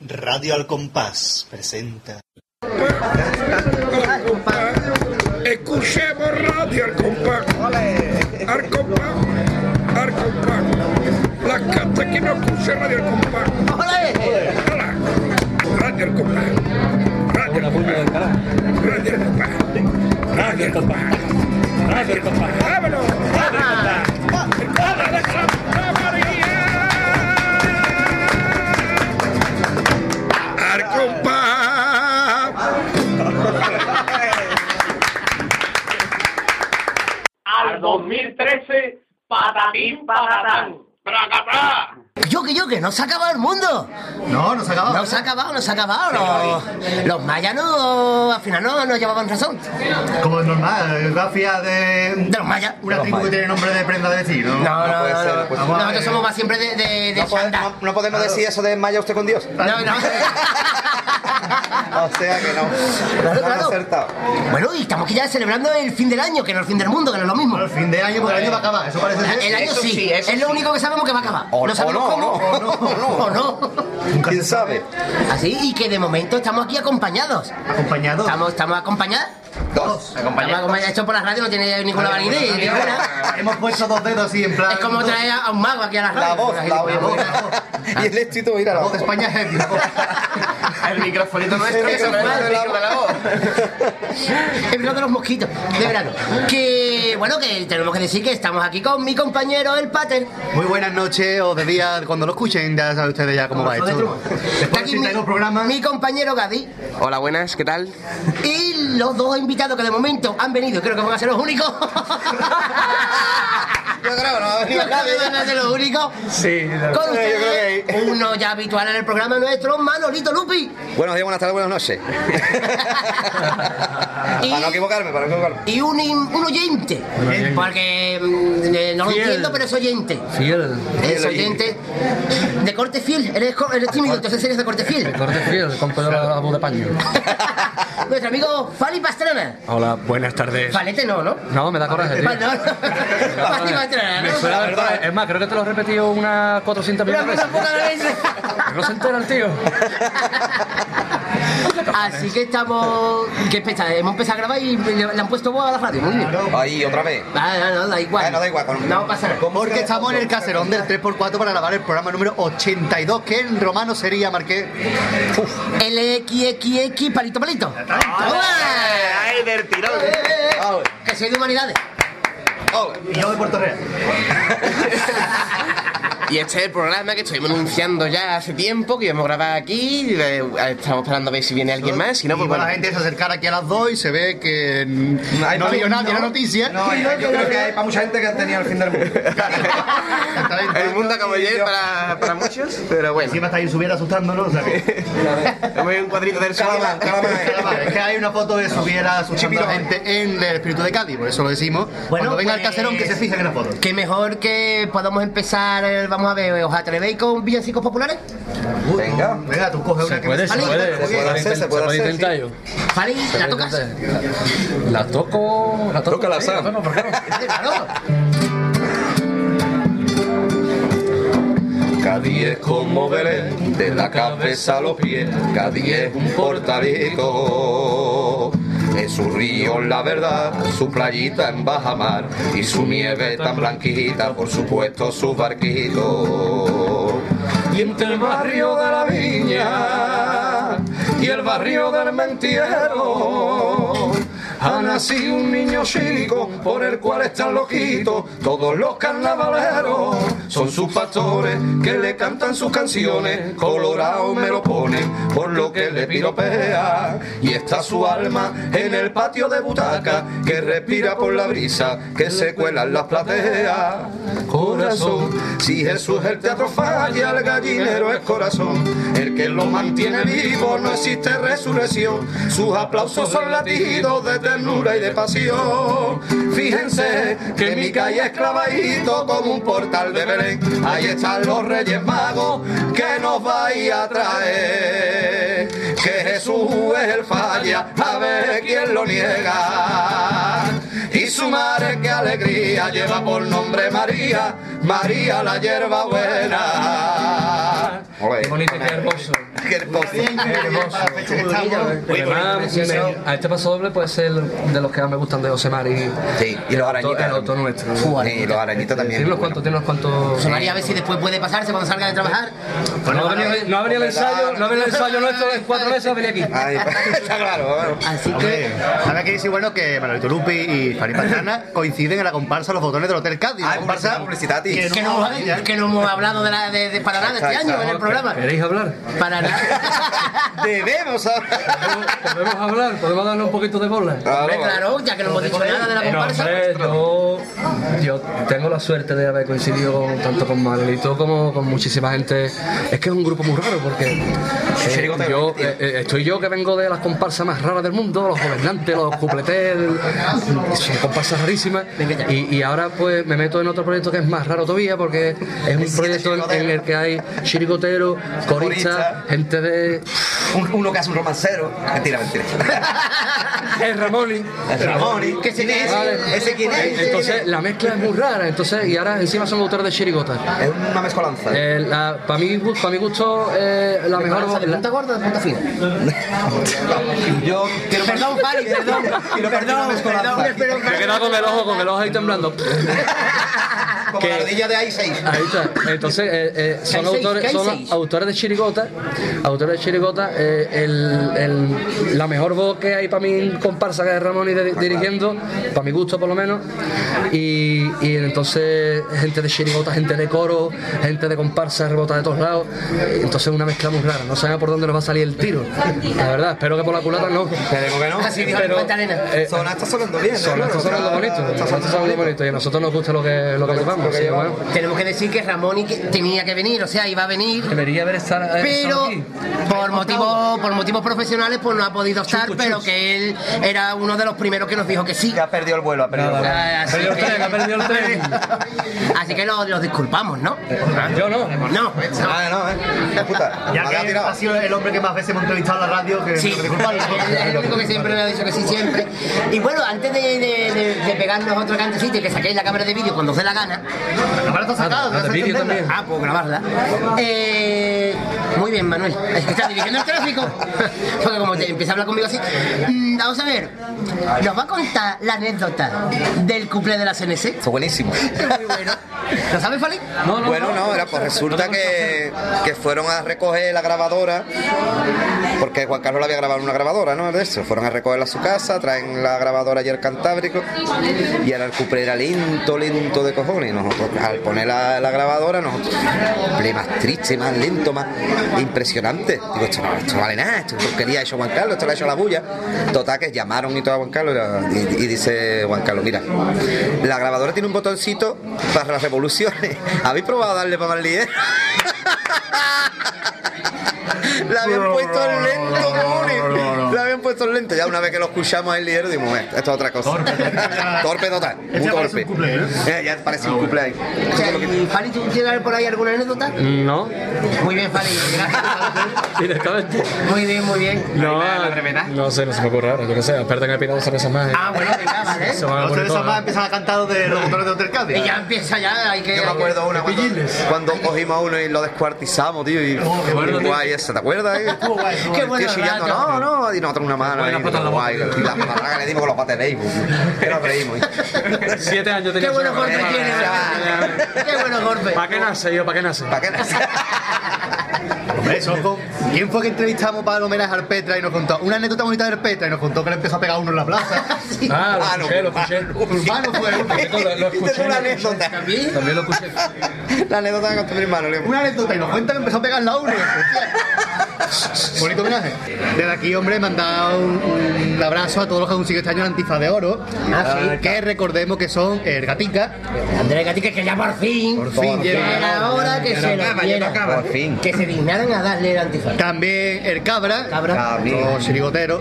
Radio Al Compás presenta. Escuchemos radio al compás. Al compás. Al compás. La canta que no escucha radio al compás. Hola. Radio al compás. Radio al compás. Radio al compás. Radio al compás. Radio al compás. ¡Vámonos! ¡Vámonos! de Santa María! Al compás. al 2013, patatín, patatán. ¡Pracatá! Yo que yo que no se ha acabado el mundo. No, no se ha acabado. No se ha acabado, no se ha acabado. Los, los mayas no, al final no, no llevaban razón. Como es normal, Gafia de De los mayas. una tribu que tiene nombre de prenda de decir, ¿no? No, no, no, puede no, ser, no. pues, vamos a Nosotros ver. somos más siempre de, de, de No, pode- santa. no- no podemos decir eso de Maya usted con Dios. No, no. O sea que no. Claro, No han claro. acertado. Bueno, y estamos que ya celebrando el fin del año, que no es el fin del mundo, que no es lo mismo. Al fin de año, porque el año va a acabar, eso parece ser. El año Eso sí, sí, eso es lo sí. único que sabemos que va a acabar. O- no o sabemos no, cómo. o no, o no. o no. ¿Quién sabe? Así, y que de momento estamos aquí acompañados. Acompañado. Estamos, estamos acompañados. Dos. Estamos acompañados. Esto por la radio no tiene ninguna validez. ninguna. pues, Hemos puesto dos dedos así en plan. Es como traer a un mago aquí a la radio. La voz, Así, la voz. la voz. Y el éxito, mira, la La voz voz. de España es el mismo. El microfonito nuestro El que se me micrófono de la de la voz. El blog de los mosquitos de verano. Que bueno, que tenemos que decir que estamos aquí con mi compañero el Pater. Muy buenas noches o de día, cuando lo escuchen, ya saben ustedes ya cómo va esto. Está Después aquí mi, de los programas. mi compañero Gadi. Hola, buenas, ¿qué tal? Y los dos invitados que de momento han venido, y creo que van a ser los únicos. Yo creo que no ha venido Creo nadie. que van a ser los únicos. Sí, Con Yo creo ustedes, que uno ya habitual en el programa nuestro, Manolito Lupi. Buenos días, buenas tardes, buenas noches. Y- Para no equivocarme, para no equivocarme. Y un, in- un oyente, porque mm, eh, no lo Fiel. entiendo, pero es oyente. Fiel. Es oyente de corte fiel, eres, co- eres tímido, entonces eres de corte fiel. Corte fiel, con Pedro la voz de paño. Nuestro amigo Fali Pastrana. Hola, buenas tardes. Falete no, ¿no? No, me da coraje, tío. Fa- no, no. Fali Pastrana, Me ¿no? suena del coraje. Es más, creo que te lo he repetido unas 400 Una mil veces. puta poca de veces. No se entera el tío. Así que estamos. ¿Qué empieza? Hemos empezado a grabar y le, le han puesto voz a la radio. Muy bien. Ahí, otra vez. Ah, no, no, da igual. Bueno, da igual, con- No pasa nada. Porque estamos en el caserón del 3x4 para grabar el programa número 82, que en romano sería Marqués. LXXX, palito, palito. ¡Hola! ¡Ay, del tirón! Ole, eh. Que soy de humanidades. ole. Y yo de Puerto Real. Y este es el programa que estuvimos anunciando ya hace tiempo, que íbamos a grabar aquí, eh, estamos esperando a ver si viene alguien más, si no, Y pues bueno. la gente se acercara aquí a las 2 y se ve que mm, Hay no pa- vio nada, no. tiene noticias. No, yo yo creo que hay para mucha gente que han tenido el fin del mundo. El mundo acabó ayer para, para muchos, pero bueno. Encima está ahí subiendo asustándonos, o sea que... Hemos ido un cuadrito del Calamar, sol. calamar. Es que hay una foto de subiera asustando a la gente en el espíritu de Cádiz, por eso lo decimos. Cuando venga el pues- caserón, que se fijen en la foto. Qué mejor que podamos empezar, eh, vamos a ver, ¿os atrevéis con villancicos populares? Venga. Venga, tú coges una que Puede, me se sale. puede, Se puede hacer, se puede hacer, intentar sí. yo. ¿Vale? ¿La tocas? La toco. La toco. Toca la sí, Sam. toco, ¿por qué no? Claro. Cádiz es como Belén, de la cabeza a los pies, Cádiz es un portalico. Es su río, la verdad, su playita en Bajamar y su nieve tan blanquita, por supuesto, sus barquitos. Y entre el barrio de la viña y el barrio del mentiero ha nacido un niño cínico por el cual están loquitos todos los carnavaleros. Son sus pastores que le cantan sus canciones, colorado me lo ponen por lo que le piropea. Y está su alma en el patio de butaca que respira por la brisa que se cuela en las plateas. Corazón, si Jesús el teatro falla, el gallinero es corazón. El que lo mantiene vivo no existe resurrección. Sus aplausos son latidos de ternura y de pasión. Fíjense que mi calle es clavadito como un portal de Belén. Ahí están los reyes magos que nos vais a traer. Que Jesús es el falla, a ver quién lo niega. Y su madre que alegría lleva por nombre María, María la hierba buena. Qué bonito y qué hermoso. Qué hermoso. hermoso. Para la fecha que estamos. Y además, precioso. me- a este paso doble puede ser de los que más me gustan de José Mari. Sí, y los El arañitas. auto nuestro. Eh, Fua. Y los arañitas también. Tiene unos cuantos, tiene unos cuantos. Sonaría a ver si después puede pasarse cuando salgan de trabajar. Pues No ha venido- no ha venido el ensayo, no ha venido el ensayo nuestro en cuatro meses, ha venido aquí. Ay, está claro. bueno. Así Hombre, que. ¿Sabes qué dice? Bueno, que Manolito Lupi y Fanny Pantana coinciden en la comparsa Los Botones del Hotel Cádiz. Ah, La comparsa publicidad, publicidad, tío. que Que no- no, que no hemos hablado de, la, de, de para nada este año en el programa. ¿Queréis hablar? Para nada. Debemos hablar. Podemos hablar, podemos darle un poquito de bola. Hombre, claro, ya que no hemos dicho nada de la No, comparsa. hombre, yo, yo tengo la suerte de haber coincidido con- tanto con Manolito como con muchísima gente. Es que es un grupo muy raro porque eh, yo, eh, eh, estoy yo que vengo de las comparsas más raras del mundo, los gobernantes, los cupletel, son comparsas rarísimas. Y, y ahora pues me meto en otro proyecto que es más raro todavía porque es un proyecto en, en el que hay chiricoteros, coristas, gente de Un- uno que hace un romancero. Mentira, mentira. El Ramoni. Ah, El Ramoni. Que se quede Vale. ¿Ese quién es? Entonces, la mezcla es muy rara. Entonces, y ahora encima son autores de chirigota. Es una mezcolanza. para mi, gu- pa' mi gusto, eh, la mejor. Comparsa de la- punta gorda o de punta fina. Yo quiero Perdón, Fari, perdón. Perdón, perdón, perdón, perdón. Me he quedado con el ojo, con el ojo ahí temblando. como que- la ardilla de Ice Ahí está. Entonces, eh, eh, son, Hay seis, autores, hay son seis. autores de chirigota. Autores de chirigota. eh, el- el- la mejor voz que hay para mi comparsa que es Ramón y de- dirigiendo, para mi gusto por lo menos. Y, y entonces, gente de chirigota, gente de coro, gente de comparsa, rebota de todos lados. Eh, Entonces, una mezcla muy rara. No sabemos por dónde nos va a salir el tiro. La verdad, espero que por la culata no. Esperemos que no. Así dijo Pero, Magdalena. eh, Sona está sonando bien. Sona está sonando bonito, Sona está sonando bonito y a nosotros nos gusta lo que, lo que llevamos. así que bueno. Tenemos que decir que Ramón y que tenía que venir, o sea, iba a venir. Debería haber estar- estado Pero aquí. por motivos, por motivos profesionales pues no ha podido estar, pero que él era uno de los primeros que nos dijo que sí. Ya ha perdido el vuelo, ha perdido el vuelo. Ah, Ha así perdido el que- tren, ha perdido el tren. Así que los, los disculpamos, ¿no? Eh. Yo no. No. Ah, no, eh. Qué Puta. Ya Me la ha que ha tirado. sido el hombre que más veces hemos entrevistado en la radio, que Sí, que disculparlo. es el único que siempre me ha dicho que sí, siempre. Y bueno, antes de, de- de- de pegarnos otro cantecito y que saquéis la cámara de vídeo cuando os dé la gana, Ahora está sacado, Ah, de no sé vídeo entenderla. también. Ah, puedo grabarla. Eh, muy bien, Manuel. Es que estás dirigiendo el tráfico. Porque como te empieza a hablar conmigo así. Mm, vamos a ver. Nos va a contar la anécdota del cumple de la CNC. Fue buenísimo. Muy bueno. ¿Lo sabes, Fali? No, no, Bueno, no, era pues resulta que, que fueron a recoger la grabadora, porque Juan Carlos la había grabado en una grabadora, ¿no? De eso, fueron a recogerla a su casa, traen la grabadora ayer Cantábrico, y ahora el cupre era lento, lento de cojones. Y nosotros, al poner la, la grabadora, nosotros, cumple más triste, más lento, más impresionante. Digo, esto no, esto no vale nada, esto es porquería ha hecho Juan Carlos, esto lo ha hecho la bulla. Total, que llamaron y todo a Juan Carlos, y, y dice Juan Carlos, mira, la grabadora tiene un botoncito para las revoluciones. ¿Habéis probado darle para eh?" más líder? La habían puesto en lento, cojones. La habían puesto en lento. Ya una vez que lo escuchamos el líder, dimos, "Eh, esto es otra cosa. Torpe total. Muy ya parece torpe. un cuplé, ¿eh? Eh, ya parece un cumple ahí. O sea, y Fali, ¿tú tienes por ahí alguna anécdota? No, Muy bien, Fali. gracias. directamente. Muy bien, muy bien. No, no sé, no se me ocurre ahora, yo qué sé, aparte que me he pillado dos cervezas más. eh. Ah, bueno, venga, vale. Se van a poner Ustedes todas, son más ¿no? empiezan a cantar de los botones del Hotel Cádiz. Y ya empieza ya, hay que... Yo me acuerdo una cuando, cuando cogimos a uno y lo descuartizamos, tío. Y qué guay esa, ¿te acuerdas? eh? guay. Qué El bueno, tío chillando, rato. no, no, y nosotros una mano. ahí, guay, y la patarraga le dimos con los pates de béisbol. Que nos reímos. Siete años tenía. Qué buenos yo. golpes bueno, tiene, ¿eh? ya. ¿verdad? Qué buenos golpes. ¿Para qué nace yo? ¿Para qué nace? ¿Para qué? Hombre, eso, con- ¿Quién fue que entrevistamos para el homenaje al Petra y nos contó? Una anécdota bonita del Petra y nos contó que le empezó a pegar uno en la plaza. Ah, lo Ah, no, escuché, lo escuché. Urbano fue uno. Lo- lo Esta es escuché, una lo escuché. anécdota. ¿También? También lo escuché. La anécdota que contó mi hermano, Leo. Una anécdota y nos cuenta que empezó a pegar la uno. Bonito homenaje. Desde aquí, hombre, mandar un, un abrazo a todos los que han conseguido este año la antifa de oro. Ah, sí. Que recordemos que son el Gatica. Andrés Gatica, que ya por fin, Por fin que llega. era hora que se lo dieran, Por fin. que se dignaran a darle el antifaz. También el Cabra. Cabra. Los chirigoteros.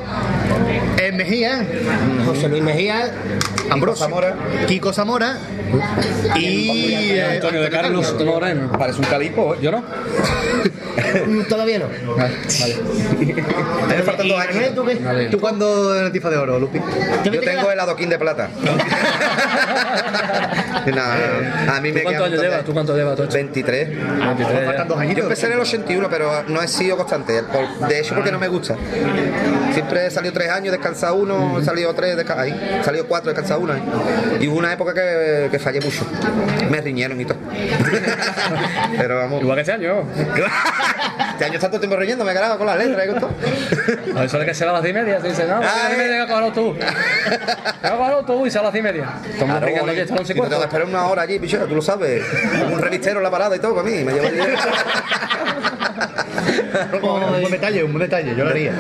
El Mejía. José Luis Mejía, Ambrosio. Kiko Zamora. Y. eh, Antonio de Carlos Moreno. Parece un calipo, ¿eh? ¿Yo no? mm, todavía no. Ah, A mí me faltan dos años. Manuel, ¿tú qué? ¿Tú cuándo la antifa de oro, Lupi? ¿Tú qué Yo te tengo quedas? el adoquín de plata. Eh, Nada, a mí me ¿Tú cuántos años quedan un llevas? total. ¿Tú cuántos llevas? ¿Tú 23. Yo empecé en el 81, pero no he sido constante. Por- De hecho, porque no me gusta. Siempre he salido tres años, descansado uno, he salido tres, desca- ahí, he salido cuatro, descansado uno. ahí. Y hubo una época que, que fallé mucho. Me riñeron y todo. pero vamos. Igual que este año. Este año tanto tiempo riñendo, me he grabado con las letras y con todo. A eso de que se va a las 10 y media, te dice, no, a las Ah, 10 y media que cogerlo tú. Que cogerlo tú y se va a las 10 y media. Estamos Claro, arreglando boli. ya, estamos Y en me tengo que cuarto. esperar una hora allí, pichero, tú lo sabes. Un revistero en la parada y todo para mí. Me llevo allí. Un buen detalle, un buen detalle, yo lo haría.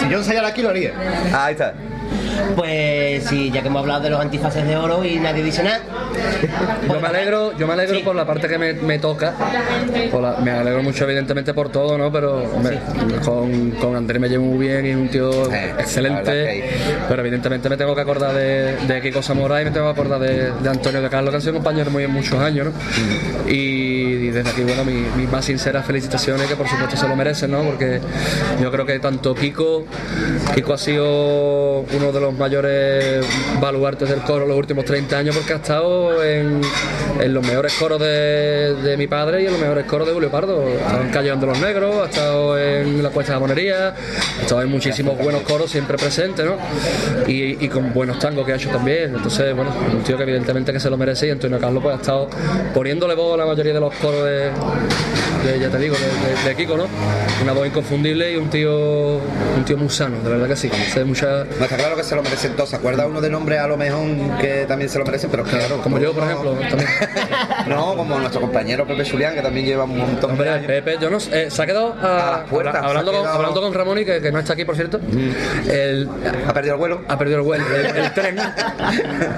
Si yo ensayara aquí, lo haría. Ahí está. Pues sí, ya que hemos hablado de los antifaces de oro y nadie dice nada. Yo me alegro, yo me alegro por la parte que me, me toca. Por la- me alegro mucho, evidentemente, por todo, ¿no? Pero hombre, con, con Andrés me llevo muy bien y es un tío Eh, la verdad excelente. que Pero evidentemente me tengo que acordar de, de Kiko Samurai y me tengo que acordar de, de Antonio de Carlos, que han sido compañeros muy muchos años, Mm. ¿no? Y, y desde aquí, bueno, mi- mis más sinceras felicitaciones, que por supuesto se lo merecen, ¿no? Porque yo creo que tanto Kiko, Kiko ha sido uno de los mayores baluartes del coro los últimos 30 años, porque ha estado en, en los mejores coros de, de mi padre y en los mejores coros de Julio Pardo. Ha estado en Callejón de los Negros, ha estado en la Cuesta de la Monería, ha estado en muchísimos buenos coros siempre presente, ¿no? Y, y con buenos tangos que ha hecho también. Entonces, bueno, un tío que evidentemente que se lo merece y Antonio Carlos pues ha estado poniéndole voz a la mayoría de los coros de, de- ya te digo, de, de- de Kiko, ¿no? Una voz inconfundible y un tío, un tío muy sano, de verdad que sí. Hace mucha- No, está claro que se lo merecen todos. ¿Se acuerda uno de nombre a lo mejor que también se lo merecen? Pero claro. como yo, por no- ejemplo, también. No, como nuestro compañero Pepe Julián, que también lleva un montón de Hombre, años. Pepe, yo no sé, eh, se ha quedado ah, A las puertas, habla- se ha hablando, con, quedado- Mm. hablando con Ramón y que, que no está aquí, por cierto. El- Ha perdido el vuelo. ha perdido el vuelo, el, el tren.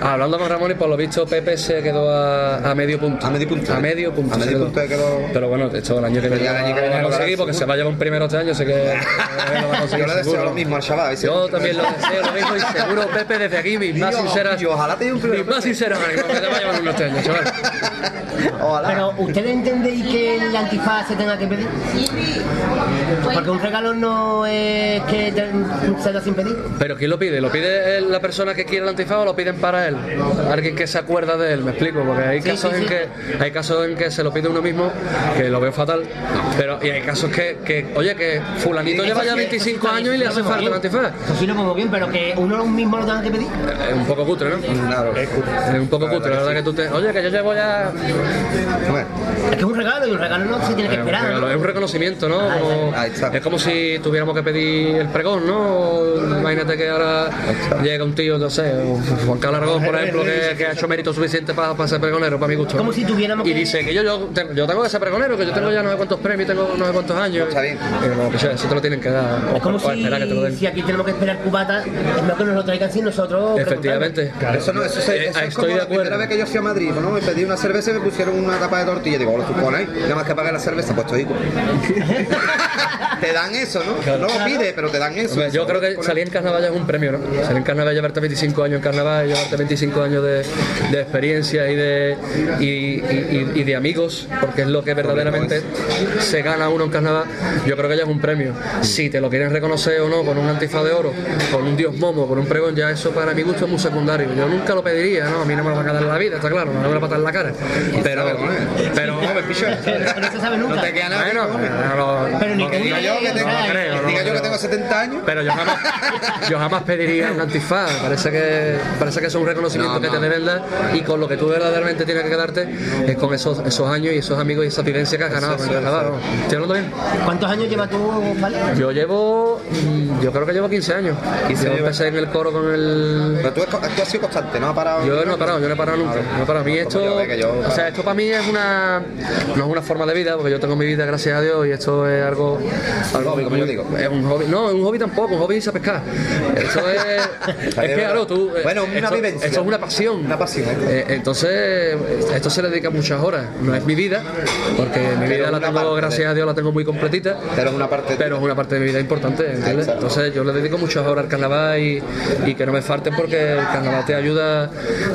hablando con Ramón y por lo visto Pepe se quedó a, a medio punto. A medio punto. A medio punto. A se medio quedó. punto quedó- Pero bueno, esto el año que Pero viene ya el año lo que viene va a lo conseguir hará porque se seguro. va a llevar un primero este año, sé que eh, lo va a Yo conseguir le deseo seguro. lo mismo al chaval. ese- Yo también lo deseo lo mismo y seguro, Pepe, desde aquí, mis más Dios, sinceras. Dios, ojalá te dé un mis premio, más Pepe. sinceras ánimos, que te va a llevar uno este año, chaval. Ojalá. Pero, ¿ustedes entendéis que el antifaz se tenga que pedir? Porque un regalo no es que te- se lo sin pedir. ¿Pero quién lo pide? ¿Lo pide él, la persona que quiere el antifaz o lo piden para él? Alguien que se acuerda de él, me explico, porque hay Sí, casos sí, en sí. que hay casos en que se lo pide uno mismo, que lo veo fatal, pero y hay casos que, que oye, que fulanito lleva ya 25 años y le hace falta un antifaz. Eso sí lo pongo bien, pero que uno mismo lo tenga que pedir. Es un poco cutre, ¿no? Claro. Es un poco cutre, la verdad que tú te... Oye, que yo llevo ya... Bueno, Es que es un regalo y un regalo no se tiene que Es un, esperar. regalo, ¿no? Ah, es un reconocimiento, ¿no? Como- Ahí está. es como si tuviéramos que pedir el pregón, ¿no? Imagínate que ahora llega un tío, no sé, o Juan Carlos Aragón, por ejemplo, que, que ha hecho mérito suficiente para, ser pregonero, para mi gusto. Como si tuviéramos Y que- dice que yo, yo, tengo- yo tengo que ser pregonero, que yo tengo ya no sé cuántos premios, tengo no sé cuántos años. Está bien. Y como, pues, eso te lo tienen que dar. O, Es como o Pues si, esperar que te lo den. si aquí tenemos que esperar cubata, es mejor que nos lo traigan sin nosotros. Efectivamente. eso no, eso, Eh, se, eso es estoy como de la primera acuerdo. vez que yo fui a Madrid, pues, ¿no? Me pedí una cerveza y me pusieron una capa de tortilla. Digo, lo supones, nada más que pagar la cerveza, pues estoy. te dan eso, ¿no? No lo pides, pero te dan eso. Hombre, yo Eso, creo lo que supones. salir en carnaval ya es un premio, ¿no? Salir en carnaval y llevarte 25 años en carnaval y llevarte 25 años de, de experiencia y de, y, y- y- y de amigos, porque es lo que verdaderamente se gana uno en carnaval, yo creo que ya es un premio. Si te lo quieren reconocer o no con un antifaz de oro, con un dios momo, con un pregón, ya eso para mi gusto es muy secundario. Yo nunca lo pediría, ¿no? A mí no me lo van a dar en la vida, está claro, no me lo van a patar en la cara. Pero, pero, Pero no se sabe nunca. No te queda nada. bueno, no, no, Pero ni no, que no, diga yo que tengo- no creo, no Diga yo que creo. tengo 70 años. Pero yo jamás, yo jamás pediría un antifaz. Parece que, parece que es un reconocimiento que te deben dar y con lo que tú verdaderamente tienes que quedarte es con esos, esos años y esos amigos y esa vivencia que has ganado. con el carnaval, ¿no? ¿Estoy hablando bien? ¿Cuántos años llevas tú, Fali? Yo llevo, mm, yo creo que llevo 15 años. yo empecé en el coro con el... Pero tú, has- tú has sido constante, ¿no? Has parado. Yo no he parado, yo no he parado nunca. No he parado. A mí esto, yo, venga, yo o sea, esto para mí es una, no es una forma de vida, porque yo tengo mi vida, gracias a Dios, y esto es algo, algo hobby, como yo muy- digo. es un hobby. No, es un hobby tampoco, un hobby es a pescar. Esto es, es que claro, tú, eh, Bueno, una esto, vivencia. esto es una pasión. Una pasión, ¿eh? Eh, entonces, eh, esto se le dedica muchas horas. No es mi vida, porque mi Pero vida la una tengo, parte de- gracias a Dios, la tengo muy completita. Pero es una parte. Pero es una parte de mi vida importante, ¿entiendes? Exacto. Entonces yo le dedico muchas horas al carnaval y, y que no me falten porque el carnaval te ayuda,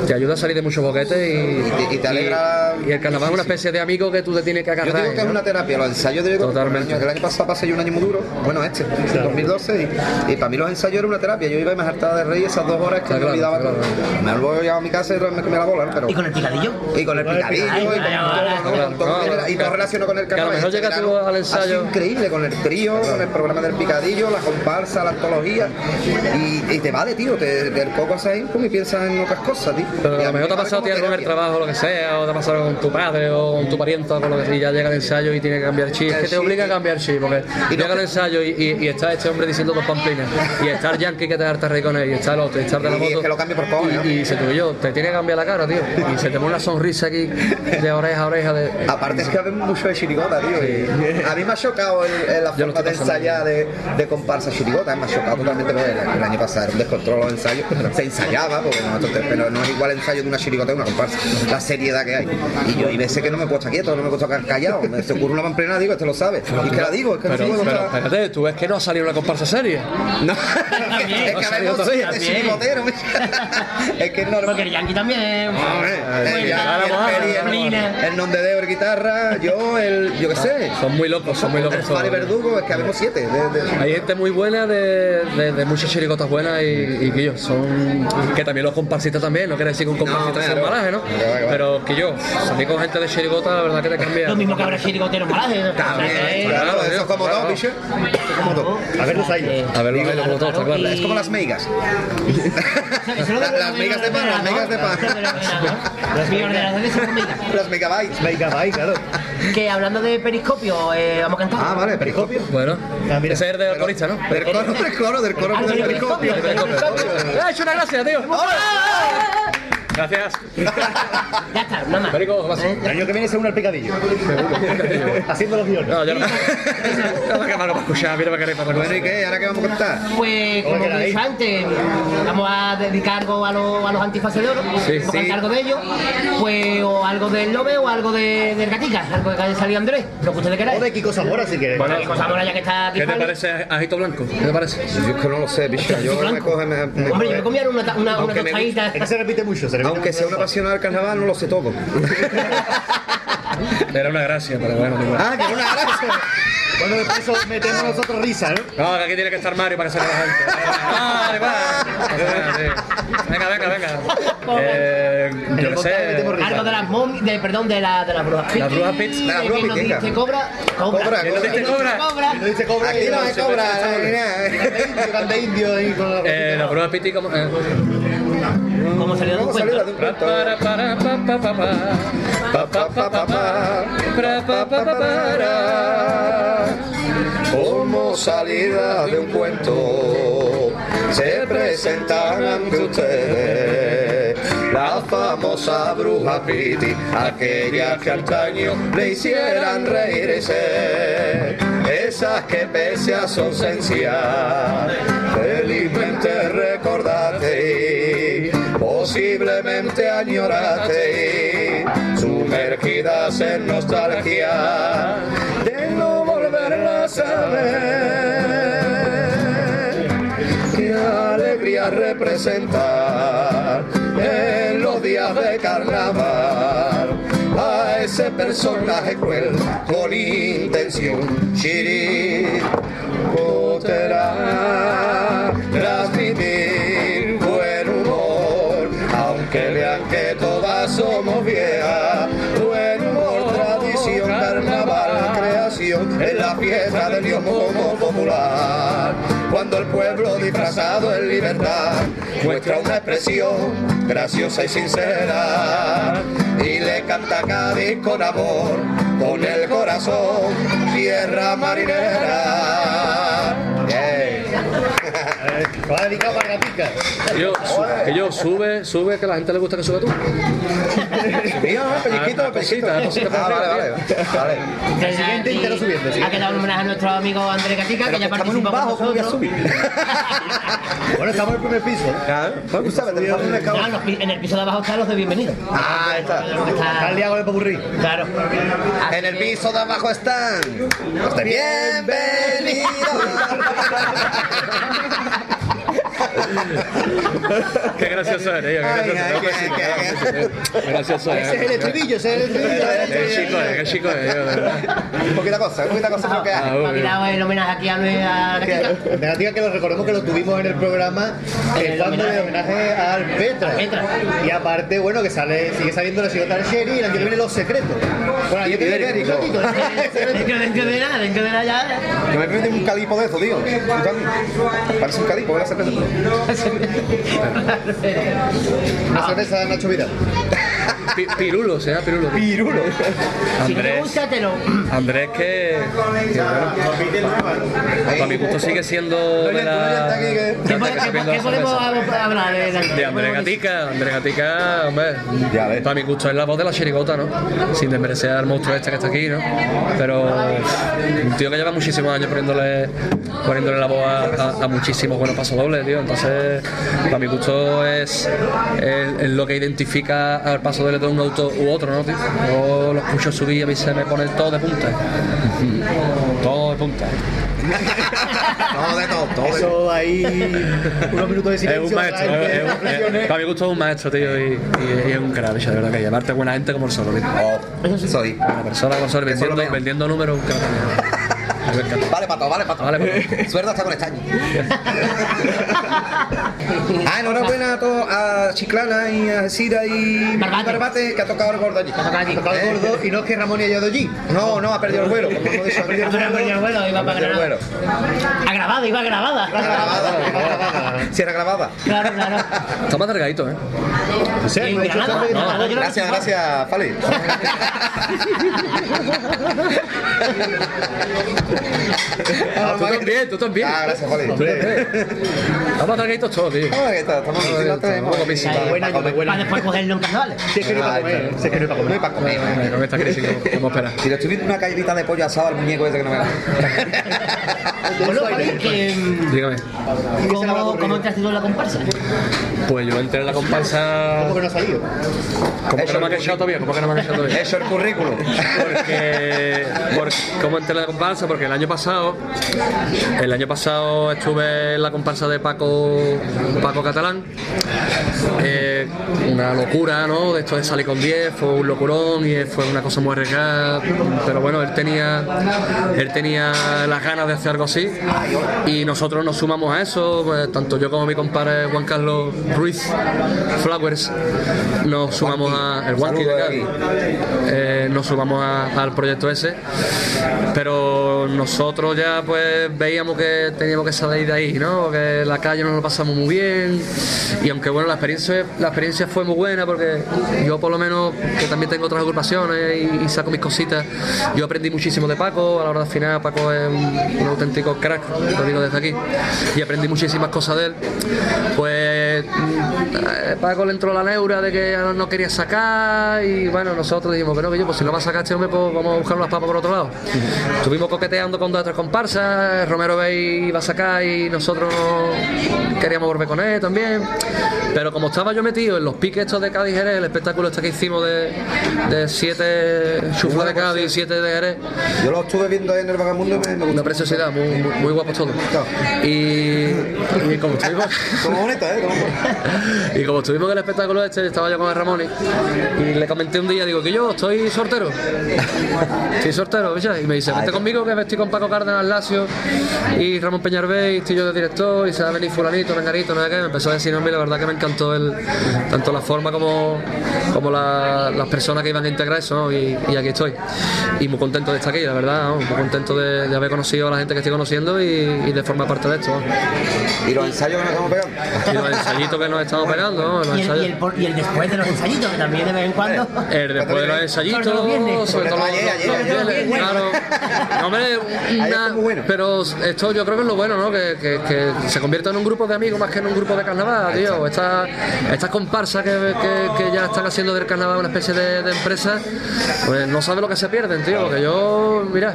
te ayuda a salir de muchos boquetes y, Y- y te alegra- y el carnaval es una especie de amigo que tú te tienes que Yo agarrar. digo que es ¿no? una terapia, los ensayos digo Totalmente. que el año pasado pasé yo un año muy duro, bueno este, 2012, y, y para mí los ensayos era una terapia, yo iba y me hartaba de reír esas dos horas Está que me claro, olvidaba está todo. Me vuelvo yo a mi casa y otra vez me comía la bola, ¿no? pero... ¿Y con el picadillo? Y con el picadillo, Ay, y con ay, ay, todo, ¿no? ay, Con todo ay, lo que- y todo claro. relacionado con el Que a lo carnaval. mejor Este llegas tú verano al ha sido ensayo. increíble, con el trío, con el programa del picadillo, la comparsa, la antología, y, y te vale, tío, te, del coco haces income pues, y piensas en otras cosas, tío. Pero Y a lo mí mejor te ha me pasado a ti vale algo como en el terapia. trabajo, lo que sea, o te ha pasado con tu padre o con tu pariente o con lo que sea, y ya llega el ensayo y tiene que cambiar chip. Es que te obliga a cambiar chip, porque llega el ensayo y, y- y está este hombre diciendo dos pamplinas, y está el yankee que te harta reír con él, y está el otro, y está el de la Y es moto. que lo cambie por cojones, Y, y se te yo, te tiene que cambiar la cara, tío. Y se te pone una sonrisa aquí de oreja a oreja. De... Aparte es que habemos mucho de chirigota, tío. y- A mí me ha chocado el- el- la Yo lo forma estoy de pasando ensayar de, de comparsa chirigota. Me ha chocado totalmente porque el, el año pasado era un descontrol los ensayos. Se ensayaba, porque nosotros te- pero no es igual el ensayo de una chirigota que una comparsa. La seriedad que hay. Y yo hay veces que no me puedo estar quieto, no me puedo estar callado. Me se ocurre una pamplina, digo, este lo sabe. Y es que la digo, es que Pero, no pero está... espérate, tú ves que no ha salido una comparsa seria. No, También, es no que ha salido habemos todavía. siete chirigoteros. Es que es normal. Porque el yankee también. Hombre, eh, el Buena, Yankee, el Peri, el- Paulina. el nombre de guitarra, yo, el, yo qué sé, Son muy locos, son muy locos. todos. Vale, Verdugo, es que habemos siete. de- de- Hay gente muy buena de, de, de muchas chiricotas buenas y, y que yo, son. Que también los comparsitas también, no quiere decir que un comparsita No, sea un claro. malaje, ¿no? Que va, que va. Pero que yo, salir con gente de chirigota, la verdad que te cambia. Lo mismo que habrá chirigotero en Malaje. También, claro, claro, eso tío, es como claro. todo, bicho. Eso es como todo. A ver los años. A ver, lo que como todo, está claro. Es como las meigas. La- Las migas de pan, las migas de pan. Las migas de pan son comidas. Las megabytes. Venga, va, ahí, claro. Que hablando de periscopio, eh, vamos a cantar. Ah, vale, periscopio. Bueno, Ah, mira. ese es el de corista, ¿no? Del coro, del coro, del coro, Ah, del del periscopio, periscopio. del periscopio. ¡Le ha Ah, hecho una gracia, tío! Gracias. Ya está, nada más. Perico, vas. El año que viene se une al picadillo. Haciendo los guiones. No, yo no. No me acabo para escuchar, mira, me queréis para Bueno, ¿y conocer. qué? Eh, ¿Ahora qué vamos a contar? Pues como Hola, he dicho ahí. antes, vamos a dedicar algo a, los- a los antifaces de oro, Sí, vamos a sí. cantar algo de ellos, pues o algo del Lobe o algo de, del Gatica, algo que haya salido Andrés, lo que ustedes O queráis. de Kiko Zamora, si quieres. Bueno, pues ahora ya que está aquí ¿Qué te Pablo. parece Ajito Blanco? ¿Qué te parece? Yo es que no lo sé, bicho. Yo me Blanco. coge. me- me Hombre, yo me coge. comía una, ta- una, una Aunque me tostadita. Es que se repite mucho. Se repite Aunque mucho. sea un apasionado del carnaval, no lo sé todo. Era una gracia, pero bueno, no. Ah, que una gracia. Bueno, después eso metemos nosotros risa, ¿no? No, que aquí tiene que estar Mario para que salga la gente. Vale, vale. Venga, venga, venga. Eh, yo qué sé. Algo de las momi, de, perdón, de, la, de las brujas pit. Las brujas pit. Las brujas Que nos pit, venga. diste cobra, cobra. Cobra, Que nos cobra. diste cobra. No dice cobra. Aquí no me cobra, ni nada, eh. Llevan de indio ahí con la Eh, las brujas pit y como. eh. Como salió de un Vamos a salir cuento. de un Pa, cuento. para, para, pa, pa, pa, pa. Pa, pa, pa, pa, pa. Pra, pa, pa, pa, para. Como salida de un cuento, se presentan ante ustedes la famosa bruja Piti, aquellas que al caño le hicieran reírse, esas que pese a su ausencia, felizmente recordaste y posiblemente añoraste, y sumergidas en nostalgia de no volverlas a ver. Qué alegría representar en los días de carnaval a ese personaje cruel con intención chiricotera transmitir buen humor aunque vean que todas somos viejas buen humor tradición carnaval creación en la fiesta del Dios como popular cuando el pueblo disfrazado en libertad muestra una expresión graciosa y sincera y le canta a Cádiz con amor con el corazón tierra marinera Yeah. Lo ha dedicado para Gatica. Que yo, su- que yo sube, sube, que a la gente le gusta que suba tú. Mío, Ah, ¿no? Pellizquito, pellizquito. cosita, cosita Ah, para vale, arriba, vale. vale. El siguiente Y intento subiendo, sí. Ha quedado un homenaje a nuestro amigo Andrés Gatica, que ya Estamos en participó un con bajo, ¿cómo voy a nosotros. subir? bueno, estamos en el primer piso. Claro, Ah, pues tú sabes, te estamos en el cabo. Claro, los pi- en el piso de abajo están los de bienvenido. Ah, está. Está Está- liado con el papurrí. Claro. Así En el que- piso de abajo están. Los de bienvenidos. Qué gracioso eres, tío, Ay, qué ay, gracioso pues ay, ay, ay. Qué gracioso Ese es eres. el estribillo, ese es el estribillo. Qué chico es, qué chico es, yo, de verdad. Un poquita cosa, un poquita cosa creo que hay. Ah, Ha obvio. quedado el homenaje aquí a nuestra Gatica. Negativa que lo recordemos que lo tuvimos en el programa el El bando de homenaje. homenaje al Petra. Petra. Y aparte, bueno, que sale, sigue saliendo la señora Sherry y el año que viene Los Secretos. Bueno, el año que viene Ibérico. Exótico. Dentro dentro de nada, dentro de nada ya. Yo me perdí un calipo de eso, tío. Parece un calipo, una cerveza. Una sorpresa de Nacho Vidal. Pi- Pirulo, se llama Pirulo. Pirulo. Si no te Andrés, gusta, te lo. Andrés que, que bueno, para mi gusto sigue siendo de la... ¿Qué, de la que está qué- viendo qué la podemos cerveza. hablar de, De Andrés Gatica, Andrés Gatica, hombre, Ya ves. para mi gusto es la voz de la chirigota, ¿no? Sin desmerecer al monstruo este que está aquí, ¿no? Pero un tío que lleva muchísimos años poniéndole, poniéndole la voz a, a- a muchísimos buenos pasodobles, tío. Entonces, para mi gusto es, es- es lo que identifica al pasodoble de un auto u otro, ¿no, tío? Yo lo escucho subir y a mí se me pone todo de punta. Todo de punta. Todo de todo, todo de todo. Eso ahí, unos minutos de Es silencio. un maestro, para la gente, es- es- reflexiones. para mi gusto es un maestro, tío, y, y- y es un crack, de verdad que llevarte buena gente como el solo, tío. Oh, soy. Una persona con sol Eso es lo vendiendo, mío. vendiendo números. un cabrón. Me encanta. Vale, pato, vale, pato. Vale, pato. Sueldo hasta con estaño. ah, enhorabuena a todos, a Chiclana y a Sira y Barbate. Barbate, que ha tocado el gordo allí. Gatica. Tocado el gordo y no es que Ramón haya llegado allí. No, no, ha perdido el vuelo. como hemos dicho, ha perdido el Ha perdido el vuelo, iba Ha para perdido Granada. el vuelo. Ha grabado, iba grabada. Grabada. Si era grabada. Claro, claro. Está más delgadito, ¿eh? Ah, O sea, En no, Granada, está- en Granada, yo lo Gracias, recuerdo. gracias, Fali. Ah, tú también, tú también. Ah, gracias, Fali. Hombre, está más delgadito todo, tío. Ah, que está, estamos en la tele, Tampoco hemos- piensa. Vale, Buen año, Paco, de buen Para año. después cogerlo en carnavales. Si es que no iba a comer, si es que no iba a comer. No hay para comer. Hombre, Con esta crisis, ¿cómo- ¿cómo esperas? Si le estoy viendo una caidita de pollo asado al muñeco ese que no me da. Bueno, Javi, que, mm, Dígame. ¿cómo, ¿cómo entraste tú en la comparsa? Pues yo entré en la comparsa. ¿Cómo que no ha salido? ¿Cómo que no me han echado todavía? ¿Cómo que no me han echado todavía? Eso es el currículum. porque, porque- ¿Cómo entré en la comparsa? Porque el año pasado el año pasado estuve en la comparsa de Paco Paco Catalán Eh, una locura, ¿no? De esto de salir con 10 fue un locurón y fue una cosa muy arriesgada pero bueno, él tenía él tenía las ganas de hacer algo así y nosotros nos sumamos a eso pues, tanto yo como mi compadre Juan Carlos Ruiz Flowers nos sumamos a el Juanqui de Saludos Cádiz. Eh, nos sumamos a- al proyecto ese pero nosotros ya pues veíamos que teníamos que salir de ahí no que la calle nos lo pasamos muy bien y aunque bueno la experiencia la experiencia fue muy buena porque yo por lo menos que también tengo otras agrupaciones y, y saco mis cositas yo aprendí muchísimo de Paco a la hora de afinar Paco es un, un auténtico crack lo digo desde aquí y aprendí muchísimas cosas de él pues mm, eh, Paco le entró la neura de que no quería sacar y bueno, nosotros dijimos, pero que yo, pues si no va a sacar este hombre, pues vamos a buscar unas papas por otro lado. Estuvimos coqueteando con dos o tres comparsas, Romero Bay iba a sacar y nosotros queríamos volver con él también. Pero como estaba yo metido en los piques estos de Cádiz Jerez, el espectáculo este que hicimos de, de siete chuflas de Cádiz y siete de Jerez, Yo lo estuve viendo ahí en el vagamundo y me, me una gustó. preciosidad, muy, muy, muy guapos todos. Y, y como estuvimos... Como bonito, ¿eh? Como... Y como estuvimos en el espectáculo este, estaba yo con el Ramón y- y le comenté un día, digo que yo estoy sortero. Estoy sortero, ¿viste? Y me dice, vete conmigo que estoy con Paco Cárdenas Lacio y Ramón Peñarbe y estoy yo de director y se va a venir fulanito, menganito, no sé qué. Me empezó a decir, no, mira, la verdad que me encantó el, tanto la forma como, como la- las personas que iban a integrar eso ¿no? y, y aquí estoy. Y muy contento de estar aquí, la verdad, ¿no? muy contento de, de haber conocido a la gente que estoy conociendo y, y de formar parte de esto. ¿no? Y los ensayos que nos estamos pegando. Y los ensayos ensayito que nos estamos pegando, ¿no? Los Y el, y, ensayos. el, por- y el después de los ensayitos, que también de vez en cuando. El Eh, después de los ensayitos, Sobre todo viernes. sobre todo los Ayer, ayer, los ayer, viernes, ayer. claro. No, hombre, una- Ayer fue muy bueno. pero esto yo creo que es lo bueno, ¿no? Que, que- que se convierta en un grupo de amigos más que en un grupo de carnaval, tío. Estas estas comparsas que, que- que ya están haciendo del carnaval una especie de, de empresa, pues no sabe lo que se pierden, tío. Que yo, mira,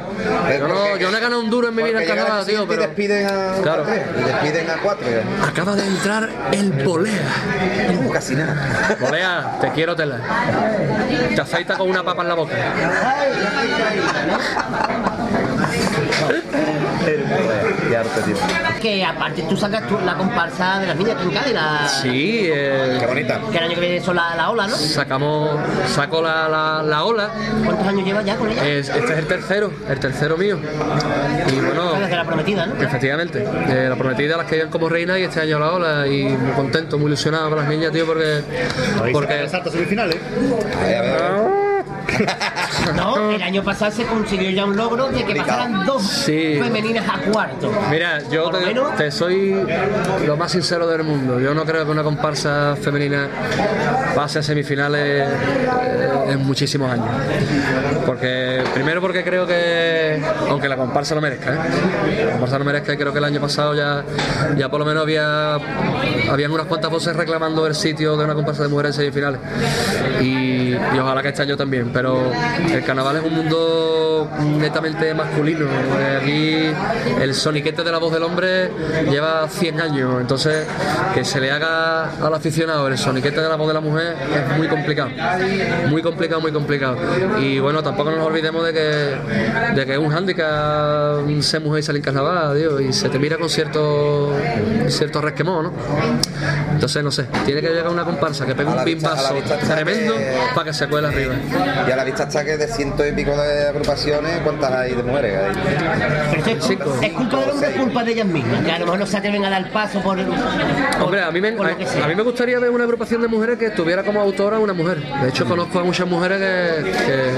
yo no, yo no he ganado un duro en mi vida en Porque llegan carnaval, al tío, siguiente pero. Y despiden a, Claro. a tres, y despiden a cuatro. ya. Acaba de entrar el polea. Uh, casi nada. Polea, te quiero tela. Te aceita con una papa en la boca. Qué arte, tío. Que aparte tú sacas tú la comparsa de las niñas aquí en Cádiz, la- Sí, eh, Qué bonita. que el año que viene son la, la ola, ¿no? sacamos, saco la, la, la ola. ¿Cuántos años llevas ya con ella? Es- este es el tercero, el tercero mío. Y bueno, Desde la prometida, ¿no? efectivamente, eh, la prometida las que llevan como reina y este año la ola. Y muy contento, muy ilusionado con las niñas, tío, porque. porque Exacto, semifinales. Ahí, a ver, a ver. No, el año pasado se consiguió ya un logro de que pasaran dos Sí. femeninas a cuarto. Mira, yo Por lo te, menos- te soy lo más sincero del mundo. Yo no creo que una comparsa femenina pase a semifinales eh, en muchísimos años. Porque, primero porque creo que, aunque la comparsa lo merezca, ¿eh? la comparsa lo merezca y creo que el año pasado ya, ya por lo menos había habían unas cuantas voces reclamando el sitio de una comparsa de mujeres en semifinales. Y, y ojalá que este año también. Pero el carnaval es un mundo netamente masculino. Eh, Aquí el soniquete de la voz del hombre lleva 100 años. Entonces, que se le haga al aficionado el soniquete de la voz de la mujer es muy complicado. Muy complicado, muy complicado. Y bueno, tampoco nos olvidemos de que, de que es un hándicap ser mujer y salir en carnaval, tío, y se te mira con cierto, cierto resquemón, ¿no? Entonces, no sé, tiene que llegar una comparsa que pegue A un la vista- a pimbazo la vista está tremendo que- para que se cuele arriba. Y a la vista está que de ciento y pico de agrupaciones, ¿cuántas hay de mujeres? Ahí? Pero esto es, Sí, culpa, con- es culpa del hombre, o es culpa de ellas mismas. Que a lo mejor no se atreven a dar paso por. por- Hombre, a mí, me, por lo que sea. a, a mí me gustaría ver una agrupación de mujeres que tuviera como autora una mujer. De hecho, conozco a muchas mujeres que, que-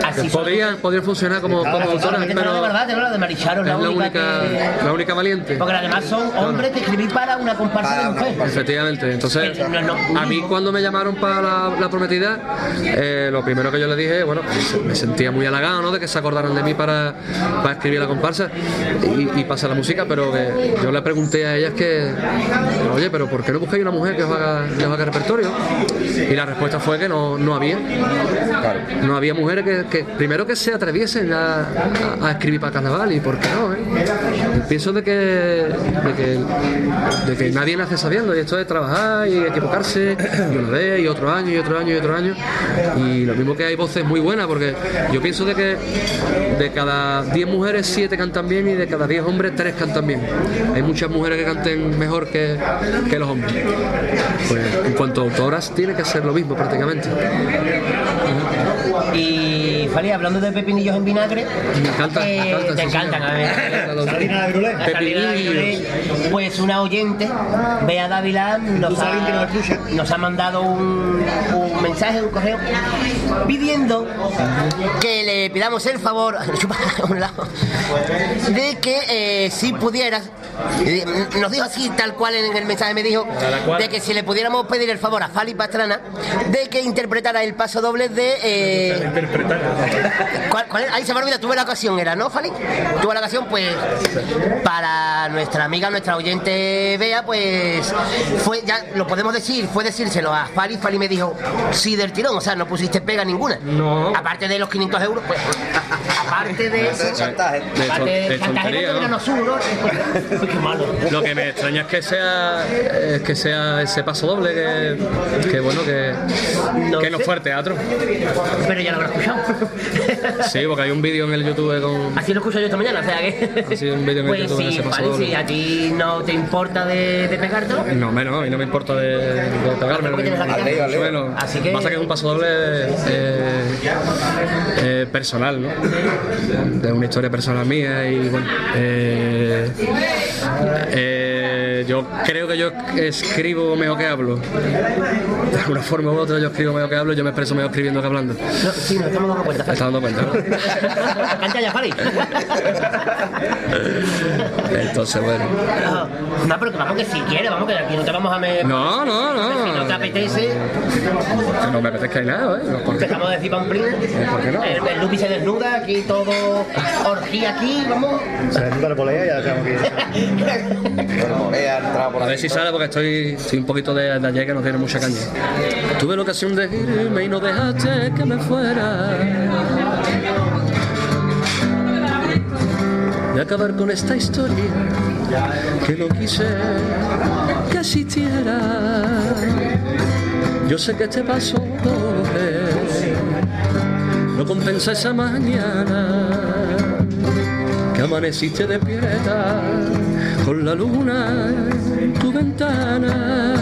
Así que Ah, son. podrían, podrían funcionar como, como Ahora, autoras, me tengo la pero verdad, tengo la de Maricharo, es la única, que- la única valiente. Porque además son hombres que escribí para una comparsa Para de una mujer. comparsa. Efectivamente, entonces Que no es lo a mí mismo. cuando me llamaron para la, la prometida, eh, lo primero que yo le dije, bueno, me sentía muy halagado, ¿no? De que se acordaran de mí para, para escribir la comparsa y, y pasar la música, pero que yo le pregunté a ellas que, oye, pero ¿por qué no buscáis una mujer que os haga, que os haga repertorio? Y la respuesta fue que no, no había. No había mujeres que, que- primero que se atreviesen a, a- a escribir para carnaval y por qué no, ¿eh? Pienso de que, de que de que nadie nace sabiendo y esto es trabajar y equivocarse y una vez y otro año y otro año y otro año y lo mismo que hay voces muy buenas porque yo pienso de que de cada 10 mujeres 7 cantan bien y de cada 10 hombres 3 cantan bien. Hay muchas mujeres que canten mejor que, que los hombres. Pues en cuanto a autoras tiene que ser lo mismo prácticamente. Y, Fali, hablando de pepinillos en vinagre. Me encantan, eh, me encantan, te sí, encantan, a ver. Los- La salida de Pepinillos. Avilés, Pues una oyente, Bea Dávila, nos ha, nos ha mandado un, un mensaje, un correo, pidiendo que le pidamos el favor, chupa, a un lado, de que eh, si pudieras, eh, nos dijo así, tal cual en el mensaje me dijo, de que si le pudiéramos pedir el favor a Fali Pastrana, de que interpretara el paso doble de... eh, ¿Cuál, cuál era? Ahí se me olvida, tuve la ocasión, era, ¿no, Fali? Tuve la ocasión, pues, para nuestra amiga, nuestra oyente Bea, pues, fue, ya lo podemos decir, fue decírselo a Fali. Fali me dijo, sí, del tirón, o sea, no pusiste pega ninguna. No. Aparte de los 500 euros, pues, aparte de Eso eso. es chantaje. De, aparte son- de del chantaje, no tontería, te ¿no? miran los eh, unos. Qué malo. Lo que me extraña es que sea es que sea ese paso doble que, que bueno que, que no fue al teatro. Pero ya lo habrás escuchado. Sí, porque hay un vídeo en el YouTube con Así lo escucho yo esta mañana, o sea que. Así un vídeo en el pues YouTube que sí, se pasó Fali, doble. si a ti no te importa de, de pegártelo, no menos y no me importa de, de pegármelo Porque ni- tienes la ni guitarra. consuelo. Así que- pasa que es un paso doble eh, eh, personal, ¿no? De una historia personal mía y bueno. eh, eh, Eh, yo creo que yo escribo mejor que hablo. De alguna forma u otra yo escribo mejor que hablo, yo me expreso mejor escribiendo que hablando. No, sí, nos estamos dando cuenta. ¿Te estás dando cuenta? no? Canta ya, Fari. Entonces, bueno. No, pero que vamos que si quieres, vamos que aquí no te vamos a... Me... No, no, no. Si no te apetece, Que no me apetezca ni nada, ¿eh? No, ¿por qué? empezamos a decir pamplines. ¿Por qué no? El, el Lupi se desnuda, aquí todo... Orgía aquí, vamos. Se desnuda la polea y ya tengo que ir. A ver si sale porque estoy, estoy un poquito de, de ayer que nos dieron mucha caña. Tuve la ocasión de irme y no dejaste que me fuera. De acabar con esta historia que no quise que existiera. Yo sé que este paso doble no compensa esa mañana que amaneciste despierta con la luna en tu ventana.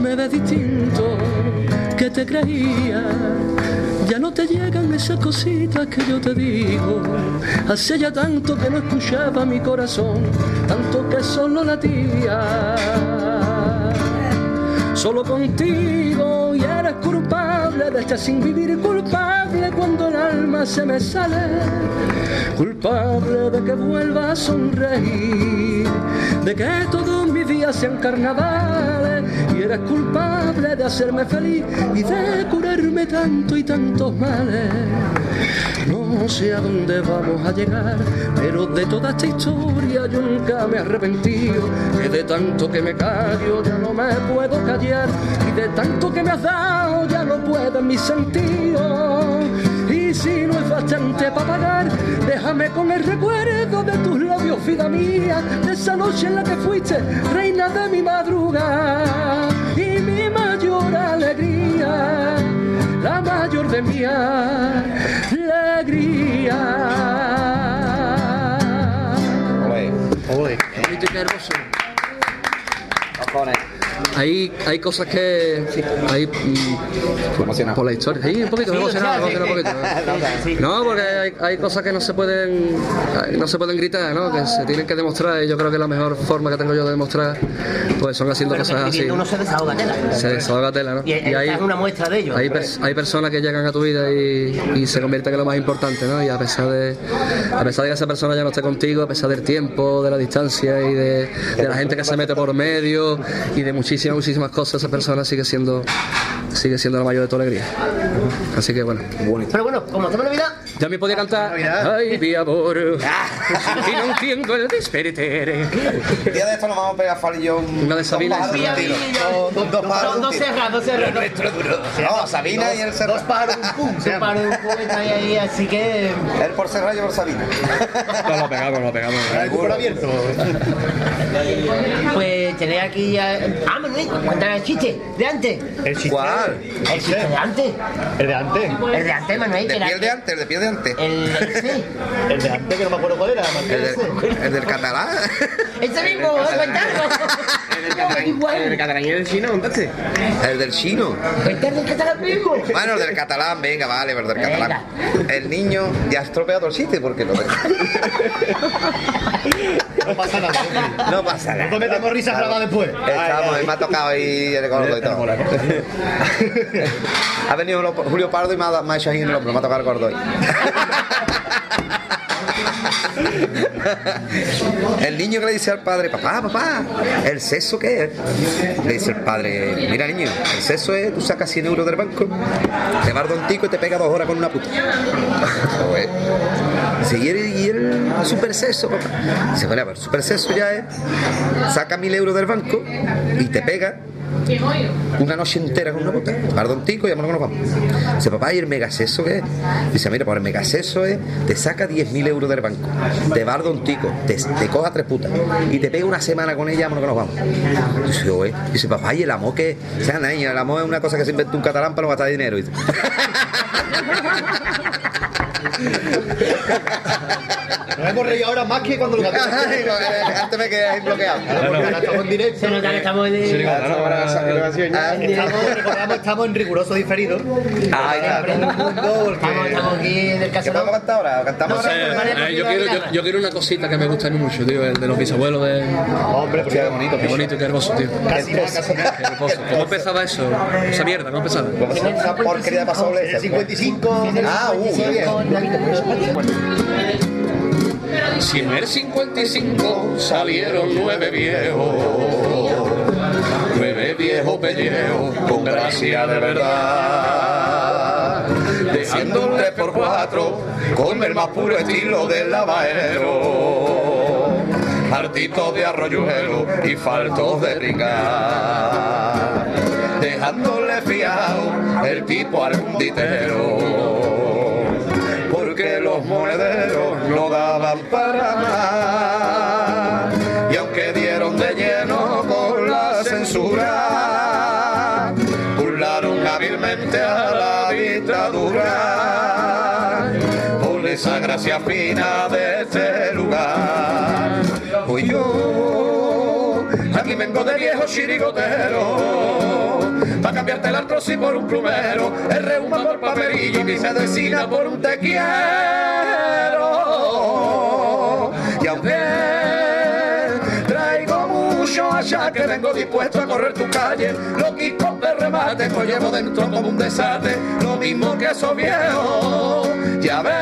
Me ves distinto que te creía. Ya no te llegan esas cositas que yo te digo. Hace ya tanto que no escuchaba mi corazón, tanto que solo latía solo contigo y eres culpable de estar sin vivir culpable cuando el alma se me sale culpable de que vuelva a sonreír de que todos mis días sean carnavales y eres culpable de hacerme feliz y de curarme tanto y tantos males no sé a dónde vamos a llegar, pero de toda esta historia yo nunca me he arrepentido. Que de tanto que me callo ya no me puedo callar. Y de tanto que me has dado ya no puedo en mis sentidos. Y si no es bastante para pagar, déjame con el recuerdo de tus labios, vida mía. De esa noche en la que fuiste reina de mi madrugada. Y mi mayor alegría la mayor de mi alegría. Bonito y qué hermoso. Hay, hay cosas que. Hay, mm, por la historia. Sí, un poquito, me he emocionado, me he emocionado un poquito. ¿eh? No, porque hay, hay cosas que no se pueden no se pueden gritar, ¿no? Que se tienen que demostrar. Y yo creo que la mejor forma que tengo yo de demostrar pues son haciendo Pero que cosas así. escribiendo uno se desahoga tela. Se desahoga tela, ¿no? Y, esta hay- es una muestra de ello. hay, pers- hay personas que llegan a tu vida y, y se convierten en lo más importante, ¿no? Y a pesar de a pesar de que esa persona ya no esté contigo, a pesar del tiempo, de la distancia y de, de la gente que se mete por medio y de muchísimas, muchísimas cosas, esa persona sigue siendo sigue siendo la mayor de tu alegría. Así que bueno. Pero bueno, como estamos en Navidad, Ya me podía cantar. Ay, mi amor. Y no entiendo el despertere. El día de esto nos vamos a pegar Fal y yo un- Una de Sabina dos y pájaros de Sabina. un tiro. Dos- dos- dos pájaros son de un dos tiro. cerras, dos cerras. dos- No, Sabina y el Serra. Dos pájaros, un pum. Dos pájaros, un pum, está ahí, ahí, así que. Él por Serra, yo por Sabina. No, lo pegamos, lo pegamos. Pues tenéis aquí ya. Ah, Manuel, cuéntame el chiste de antes. El chiste. ¿Cuál? El chiste de antes. El de antes. El de antes, Manuel, que De era. piel de antes, el de piel de antes. El. Sí. El de antes que no me acuerdo cuál era. más que El ese. del, el del catalán. Ese Este mismo, voy a contarlo. ¿El Igual. catalañero del chino, entonces? El del chino. Cuéntame Este que está lo mismo. Bueno, el del catalán, venga, vale, pero el del catalán. El niño ya ha estropeado el sitio porque lo No pasa nada. hombre. No pasa No nada. cometamos risas grabadas después. Estamos, me ha tocado ahí el gordo y todo. Ha venido lo- Julio Pardo y me ha, dado- me ha hecho ahí en el hombro, me ha tocado el gordo. El niño que le dice al padre, papá, papá, ¿el sexo qué es? Le dice el padre, mira niño, el sexo es, tú sacas 100 euros del banco, te vas un tico y te pega dos horas con una puta. Joder. Dice, ¿y el, y el super sexo, papá? Dice, bueno, pero el super sexo ya es, saca 1000 euros del banco y te pega una noche entera con una puta. Guarda un tico y vámonos que nos vamos. Dice, papá, ¿y el megaceso qué es? Dice, mira, por el megaceso es, te saca 10.000 euros del banco, te barda un tico, te, te coja tres putas y te pega una semana con ella, vámonos que nos vamos. Dice, yo, eh. Dice, papá, ¿y el amor qué es? "Ah, O sea, niño, el amor es una cosa que se inventó un catalán para no gastar dinero. dice. Nos hemos reído ahora más que cuando lo Ay, no, eh, Antes me quedé bloqueado. Porque ahora estamos en directo. Se nota que estamos en- Ah, Estamos, recordamos, estamos en riguroso diferido. Ahí está. Todo el mundo, porque- Estamos, estamos aquí en el ¿Qué vamos a caserón. cantar ahora? ¿Cantamos No sé, ahora? vale. Eh, yo, quiero, yo, yo quiero una cosita que me gusta a mí mucho, tío, el de los bisabuelos de... Hombre, porque es bonito. Qué bonito y qué hermoso, tío. Casi nada, casi nada. Qué hermoso. ¿Cómo empezaba eso? Esa mierda, ¿cómo empezaba? Vamos a hacer esa porquería de pasoble. esa. 55. Ah, uh, muy bien. Si en el 55 salieron nueve viejos, nueve viejos pellejos con gracia de verdad, Dejando un 3 por 4 con el más puro estilo del lavadero. Hartitos de arroyuelo y faltos de rica. Dejándole fiado el tipo al munditero. Porque los monederos no daban para más. Y aunque dieron de lleno con la censura, burlaron hábilmente a la dictadura por esa gracia fina de este lugar. Hoy yo aquí vengo de viejo chirigotero pa' cambiarte el artrosis por un plumero, el reuma por papelillo y mi sedecina por un te quiero. Y aunque traigo mucho allá que vengo dispuesto a correr tu calle, lo quito de remate, lo llevo dentro como un desate, lo mismo que esos viejos, ya ves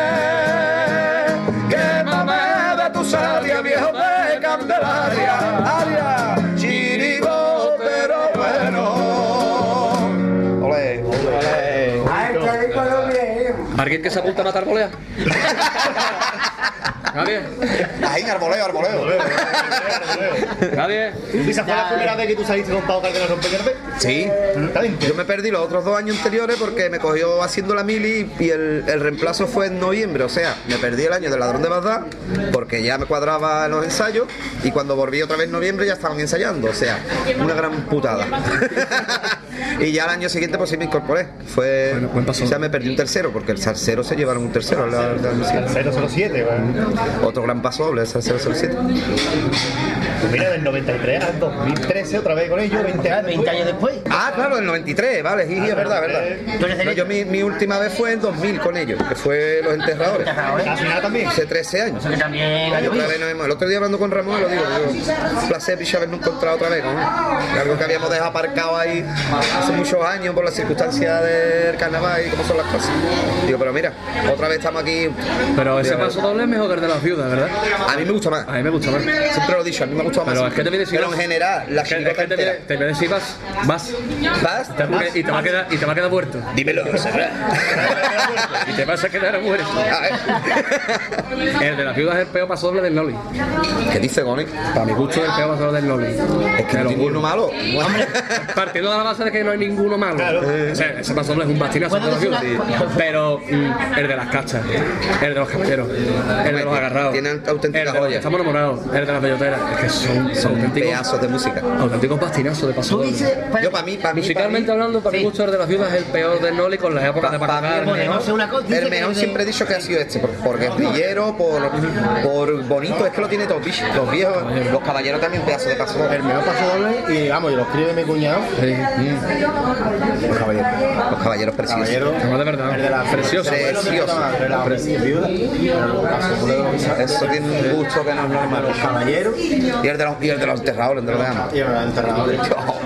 que mamá de tu sabia, viejo de Candelaria, aria, chirigotero bueno. Ole. ¿Alguien que se apunta a matar bolea? ¿Nadie? Ahí, arboleo, arboleo. ¿Nadie? Esa fue la primera vez que tú saliste con Pau Cárdenas rompe Sí. Yo me perdí los otros dos años anteriores porque me cogió haciendo la mili y el, el reemplazo fue en noviembre. O sea, me perdí el año del ladrón de Bagdad porque ya me cuadraba en los ensayos y cuando volví otra vez en noviembre ya estaban ensayando. O sea, una gran putada. y ya el año siguiente pues sí me incorporé. Fue, buen paso. o sea, me perdí un tercero porque el salsero se llevaron un tercero. al- al- al- 007, bueno. otro gran paso doble, el salsero 07. Mira, del 93 al 2013, otra vez con ellos, 20 años. 20 años después. Ah, claro, el 93, vale, sí, sí, es verdad, ¿Tú verdad. eres de No, ellos? yo mi, mi última vez fue en 2000 con ellos, que fue Los Enterradores. Casi nada también. Hace 13 años. Que también ha Y otra llovido. vez nos hemos- el otro día hablando con Ramón, lo digo, digo, un placer picha habernos encontrado otra vez, ¿no? Algo que habíamos dejado aparcado ahí hace muchos años por las circunstancias del carnaval y cómo son las cosas. Digo, pero mira, otra vez estamos aquí. Pero ese Digo, paso doble es mejor que el de las viudas, ¿verdad? A mí me gusta más. A mí me gusta más. Siempre lo he dicho, a mí me gusta más. Pero es que te voy a decir Pero una- en general, la Es que- es chiricota que te voy entera. a- te voy a decir, vas, vas, ¿Vas? te vas a que- y te va a quedar, y te va a quedar muerto. Dímelo, ¿verdad? Y te vas a quedar muerto. A ver. El de las viudas es el peor paso doble del Loli. ¿Qué dice Goni? Para mi gusto es el peor paso doble del Loli. Es que Te no lo juro. tiene ninguno malo. Partiendo de la base de que no hay ninguno malo. O sea, ese paso doble es un bastinazo. ¿Puedo te lo decir juro. una- Sí. Pero mm, el de las cachas, el de los casperos, el de los agarrados, Tienen auténticas el de los joyas. Estamos enamorados, el de las belloteras. Es que son, son auténticos, Pedazos de música. auténticos bastinazos de paso Tú doble. dices, para- Yo, para mí, para mí. Musicalmente hablando, para mi gusto, el de las viudas es el peor del Noli con las épocas de Pa- pa- Paco Bueno, no sé una cosa, dice El que mejor de- siempre he dicho que ha sido este, por- porque es brillero, por, por bonito, es que lo tiene todo, bicho, los viejos, los caballeros también pedazo de paso. El mejor paso doble, y vamos, yo lo escribe mi cuñado. Los caballeros, los caballeros preciosos. Caballero. No, de verdad. El de la Precioso. Precioso. Madre, la viuda. pero el paso doble de los bisagras, Eso tiene un gusto que no es normal. Los caballeros. Y Y el de los, y el de los enterradores, ¿no lo dejamos? el enterrador.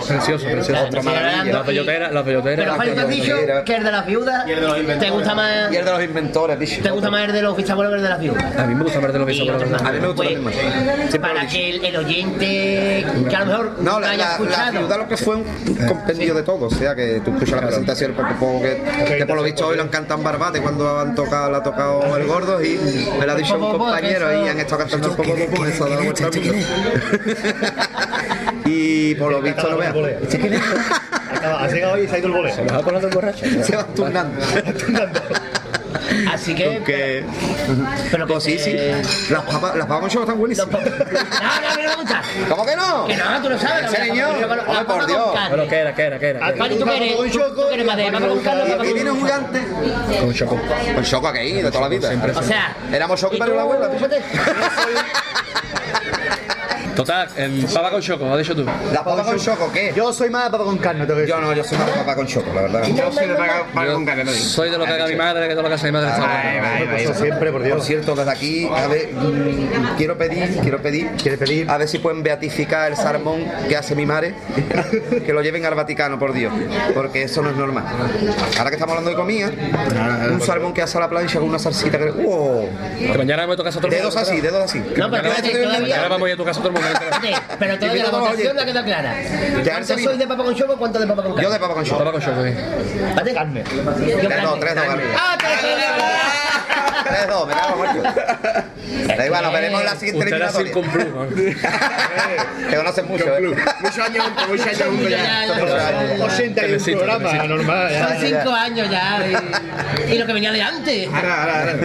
Precioso, precioso. Otra Sigue hablando maravilla. Las belloteras, las belloteras. Pero Juan, te has dicho que el de las viudas Y el de los te inventores. gusta más. Y el de los inventores, bicho. Te gusta más el de los bisabuelos que el de las viudas. A mí me gusta ver de los Y otros bisabuelos. más. A mí me gusta lo mismo. Siempre lo he eh, Para dicho. que el, el oyente que a lo mejor No, no la, haya la, la escuchado. viuda lo que fue un compendio de todo. O sea, que tú escuchas la presentación, porque supongo que, que por lo visto hoy lo han cantado en Barbate cuando han tocado, la ha tocado el gordo y me lo ha dicho un compañero y han estado cantando un poco como eso, ha dado vuelta al mundo. Y por lo visto lo vean. Acaba- Ha llegado hoy y se ha ido el boleo. ¿Vas a poner el borracho? Se van turnando. Así que. Pero pues sí, sí. Las papas, las papas con chorizo están buenísimas. No, no, no, no, no. ¿Cómo que no? Que no, tú lo sabes. Ese niño, hombre, por Dios. Bueno, ¿qué era, qué era, qué era? Al pan y tú quieres. Tú quieres más de vamos a buscarlo, vamos a Y viene un buscarlo. gigante. Con Choco. Con choco aquí, de toda la vida. O sea. Éramos choco, ¿y pero tú, la abuela. Jote? Total, em, papa con Choco, lo has dicho tú. ¿Las papas con choco qué? Yo soy más de papa con carne, tengo que decir. Yo no, yo soy más de papa con choco, la verdad. Yo soy de pagar para con carne, no digo. Soy de lo que haga mi madre, que todo lo que hace mi madre está Ay, bueno. ay, ay. Eso siempre, por Por Dios. cierto, desde aquí, a ver, mm, quiero pedir, quiero pedir, ¿Quieres pedir? a ver si pueden beatificar el salmón que hace mi madre, que lo lleven al Vaticano, por Dios, porque eso no es normal. Ahora que estamos hablando de comida, Ah, un salmón que hace a la plancha con una salsita que... ¡Wow! Que mañana voy a tu casa todo el Dedos mundo. así, dedos así. No, pero Mañana espérate, estoy viendo- todavía- Mañana vamos a ir a tu casa todo el mundo. Jote, Pero todavía la Invito a todos los votación no ha quedado oyentes. clara. ¿Cuánto Sevilla. soy de papa con choco? ¿Cuánto de papa con carne? Yo de papa con choco. Papa con Choco, ¿eh? sí. ¿Vale? Carne. Tres, dos, tres, dos, carne. ¡Ah, tres, dos, carne! Tres, dos, me cago muerto. Da igual, nos veremos en la siguiente Usted era eliminatoria. circunflujo. Te conocen mucho, ¿eh? Muchos años juntos, muchos años juntos ya. Ya, ya, ya. 81 programas, anormal. Son cinco años ya. Y, y lo que venía de antes.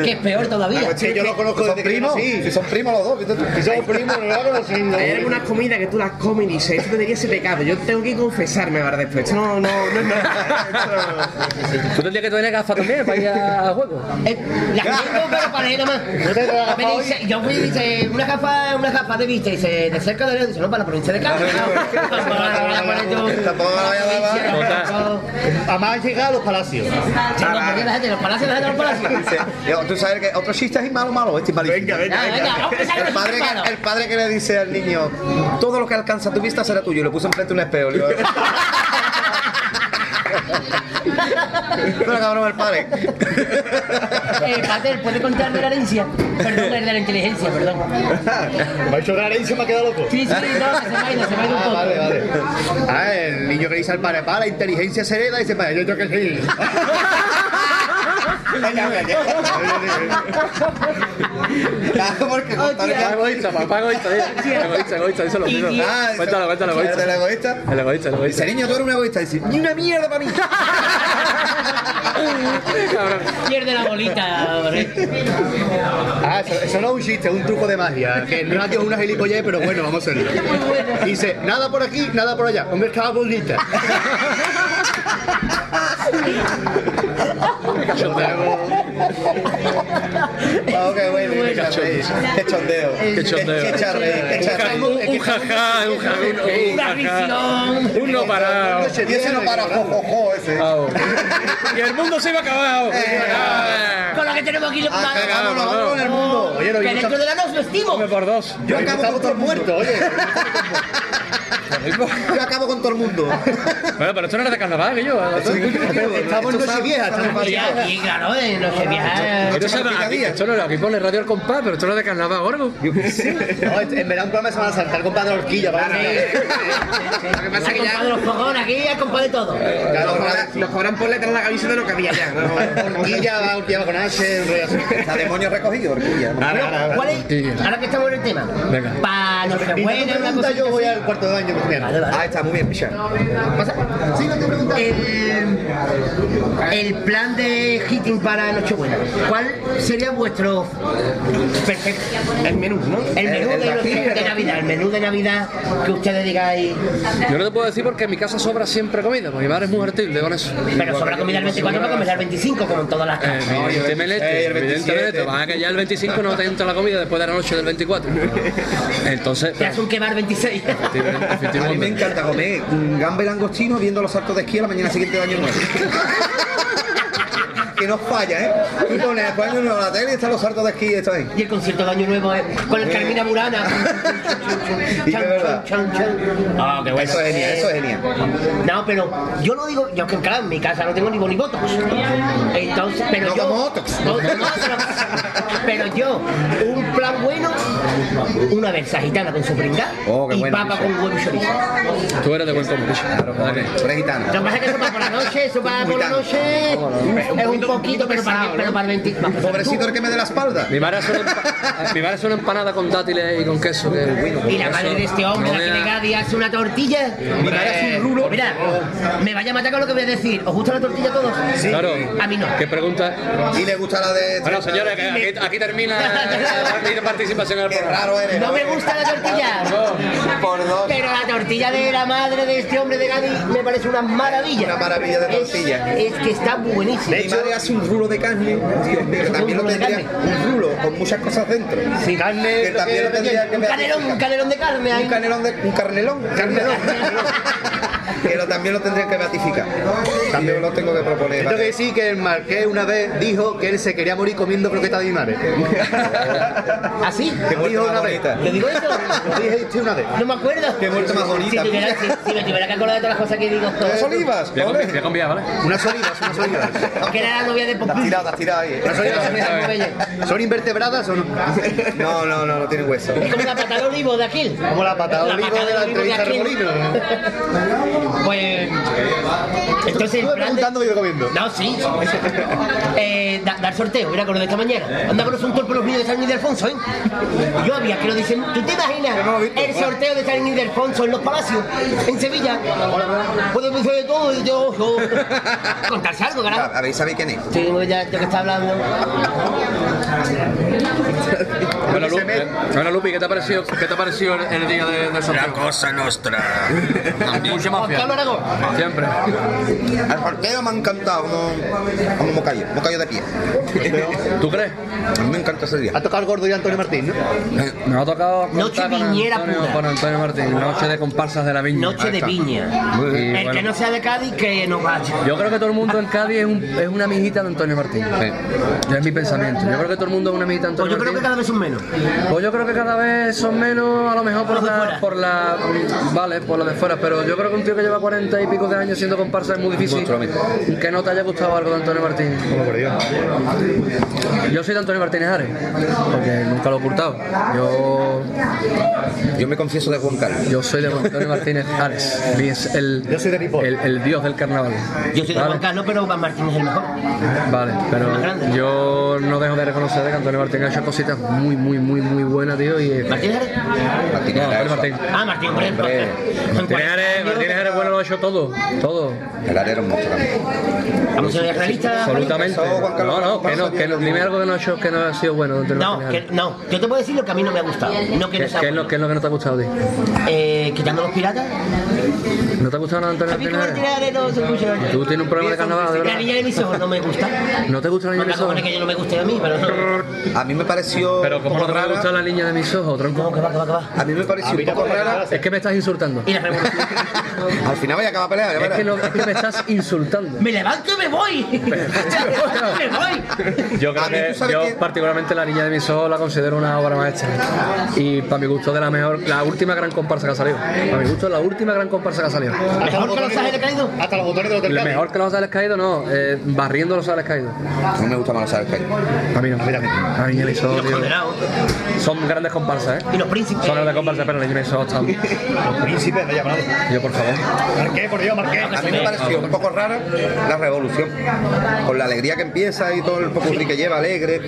Que es peor todavía. yo lo conozco Son primos, si son primos los dos. ¿viste tú? Si somos primos, no lo conocido. Hay algunas comidas que tú las comes y dices, esto debería ser pecado. Yo tengo que confesarme ahora después. Esto no, no, no es nada. Tú tendrías que tener gafas también para ir a juego. Eh, Las tengo, pero para ir nomás. Me dice- Yo fui y dice, una gafa, una gafa de vista, dice, de cerca de León, dice, no, para la provincia de Cádiz. Tampoco la voy a poner yo. Ah, Tampoco la voy a dar, ¿vale? Tampoco. Además, llega a los palacios. Sí, no, porque la gente, los palacios, la gente, los Sí. palacios. Yo, Tú sabes que otro chiste es malo, malo, este es malísimo. Ya, venga, vamos a empezar con El el padre, primero. que, el padre que le dice al niño, todo lo que alcanza tu vista será tuyo, y le puso enfrente un espejo. Le digo, Pero cabrón, el padre. Eh, Pater, ¿puede contarme la herencia? Perdón, el de la inteligencia, perdón. Me ha hecho raro y se me ha quedado loco. Sí, sí, no, que se me ha ido, se me ha ido un Ah, poco. vale, vale. Ah, el niño que dice al padre, para la inteligencia se hereda, dice, para yo tengo que seguir. Claro, porque contar Pago ya- egoísta, papá egoísta, eh. egoísta, egoísta, eso es lo primero. Ah, Cuéntalo, cuéntalo, ¿El del egoísta. egoísta? El egoísta, el egoísta. Dice, niño, tú eres un egoísta. Dice, ni una mierda para mí. Pierde la bolita, hombre. Ah, eso, eso no es un chiste, es un truco de magia. Que no ha una gilipollez, pero bueno, vamos a hacerlo. Dice, nada por aquí, nada por allá. Hombre, estaba bonita. Ah, ok, bueno, qué chondeo. Qué chondeo. Qué chondeo. Qué charre, qué charre. Un un jajá, un jajá, un- un Una jajá. prisión. Un no parado. Y ese no para, jo, jo, jo, ese. Au. Y el mundo se iba acabado. Eh. Con lo que tenemos aquí, los Ah, cagámonos, vámonos en el mundo. Oye, lo Que visto. dentro de la nos vestimos. Come por dos. Yo acabo con todo el mundo. oye. Yo acabo con todo el mundo. Bueno, pero esto no era de carnaval, yo. Ah, Estamos en noche vieja, estamos Y aquí, claro, eh, no se viaja. Esto, se llama- aquí, esto no era, aquí pone Radio El Compás, pero esto no era de carnaval, gordo. No, en verano un programa se van a saltar con pan de horquilla. ¿vale? Lo que pasa Hay es que compa de ya eh, los fogones aquí, hay compa de todo. nos cobran- nos cobran por letra la camisa de lo que había ya. ¿no? Horquilla va horquilla va con H, un rollo así. Está demonio recogido, horquilla. ¿Cuál es? Ahora que estamos en el tema. Venga. Para no se Y no te buena, una cosa. preguntas, yo voy al cuarto de baño. pues, mira. Vale, vale. Ah, está muy bien, Michelle. Sí, no te preguntas. El, el plan de hitting para Nochebuena. ¿Cuál sería vuestro perfecto? El menú, ¿no? El menú El- el de, vacío, de ¿no? Navidad, el menú de Navidad que ustedes digáis. Yo no te puedo decir porque en mi casa sobra siempre comida, porque mi madre es muy artible con eso. Pero sobra comida el 24 para comer el 25, como en todas las Eh, casas. Evidentemente, Eh, el 27. evidentemente, vas a que ya el 25 no te entra la comida después de la noche del 24. Entonces, Te hace un quemar 26. efectivamente, A mí me efectivamente. encanta comer mm, gamba y langostino viendo los saltos de esquí a la mañana siguiente de año nuevo. que no falla, ¿eh? Tú pones después año nuevo la tele y están los saltos de esquí y esto ahí. Y el concierto de Año Nuevo eh, con el Carmina Burana. Y que es verdad. Chan, chan, chan. Ah, qué bueno. Eso es genial, eso es genial. No, pero yo lo digo, yo que claro, en mi casa no tengo ni bonibotox. Entonces, pero No yo. como Botox. No, no, no, pero- Pero yo, un plan bueno, una versa gitana con su pringa Oh, qué y bueno, papa dice. con huevo y chorizo. Tú eres de buen complice. Claro, Lo que pasa es que eso para por la noche, eso para por la noche es un poquito, pero para, pero para el 20. Pobrecito el que me dé la espalda. Mi madre hace una, empa- mi madre hace una empanada con dátiles y con queso. Que, Y la madre de este hombre, No la que vea. de Gadi hace una tortilla. Hombre. Mira, Mira, me vaya a matar con lo que voy a decir. ¿Os gusta la tortilla a todos? Claro. A mí no. ¿Qué pregunta? Y le gusta la de. Bueno, señores, que aquí, aquí termina aquí la participación en el programa. No me gusta la tortilla. Pero la tortilla de la madre de este hombre de Gadi me parece una maravilla. Una maravilla de tortilla. Es, que está buenísima. Mi madre hace un rulo de carne, Dios mío, que también lo rulo de tendría un rulo con muchas cosas dentro. Sí, carne, que también lo tendría que un canelón, un canelón de carne ahí. Un canelón de un carnelón, carnelón. Pero también lo tendrían que beatificar. También lo tengo que proponer. Tengo que decir que el marqués una vez dijo que él se quería morir comiendo croquetas de mi madre. ¿Así? Que dijo una vez. ¿Le digo eso? Lo dije usted una vez. No me acuerdo. Qué muerte más bonita. Si, tuviera- si- si me tuviera que acordar de todas las cosas que digo. Las olivas, Voy a convi- voy a convidar, ¿vale? Unas olivas, unas olivas. Que era la novia de Popín. Tirada, tirada ahí. Unas olivas. ¿Son invertebradas o no? No, no, no, no tiene hueso. Es como la patada de olivo de aquel. Como la patada de olivo patada de la olivo entrevista aquel. Pues. Entonces. el plan de- No, sí. Eh, da- dar sorteo, mira, con lo de esta mañana. Anda con los por los vídeos de San Ildefonso, ¿eh? Yo había que lo dicen. ¿Tú te imaginas el sorteo de San Ildefonso en los palacios, en Sevilla? Puedo pensar de todo y yo. yo- Contarse algo, carajo. A ver, ¿sabéis quién es? Sí, ya, ya que está hablando. Bueno, Lu- eh, bueno, Lupi, ¿qué te ha parecido, qué te ha parecido el, el día de, de sorteo? La cosa nuestra. Mucha mafia. Carlos Aragón. Siempre. Al sorteo me ha encantado como, como mocayo, mocayo de pie. ¿Tú crees? A mí me encanta ese día. Ha tocado el gordo de Antonio Martín, ¿no? Nos ha tocado Noche contar con viñera Antonio, pura. con Antonio Martín, noche de comparsas de la viña. Noche Ahí de está. piña. Y El que bueno, no sea de Cádiz, que no vaya. Yo creo que todo el mundo en Cádiz es, un- es una amiguita de Antonio Martín. Yo es mi pensamiento. Yo creo que todo el mundo es una amiguita de Pues Antonio yo creo que Martín. cada vez son menos. Pues yo creo que cada vez son menos, a lo mejor por la, por la. Vale, por lo de fuera, pero yo creo que un tío que lleva cuarenta y pico de años siendo comparsa es muy difícil que no te haya gustado algo de Antonio Martín. Yo soy de Antonio Martínez Ares, porque nunca lo he ocultado. Yo, Yo me confieso de Juan Carlos. yo soy de Juan Antonio Martínez Ares, mi- es el, el, el dios del carnaval. Yo soy de ¿Vale? Juan Carlos, pero Juan Martín es el mejor. Vale, Más pero grande. yo no dejo de reconocer que Antonio Martín ha hecho cositas muy, muy, muy, muy buenas, tío. Y, ¿Martín Ares? No, Antonio Martín. Ah, Martín, por ejemplo. Martínez Ares, Martínez Ares, bueno, lo ha hecho todo, todo. El arero es mucho también. Vamos a ser realista. Absolutamente. No, no, que no, que no, dime algo que no ha hecho que no ha sido bueno. Antonio No, Martínez que, no, yo te puedo decir lo que a mí no me ha gustado. No que no Ares. ¿Qué, sea qué es lo, bueno. qué es lo que no te ha gustado, tío? Eh, quitando los piratas. ¿No te ha gustado nada Antonio A mí que Martínez Martín Ares? Ares eh, no se escucha. Tú tienes un problema de carnaval, de La verdad. niña de mis ojos no me gusta. ¿No te gusta la niña de Otra mis cosa ojos? es que yo no me guste a mí, pero. A mí me pareció. Pero ¿cómo como no te va a rara. gustar la niña de mis ojos, tronco? No, que va, que va, que va. A mí me pareció un poco rara. Es que me estás insultando. Y la revolución. Al final voy a acabar peleando, Es ya verás. que, no, es que me estás insultando. ¡Me levanto y me voy! ¡Me levanto y me voy! Yo creo A mí, que tú sabes yo que- particularmente la niña de mis ojos la considero una obra maestra. Y para mi gusto de la mejor, la última gran comparsa que ha salido. Para mi gusto la última gran comparsa que ha salido. ¿Mejor que los ángeles caídos? Hasta los botones del hotel. Lo Cádiz. mejor que los sales caídos no, eh, barriendo los sales caídos. No me gusta más los que A mí no, mira, la niña de mis ojos, Los tío. condenados. Son grandes comparsas, ¿eh? Y los príncipes. Son grandes comparsas, pero la niña de mis ojos están. Los príncipes, vaya bravo. Yo, por favor. Marqués, por Dios, Marqués. A mí me pareció un poco rara la revolución. Con la alegría que empieza y todo el popurrí que lleva, alegre.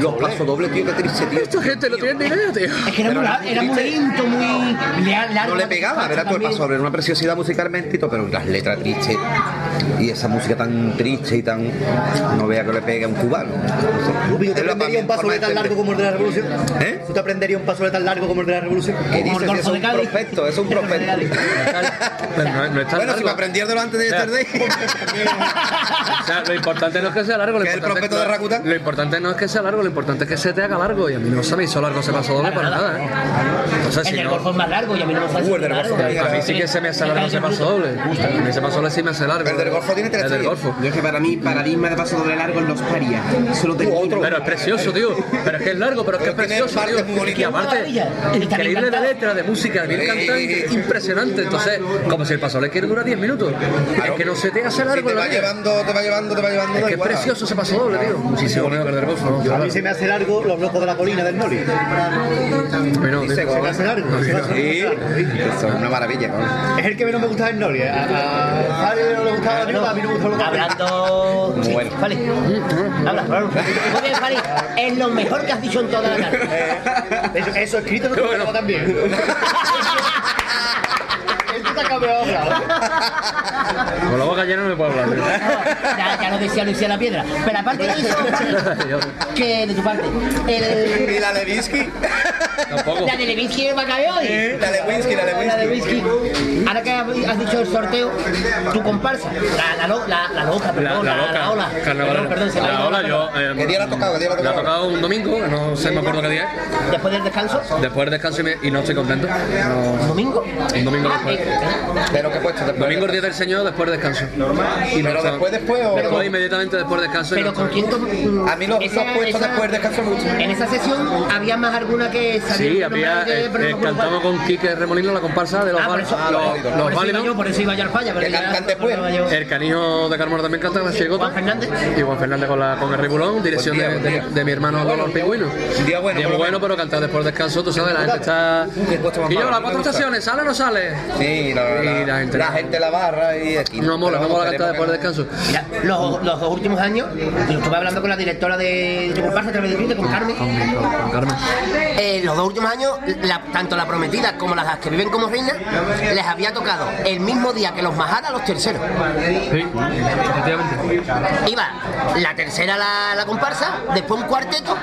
Los pasos dobles, tío, qué triste, tío. Esta gente no tiene ni idea, tío. Es que era, muy, la- era muy lento, muy lea- largo. No le pegaba, verás tú el paso doble, era una preciosidad musicalmente, y todo, pero las letras tristes y esa música tan triste y tan. No vea que le pegue a un cubano. Lupi, ¿tú te Es la aprenderías un forma paso de tan entender. largo como el de la revolución? este ¿Eh? ¿Tú te aprenderías un paso de tan largo como el de la revolución? ¿Qué Como el Golfo dices? Eso de Es un Cádiz. prospecto, eso es un prospecto. Pero Pues no, no es tan Bueno, si me largo. aprendiéndolo antes de este day. O sea, lo importante no es que sea largo, lo ¿Que es el importante, prospecto de Rakuten? lo importante no es que sea largo, lo importante es que se te haga largo. Y a mí no se me hizo largo ese paso doble para nada, ¿eh? Entonces, El si del no, golfo es más largo y a mí no me hace Uh, el del largo. golfo es más a mí sí que se me hace largo ese paso doble. A mí ese paso doble sí me hace largo. El de del Golfo tiene tres El del estrellas. Golfo. Yo es que para mí, paradigma de paso doble largo en los parias. Solo tengo otro. Pero es precioso, tío. Pero es que es largo, pero es que es precioso, tío. Y aparte, increíble de letra, de música, bien cantante, impresionante. Entonces, como si el paso le quiere durar 10 minutos. Es que no se te hace largo. te la va vida. llevando, te va llevando, te va llevando. Es da que es igual. precioso ese paso doble, tío. Muchísimo mejor que el del Golfo. ¿no? A mí se me hace largo los locos de la colina del Noli. Pero, tío, se me hace largo. se me hace largo. Eso es una maravilla, ¿no? Es el que menos me gusta del Noli. A, a, a Fabio no le gustaba la mierda, a mí no me gustó lo que Hablando. Sí, Bueno. Fali. Habla. Muy bien, Fali. Es lo mejor que has dicho en toda la tarde. Eh. Eso, eso escrito no te lo también. Esto te ha cambiado Con la boca llena no me puedo hablar. tío. Ya, ya lo decía Lucía la Piedra. Pero aparte de eso, Fali, que de tu parte, el. ¿Y la Levinsky? Tampoco. La de Levinsky va a caer hoy. La de Winsky, la de Winsky. La de Levinsky. Ahora que has dicho el sorteo, tu comparsa, la, la, lo- la, la loca, La, perdón, la la, loca, la ola. Perdón, carnavalera. perdón, se me ha la ido, ola yo. eh, ¿Qué día la ha tocado? ¿Qué día la ha la ha tocado? tocado un domingo, que no sé, me acuerdo qué día es. Después del descanso, Después del descanso y, me- y no estoy contento. No- domingo. un domingo Ah, después. eh, ¿Pero qué puesto? Después Domingo el día del Señor, después del descanso. Y ¿Pero está- después, después o...? Después, inmediatamente después del descanso. y Pero no con está- quién com- A mí los, esa- los puestos esa- después descansan mucho. En esa sesión había más alguna que sabía Sí, el nombre había, de- eh, pero no eh, me acuerdo cantamos con Quique Remolino la comparsa de los cuál. Ah, por val- eso, los- por los eso iba válidos. yo, por eso iba yo al falla, pero Que pues. ya- cantan después. no iba yo. El canijo de Carmona también canta con la chirigota. Juan Fernández. Y Juan Fernández con, la, con el ribulón, dirección Buen día, de, buen de- día. de mi hermano Dolor Pingüino. Día Día bueno, por lo muy bueno, pero cantar después del descanso, tú sabes, la gente está... puesto más Y yo, malo, las me cuatro gusta. estaciones, ¿sale o no sale? Sí, la, Y la, la gente- la gente la barra y aquí. No mola, no Pero mola vamos, cantar después del queremos descanso. Mira, los, los dos últimos años, yo estuve hablando con la directora de, de comparsa a través de Twitter, con Carmen. Con Carmen. Eh, los dos últimos años, la- tanto la prometida como las que viven como reinas, les había tocado el mismo día que los majara los terceros. Sí, efectivamente. Iba la tercera la, la comparsa, después un cuarteto,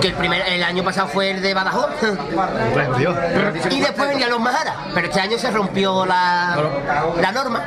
que el primer el año pasado fue el de Badajoz, Bueno, Dios. y después venían los majaras, pero este año se rompió la, la norma.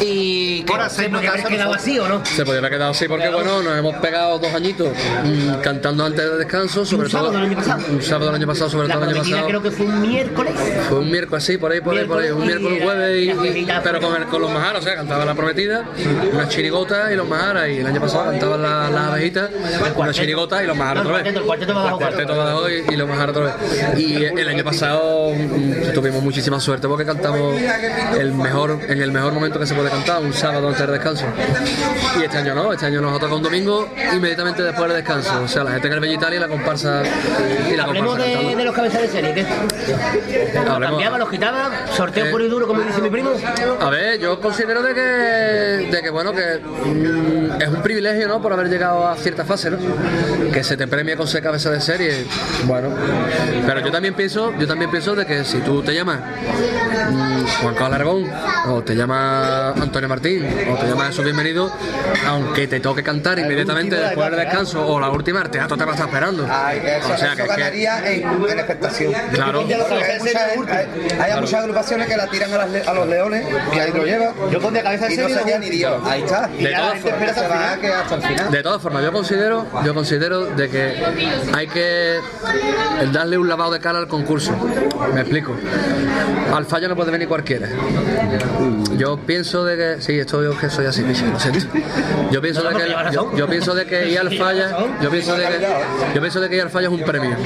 Y que Ahora se seis podía haber majaras quedado no son- así o no. Se podría haber quedado así porque, bueno, nos hemos pegado dos añitos mm, cantando antes del descanso, sobre sábado todo... del año pasado. Un sábado del año pasado, sobre La todo el año prometida pasado. creo que fue un miércoles. Fue un miércoles, sí, por ahí, por ahí, por ahí. Un miércoles, un jueves, y- y- pero con, el- con los majaras, o sea, cantaba la prometida, una chirigota y los majaras. Y el año pasado cantaban la- las abejitas, una chirigota y los majaras No, el otra vez. cuarteto, el cuarteto Badajoz. cuarteto Badajoz y, y los majaras otra vez. Y el año pasado mm, tuvimos muchísima suerte porque cantamos el mejor, en el mejor momento que se puede cantar, un sábado antes del descanso. Y este año no, este año nos toca un domingo inmediatamente después del descanso. O sea, la gente en el Bellital y la comparsa. Y la Hablemos comparsa de, cantando. de los cabezas de serie, ¿qué? Los Hablemos- cambiaba, los quitaba, sorteo Eh. puro y duro, como dice mi primo. A ver, yo considero de que, de que bueno, que mm, es un privilegio, ¿no? Por haber llegado a cierta fase, ¿no? Que se te premia con ser cabeza de serie, bueno. Pero yo también pienso, yo también pienso de que si tú te llamas mm, Juan Carlos Aragón, o te llama Antonio Martín, o te llama Jesús Bienvenido, aunque te toque cantar inmediatamente última de después del cuatro, ¿eh? descanso, o la última, el teatro te va a estar esperando. Ay, que eso, O sea, eso que es que- ganaría en, en expectación. Claro. Porque Hay, mucha gente- hay- hay muchas agrupaciones que la tiran a, las le- a los leones y ahí lo lleva. Yo con de cabeza de Y no serie se lo lleva ni Dios. Ahí está. De Y ya todas la gente formas, espera se va a quedar hasta el final. De todas formas, yo considero, yo considero de que hay que darle un lavado de cara al concurso. Me explico. Al fallo no puede venir cualquiera. Yo pienso de que. Sí, esto yo que soy así, bicho, lo siento. Yo pienso de que yo, yo pienso de que ir al falla. Yo pienso de que yo pienso de que ir al falla es un premio.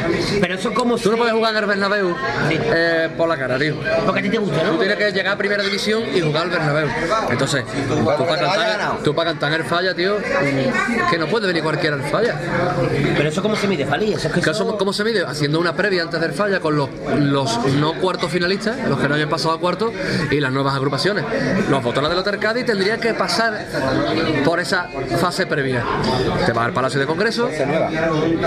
Pero eso como Tú no se- puedes jugar en el Bernabéu eh, por la cara, tío. Porque a ti te gusta, Tú ¿no? tienes que llegar a primera división y jugar al Bernabéu. Entonces, tú para cantar, tú pa' cantar en el falla, tío, mm, que no puede venir cualquiera al falla. Pero eso cómo se mide, Fali. Eso es que ¿Qué eso- somos- ¿Cómo se mide? Haciendo una previa antes del falla con los, los no cuartos finalistas, los que no hayan pasado a cuartos, y las nuevas agrupaciones. Los botones del Hotel Cádiz tendrían que pasar por esa fase previa. Te vas al Palacio de Congreso,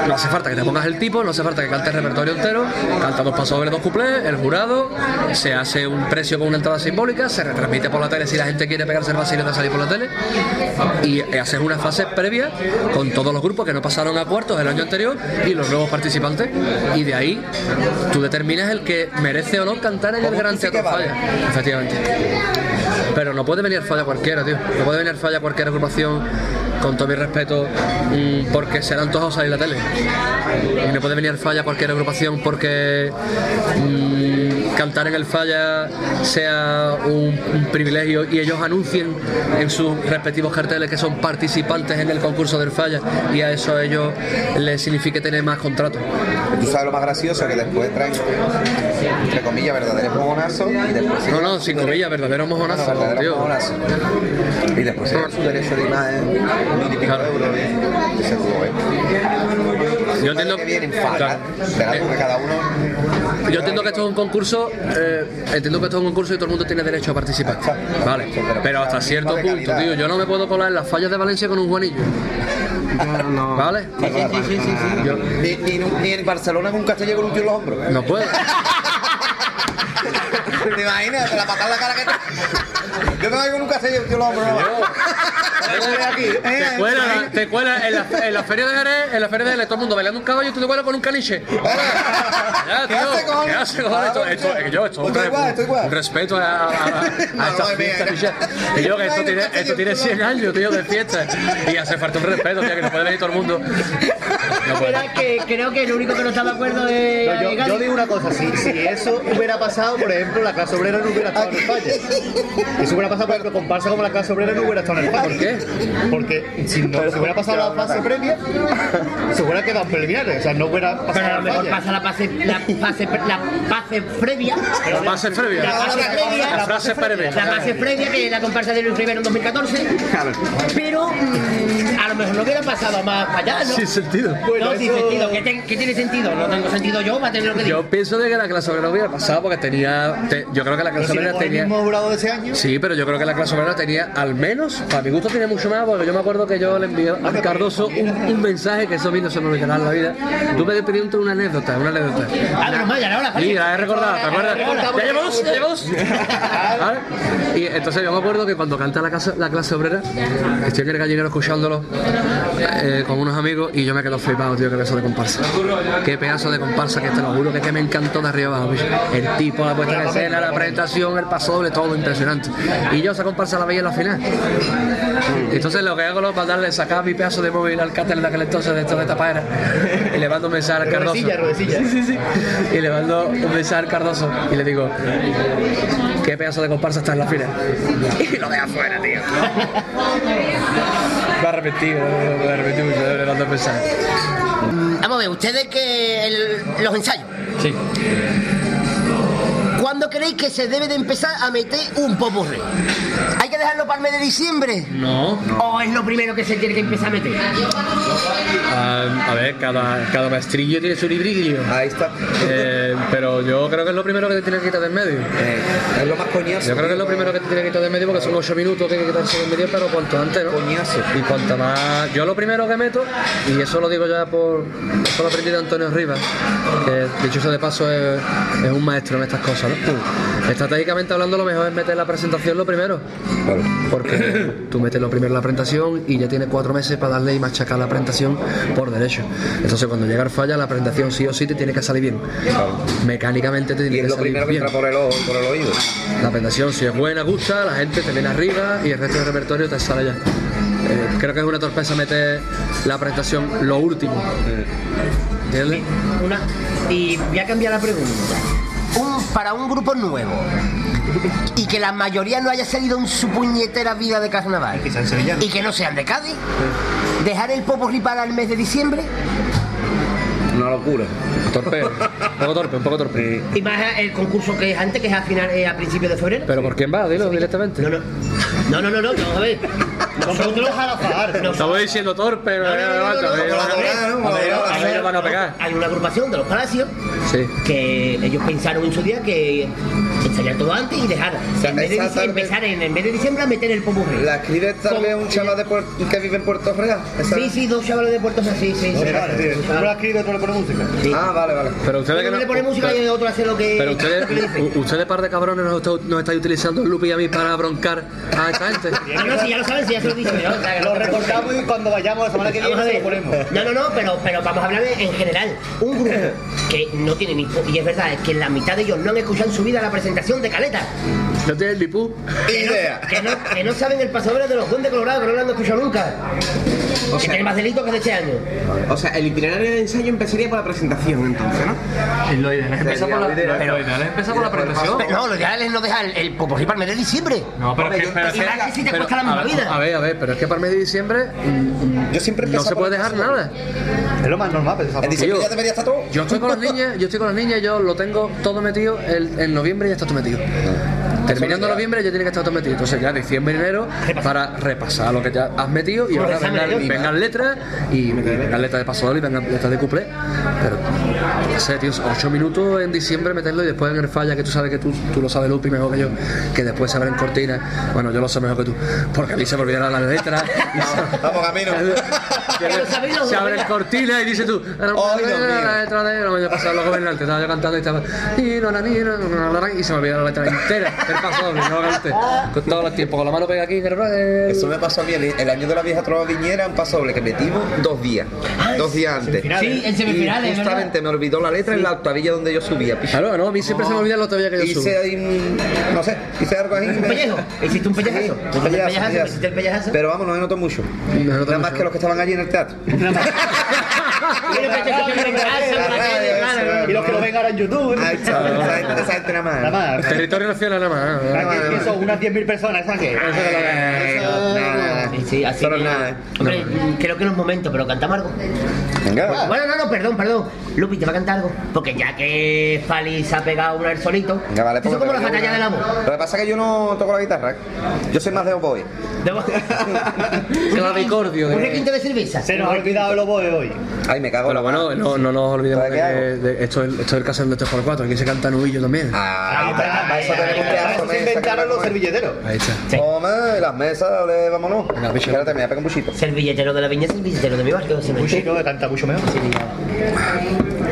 no hace falta que te pongas el tipo, no hace falta que cantes el repertorio entero, canta dos pasos dobles, dos cuplés, el jurado, se hace un precio con una entrada simbólica, se retransmite por la tele si la gente quiere pegarse el vacío de salir por la tele, y haces una fase previa con todos los grupos que no pasaron a cuartos el año anterior y los nuevos participantes, y de ahí tú determinas el que merece o no cantar en el Gran sí que Teatro vale. Falla, efectivamente. Pero no puede venir falla cualquiera, tío. No puede venir falla cualquier agrupación, con todo mi respeto, mm, porque se le ha antojado salir la tele. Y no puede venir falla cualquier agrupación porque mm, cantar en el Falla sea un, un privilegio y ellos anuncien en sus respectivos carteles que son participantes en el concurso del Falla y a eso a ellos les signifique tener más contratos. Tú sabes lo más gracioso que después traen, entre comillas, verdaderos mojonazos y después No, no, sin comillas, verdaderos mojonazos. Bueno, verdaderos tío. mojonazos. Y después se da su derecho de imagen, mil y pico de euros. Dices tú, eh. Yo entiendo que vienen fatal, será porque cada uno Yo entiendo que esto es un concurso, eh, entiendo que esto es un concurso y todo el mundo tiene derecho a participar. Vale, pero hasta cierto punto, tío, yo no me puedo colar en las fallas de Valencia con un guanillo. ¿Vale? Yo- Ni, ni en un- ni en Barcelona con un castillo con un tío en los hombros. ¿eh? No puedo. ¿Te imaginas? Te la patada en la cara que te... Yo no voy con un castillo con un tío en los hombros. Te cuela, te cuela en, la, en la feria de Jerez, en la feria de Jerez, todo el mundo bailando un caballo, tú te cuelas con un caniche. Ya, ¿Qué tío, hace, cojones? ¿Qué hace, cojones? Esto, esto, eh, yo, esto, Estoy un- igual, estoy igual. un respeto a, a, a- a estas fiestas, picha. Y yo, que esto tiene, esto tiene 100 años, tío, de fiesta. Y hace falta un respeto, tío, que no puede venir todo el mundo. Era que creo que el único que no está de acuerdo es. No, yo, yo digo una cosa, si, si eso hubiera pasado, por ejemplo, la clase obrera no hubiera estado en el falla. Eso hubiera pasado, por ejemplo, comparsa como la clase obrera no hubiera estado en el falla. ¿Por qué? Porque si no se hubiera pasado la fase previa, se hubiera quedado en preliminares, o sea, no hubiera pasado Pero a lo la mejor falla. pasa la fase, la fase, la fase previa. La fase previa. La fase previa. La frase previa. La fase previa, que es la comparsa de Luis Rivera en 2014. Pero mm, a lo mejor no hubiera pasado más para allá, ¿no? Sin sentido. no, sin sentido. ¿Qué, ten- qué tiene sentido? No tengo sentido yo, va a tener lo que digo. Yo pienso de que la clase obrera hubiera pasado porque tenía. te- yo creo que la clase si obrera tenemos el tenía. mismo jurado de ese año. Sí, pero yo creo que la clase obrera tenía, al menos, para mi gusto tenía mucho más, porque yo me acuerdo que yo le envié a Cardoso un, un mensaje que eso a mí no se me olvidará en la vida. Tú me pediste una anécdota, una anécdota. Ah, pero más, ya ahora, Sí, la he recordado, ¿te acuerdas? Ya llevo dos, ya llevo dos. ¿Vale? Y entonces yo me acuerdo que cuando canta la, casa- la clase obrera, que estoy en el gallinero escuchándolo eh, con unos amigos y yo me quedo flipado, tío, qué pedazo de comparsa. Qué pedazo de comparsa que te lo juro que, es que me encantó de arriba abajo. bicho. El tipo, la puesta en escena, la presentación, el paso doble, todo impresionante. Y yo esa comparsa la veía en la final. Entonces lo que hago es mandarle sacar mi pedazo de móvil al cáter de aquel entonces de toda esta paera y le mando un mensaje al Cardoso. Ruedecilla, ruedecilla. Sí, sí, sí. Y le mando un mensaje al Cardoso y le digo, qué pedazo de comparsa está en la fila. Y lo deja fuera, tío. Me arrepentí, me arrepentí mucho de haberle mandado un mensaje. Mm, Vamos a ver, ustedes que el- los ensayos. Sí. ¿Cuándo creéis que se debe de empezar a meter un popurrí? ¿Hay que dejarlo para el mes de diciembre? No. ¿O es lo primero que se tiene que empezar a meter? Ah, a ver, cada, cada maestrillo tiene su librillo. Ahí está. pero yo creo que es lo primero que te tienes que quitar del medio. Eh, es lo más coñazo. Yo creo que es lo primero que te tienes que quitar del medio porque son 8 minutos que hay que quitarse del medio, pero cuanto antes, ¿no? Coñazo. Y cuanto más. Yo lo primero que meto, y eso lo digo ya por. Eso lo aprendí de Antonio Rivas, que dicho sea de paso es, es un maestro en estas cosas, Mm. ¿no? Estratégicamente hablando, lo mejor es meter la presentación lo primero. Porque tú metes lo primero en la presentación y ya tienes cuatro meses para darle y machacar la presentación por derecho. Entonces cuando llega el falla, la presentación sí o sí te tiene que salir bien. Mecánicamente te tiene Y que es lo salir primero que bien. entra por el, ojo, por el oído. La presentación si es buena, gusta, la gente te viene arriba y el resto del repertorio te sale ya. Eh, creo que es una torpeza meter la presentación lo último. ¿Entiendes? Una, y voy a cambiar la pregunta. Un, para un grupo nuevo y que la mayoría no haya salido en su puñetera vida de carnaval y que, no sean de Cádiz, dejar el popurrí para el mes de diciembre Una locura. Torpe. Un poco torpe, un poco torpe. y más el concurso que es antes, que es a, final, eh, a principios de febrero. ¿Pero por quién va? Dilo directamente. No, no. No, no, no, no, no, a ver. Nosotros, Estamos diciendo torpe, pero me van a pegar. Hay una agrupación de los palacios Sí. que ellos pensaron en su día que ensayar todo antes y dejar en vez de dic- exactamente. empezar en, en vez de diciembre a meter el popurrí. La escribe tal vez un chaval de Puer- que vive en Puerto Real. Esa- Sí, sí, dos chavales de Puerto Rico, sí, sí. sí. la escribe, tú le pones música. Ah, vale, vale. Pero ustedes que Uno no- le pone música y el otro hace lo que... Pero lo que le dice. ustedes, u- ustedes par de cabrones nos, está- nos estáis utilizando el Lupi y a mí para broncar a esta gente. Ah, no, sí, ya lo saben, sí, ya se Lo recortamos y cuando vayamos la semana que viene se lo ponemos. No, no, no, pero, pero vamos a hablar en general. Un grupo que no tiene ni pu- Y es verdad, es que la mitad de ellos no han escuchado en su vida la presentación de Caleta. No tienen ni pu. idea. Que no, que no saben el pasador de los duendes colorados, que no lo han escuchado nunca. que tienen más delito que de este año. O sea, el itinerario de ensayo empezaría por la presentación, entonces, ¿no? Lo ideal es empezar por la- pero- empezar por la presentación. Pero No, lo ideal es no dejar el, el popurrí para el mes de diciembre. No, pero Hombre, es que yo- pero y es que- más que si te pero- cuesta la misma a ver, vida. A ver, a ver, pero es que para el mes de diciembre mm, yo siempre no se puede dejar nada. Es lo más normal pensar. En diciembre ya debería estar todo. Yo estoy con las niñas, yo estoy con las niñas, yo lo tengo todo metido, el- en noviembre ya está todo metido. Terminando noviembre ya tiene que estar todo metido. Entonces ya diciembre y enero para repasar lo que ya has metido y Como ahora los exámenes, vengan, ¿no? vengan letras y vengan letras de pasador y vengan letras de cuplé. Pero no sé, tío, ocho minutos en diciembre meterlo y después en el falla, que tú sabes que tú, tú lo sabes Lupi mejor que yo, que después se abren cortinas. Bueno, yo lo sé mejor que tú, porque a mí se me olvidaron las letras. Vamos, camino. Se abren cortinas y dices tú, la letra de no me había pasado los gobernantes, estaba yo cantando y estaba "Ni, no, na, ni, no, no, na, na", y se me olvidó la letra entera, el paso doble, no lo canté. Con todo el tiempo, con la mano pega aquí, eh, que Eso me pasó a mí el, el año de la vieja trova viñera, un paso doble que metimos dos días. dos días antes. Sí, en semifinales, Y justamente me olvidó la letra en la octavilla donde yo subía. picha. Claro, no, a mí siempre se me olvida la octavilla que yo hice subo. ahí un- no sé, hice algo ahí. Un pellejo. Hiciste un pellejazo. Sí, Hiciste el un pellejazo, pellejazo, pellejazo. hiciste el pellejazo. Pero vamos, no me noto mucho. Nada más que los que estaban allí en el teatro. Y los que lo ven ahora en YouTube. ¿eh? Esa gente nada más. Nada más. Territorio nacional nada más. Aquí aquí son unas 10.000 personas, ¿sabes qué? Sí, sí, así que- eh. Hombre, creo que no es momento, pero cantamos algo. Venga. Bueno, no, no, perdón, perdón. Lupi te va a cantar algo. Porque ya que Fali se ha pegado una vez solito. Venga, vale, eso es como pongo la una- batalla del amor. Lo que pasa es que yo no toco la guitarra. Yo soy más de oboe. Clavicordio. Un requinto de cerveza. Se nos ha olvidado el oboe hoy. Ay, me cago. Pero bueno, no, no nos olvidemos de ¿Para que qué de- esto, es, esto es el caso del 3x4, aquí se canta nubillo también. Ah, para eso tenemos que Para eso se inventaron los servilleteros. Ahí está. Hombre, las mesas de vámonos. bicho. Espérate, me voy a pegar un buchito. Servilletero de la viña, servilletero de mi barrio. se me Un chico que canta mucho mejor.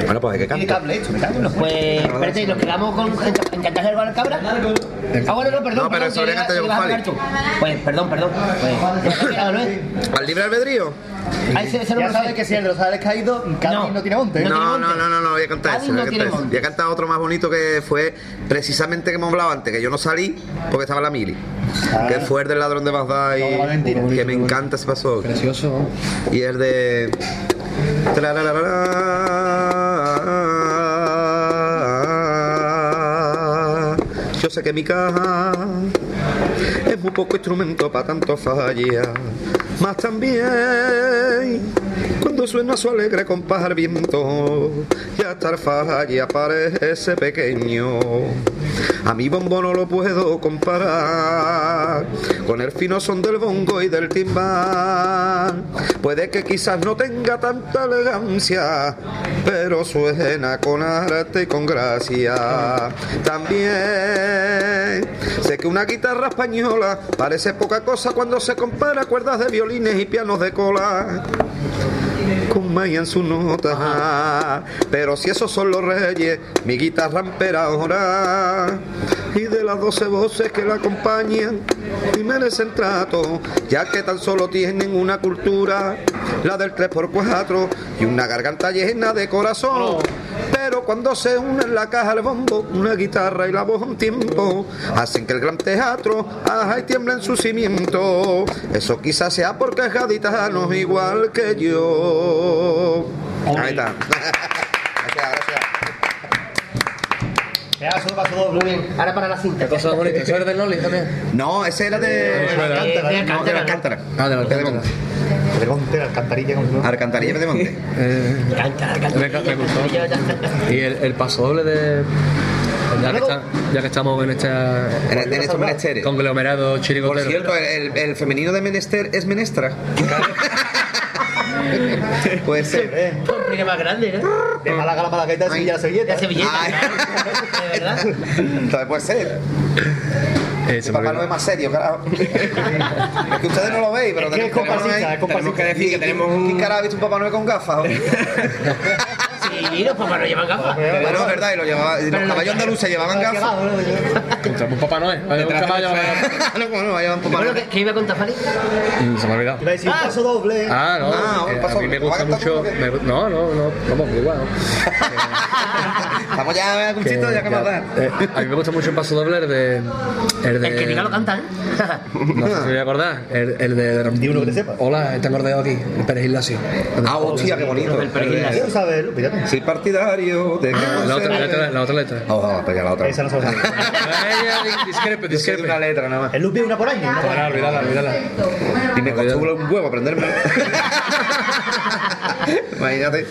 Bueno, pues hay que Tiene cantar. cable hecho, me cago en los- Pues, espérate, ¿nos quedamos con en cantar algo a la cabra? Ah, bueno, no, perdón. No, pero perdón, eso habría que cantado le- yo le vas a con pegar tú. Pues, perdón, perdón. Pues, ¿te has quedado, no es? ¿Al libre albedrío? Ah, ese- ese no me Ya lo sabes sé. que si el rosal es caído, Cádiz No. no tiene monte. ¿eh? No, tiene no, monte. no, no, no, voy a cantar Cádiz ese, voy a no tiene cantar ese. monte. Voy a cantar otro más bonito que fue precisamente que hemos hablado antes, que yo no salí porque estaba la mili. Que fue el del ladrón de Bagdad y No, la mentira. que me encanta ese paso. Precioso. Y el de. Trararara. Yo sé que mi caja es muy poco instrumento para tanto falla, mas también cuando suena su alegre compás al viento, ya hasta el falla parece pequeño. A mi bombo no lo puedo comparar con el fino son del bongo y del timbal. Puede que quizás no tenga tanta elegancia, pero suena con arte y con gracia. También sé que una guitarra española parece poca cosa cuando se compara cuerdas de violines y pianos de cola con Maya en su nota. Pero si esos son los reyes, mi guitarra ampera ahora. Y de las doce voces que la acompañan y merecen trato, ya que tan solo tienen una cultura, la del 3x4 y una garganta llena de corazón. Pero cuando se unen la caja, el bombo, una guitarra y la voz a un tiempo, hacen que el gran teatro ajá y tiembla en su cimiento. Eso quizás sea porque es gaditano igual que yo. Ahí está. gracias, gracias. Pedazo, paso doble. Muy bien, ahora para la cinta. Cosas bonitas. Eso es del Noli también. No, ese era de. Eso era. Eh, Alcántara. De Alcántara, No, Eh, ¿no? Ah, de de Alcántara. la De Monte. De monte, la alcantarilla. como se llama. Alcantarilla de Monte. Eh, Canta, canta. me, me gustó. Y el, el paso doble de. Ya que, está- ya que estamos en este En, en estos menesteres. conglomerado Por chirigotero. cierto, el, el- el femenino de menester es menestra. Puede ser. Hombre, qué más grande, ¿eh? ¿no? De Málaga a la Malagueta de Sevilla a la Sevilleta. De Sevilla. Ay. De verdad. Entonces puede ser. Eh, se Ese me papá no olvidó. es más serio, carajo. es que ustedes no lo veis, pero Es que es tenemos- tenemos comparsita, ahí- es comparsita. ¿Quién- quién- ¿Quién carajo ha visto un Papá Noel con gafas? Sí, pues, Y mira, papá no llevan gafas. Bueno, es verdad, y, lo llevaba, y los caballos andaluces llevaban gafas. Un papá no es. Un caballo. no, como no, llevan papá Bueno, ¿qué, qué iba a contar, Fali? Mm, Se me ha olvidado. Iba a decir, paso doble. Ah, no. Ah, eh, el paso a mí me doble. ¿Lo va gusta a cantar mucho. como me gu- no, no, no. Vamos, da igual. Vamos ya, Cuchito, ya que más da. eh, A mí me gusta mucho el paso doble, el de. El, de, El que diga lo canta, ¿eh? No sé si me voy a acordar. El, el de. Di uno que te sepa. Hola, te acordado aquí. El Pérez Ignacio. Ah, hostia, qué bonito. Quiero saberlo, fíjate. Soy partidario de que no La otra se- letra. La otra letra. Oh, oh, pues ya la otra. Esa no se va a saber. Discrepe, discrepe. Una letra nada más. El loop es una por año. ¿no? Olvidala, olvidala, olvidala. Y me costó un huevo aprenderme. Imagínate.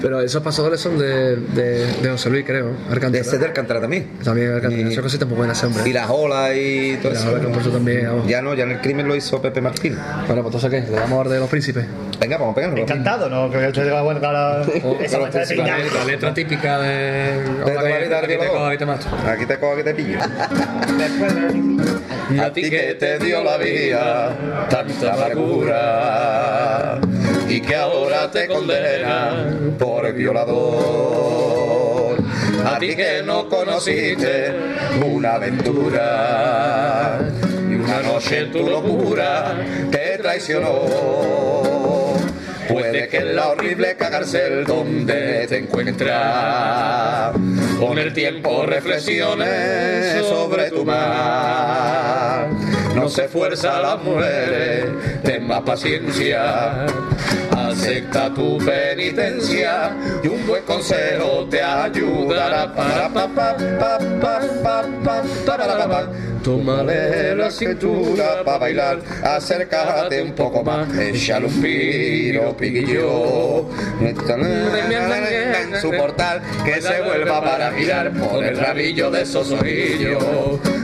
Pero esos pasadores son de, de, de José Luis, creo. Alcántara. De César Alcántara también. También Alcántara. Esas cositas muy buenas, hombre. Y las olas y todo Y las eso. olas que han puesto también, vamos. ya no, ya en el crimen lo hizo Pepe Martín. Bueno, pues entonces, ¿qué? ¿Le damos orden de los príncipes? Venga, vamos a pegarnos. Encantado, ¿no? Creo que el chaval va a guardar Oh, la- esa claro, mancha de sí, la, peinado. la letra típica de. De toda la vida, aquí te Arquibaldó. cojo, aquí te mato. Aquí te cojo, aquí te pillo. A ti que te dio la vida tanta amargura y que ahora te condena por violador. A ti que no conociste una aventura y una noche tu locura te traicionó. Puede que en la horrible cárcel donde te encuentras, con el tiempo reflexiones sobre tu mar. No se fuerza a las mujeres, ten más paciencia. Acepta tu penitencia y un buen consejo te ayudará para pa pa pa pa pa pa para pa pa. Tómale la cintura para bailar, acércate un poco más, échale un piro, piguillo. En su portal que se vuelva para mirar por el rabillo de esos ojillos.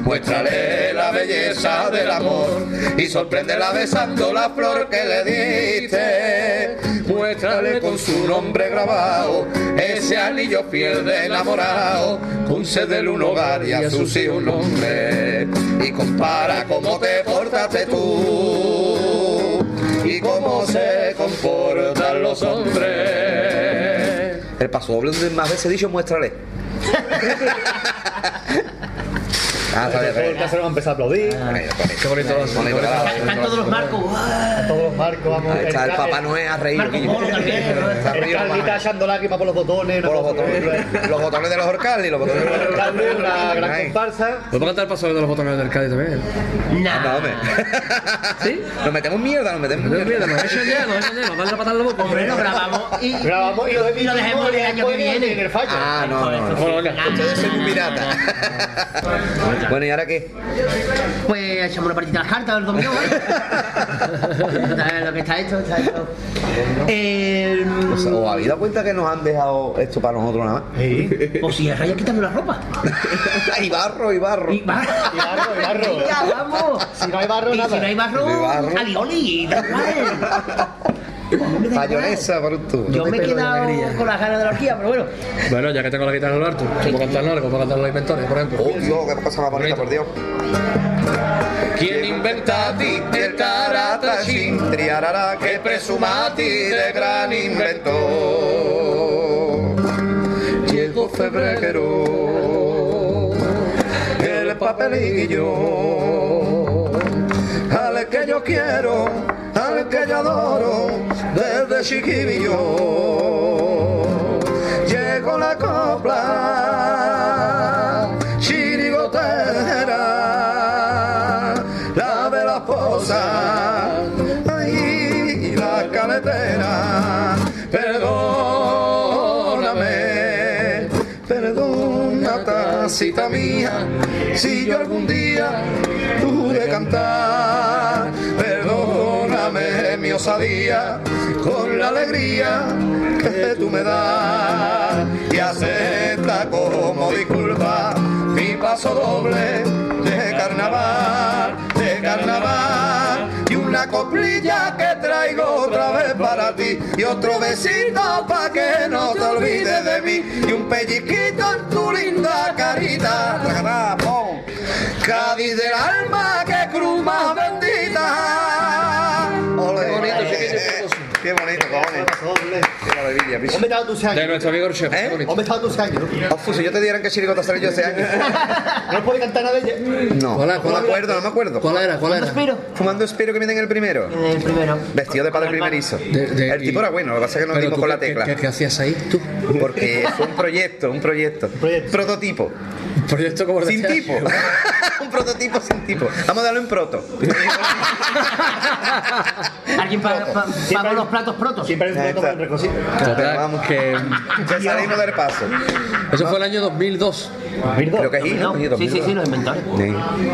Muéstrale la belleza del amor y sorpréndela besando la flor que le diste. Muéstrale con su nombre grabado ese anillo fiel de enamorado. Concédele un hogar y a sus hijos un nombre. Y compara cómo te portaste tú y cómo se comportan los hombres. El paso doble donde más veces dicho, muéstrale. ah, Todo el caso lo va a empezar a aplaudir. Qué bonito lo hace. Están todos los marcos. A todos los marcos, vamos. Ahí está el Cal- Papá Noel a reír. Marco Guillo. Polo también. Está El arriba, Calvi Papá está Noel. echando lágrimas por los botones. Por los botones. Los botones de los Orcaldi, los botones de los Calvi, una gran Ay. comparsa. ¿Puedo cantar el pasador de los botones del Cádiz también? No, Nah. hombre. Nos metemos mierda, nos metemos No, mira, mierda. nos echan ya, nos echan ya, nos dan la patada en la boca. Hombre, lo grabamos y, Grabamos y lo y lo dejemos el año que En el viene. fallo. Ah, no, no, no. Bueno, venga. Ustedes son un pirata. Bueno, ¿y ahora qué? Pues echamos una partida a las cartas el domingo, ¿eh? A ver lo que está hecho, está hecho. Eh, ¿Os os habéis dado cuenta que nos han dejado esto para nosotros nada más? o Pues si es raya, quítame la ropa. y barro, y barro. Y barro, Y barro, y barro. Venga, vamos. Si no hay barro, y nada. si no hay No hay barro, barro. alioli, da igual. Hombre, da Mayonesa, bruto. igual. Yo me he pelo de quedado alegría. con las ganas de la orgía, pero bueno. Bueno, ya que tengo la guitarra en el alto, ¿puedo cantarlo ahora? ¿Puedo cantar los inventores, por ejemplo? Oh, Dios, qué cosa más bonita, por Dios. ¿Quién inventa a ti el taratachín? triarara, que presuma a ti de gran inventor. Llegó febrero, el papelillo, al que yo quiero, al que yo adoro, desde chiquillo. Llegó la copla, chirigotera, la de la esposa y la caletera. Perdóname, perdona tacita mía, si yo algún día pude cantar. Perdóname mi osadía con la alegría que tú me das y acepta como disculpa mi paso doble de carnaval, de carnaval y una coplilla que traigo otra vez para ti y otro besito pa' que no te olvides de mí y un pelliquito en tu linda carita. Tragará, pon. Cádiz del alma, que cruz más bendita. Ole, ole. Qué bonito, cojones. Qué maravilla, bicho. ¿Dónde estaba tu sangre? De nuestro amigo el chef, qué bonito. ¿Dónde estaba tu sangre? Ofu, si yo te dieran que chirigota salí yo ese año. No puede cantar nada de ella. No, ¿Cuál era? no me acuerdo, no me acuerdo. ¿Cuál era? ¿Cuál era? Fumando Espiro. Fumando Espiro que viene en el primero. En el primero. Vestido de padre primerizo. el tipo era bueno, lo que pasa es que nos Pero dimos tú, con la ¿qué- tecla. qué- qué hacías ahí tú? Porque fue un proyecto, un proyecto. Prototipo. proyecto como Sin tipo. un prototipo sin tipo. Vamos a darlo en proto. ¿Alguien pa- pa- pagó los platos protos? Siempre Total, que... Ya salimos del paso. Eso fue el año 2002. 2002. Creo que sí, ¿no? Sí, Sí, sí, sí, los inventores.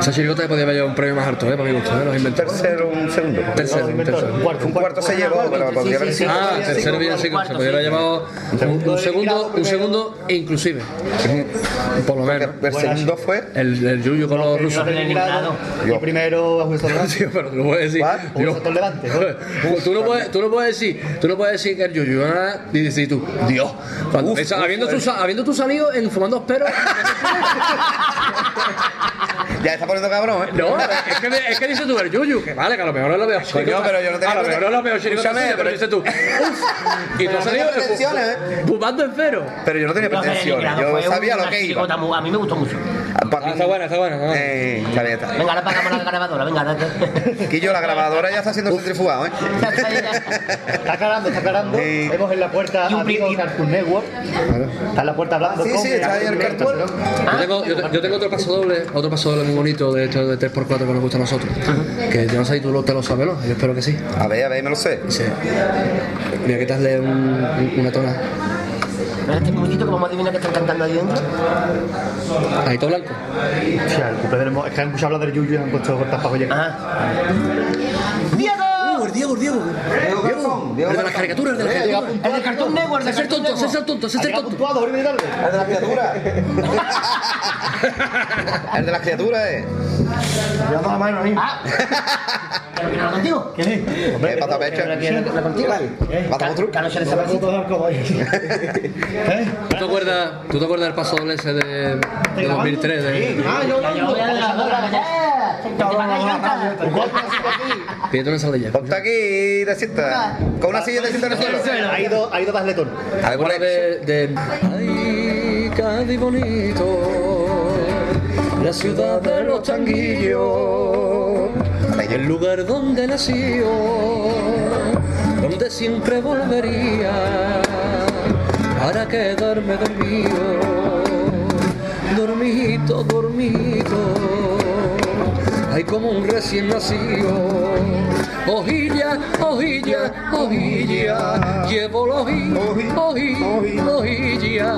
Esa chirigota le podía haber llevado un premio más alto, ¿eh? Para mi gusto, ¿eh? Los inventores. Tercero, un segundo. Tercero, un tercero. Un cuarto se llevó, pero podría haber sido. Ah, tercero bien sí, se podría haber llevado un, un segundo, un segundo inclusive. Por lo menos. El segundo fue el, el Yuyu con los rusos. Yo primero a Justo Tío, pero tú no puedes decir. Dios. Levante. Tú no, puedes, tú no puedes decir, tú no puedes decir que el Yuyu nada y decir tú, Dios. Cuando Uf, piensas, uf, habiendo, eh. tu, sa- habiendo tu salido en fumando esperos. Ya está poniendo cabrón, ¿eh? No, es que, es que dices tú el Yuyu, que vale, que a lo mejor no lo veo Coño, pero yo no tenía A lo prote- mejor no lo veo chiricota, Escúchame, pero pero- dices tú. uf, y tú Pero has no salido tenía pretensiones, eh, fumando esperos. Pero yo no tenía pretensiones. Yo sabía lo que iba. A mí me gustó mucho. Para Ah, mí- Ah, Está buena, está buena. ¿no? Eh, está bien, está bien. Venga, ahora pagamos la grabadora, venga. ahora que- Quillo, la grabadora ya está siendo centrifugado, ¿eh? Está aclarando, está aclarando. Vemos en la puerta a Vigo Cartoon Network. Está en la puerta hablando. Sí, con sí, está ahí el Cartoon Network. Yo tengo, yo, te- yo tengo otro paso doble, otro paso doble muy bonito de esto de 3x4 que nos gusta a nosotros. Que yo no sé si tú lo, te lo sabes, ¿no? Yo espero que sí. A ver, a ver, me lo sé. Dice, voy a quitarle un- un- una tona. Espérate un momentito que vamos a adivinar que están cantando ahí dentro. Ahí todo blanco. Hostia, el cumple del mo- Es que han escuchado hablar del Yuyu y han puesto cortas para Ah. joyas. ¡Diego! Diego, Diego. Diego, Diego. Eh, El de las caricaturas, el de las caricaturas. El de Cartoon Network, de Ese es el Cartoon tonto, ese es Network. el tonto, ese es el Está tonto. puntuado, ahora me tarde. El de las criaturas. El de las criaturas, ¿eh? Ya dos manos ahí. ¿Pero que no era contigo? ¿Quién es? Eh, pata pecha. ¿Que no era contigo? Pata mutru. Carlos Chávez Zapatito. ¿Tú te acuerdas, tú te acuerdas del paso doble ese de, de 2003? De, Ah, yo no. Ya voy a la grabadora, ya. Que te van a ayudar. pídete una sardilla. Ponte aquí y te sientas. Con una silla te sientas en el suelo. Ha ido, ha ido más letón. ¿Te acuerdas de, de... Ay, Cádiz bonito, la ciudad de los tanguillos, el lugar donde nació, donde siempre volvería para quedarme dormido, dormito, dormito. Ay, como un recién nacido. Ojilla, ojilla, ojilla. Llevo la ojilla, ojilla, ojilla.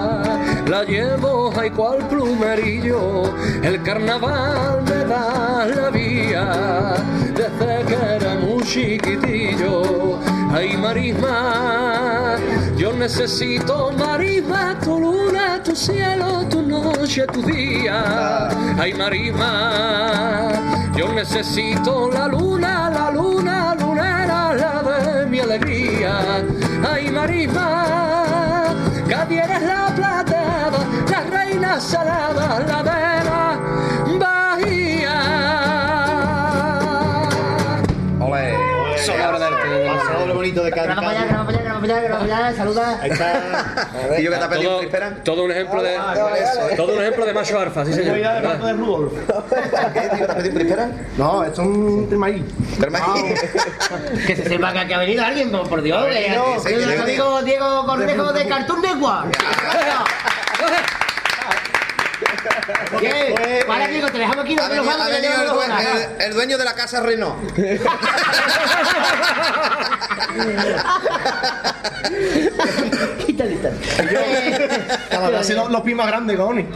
La llevo, ay, cual plumerillo. El carnaval me da la vía. Desde que era muy chiquitillo. Ay, marisma, yo necesito marisma, tu luna, tu cielo, tu noche, tu día. Ay, marisma, yo necesito la luna, la luna, lunera, la de mi alegría. Ay, marisma, Gaby eres la plateada, la reina salada, la de la bahía. Ole. Paso doble bonito de cada. Graba para allá, graba para allá, graba para allá, graba para allá, saluda. Ahí está. Y yo que te ha pedido todo, que esperan. todo un ejemplo de todo un ejemplo de macho alfa, sí señor. de Rudolf. ¿Qué? ¿Te iba a pedir que esperan? No, esto es un tema ahí. Pero Que se sepa que aquí ha venido alguien, por por Dios. que- no, que sí, nuestro sí. amigo Diego Cornejo de Cartoon Network. Bien, vale, Diego, te dejamos aquí, no Pues, Ha te lo venido, vamos ha a venido eh, el, eh. due- tener el- el dueño de la casa Renault. Quítale, quítale. Cada vez hacen los, los pies más grandes, cojones.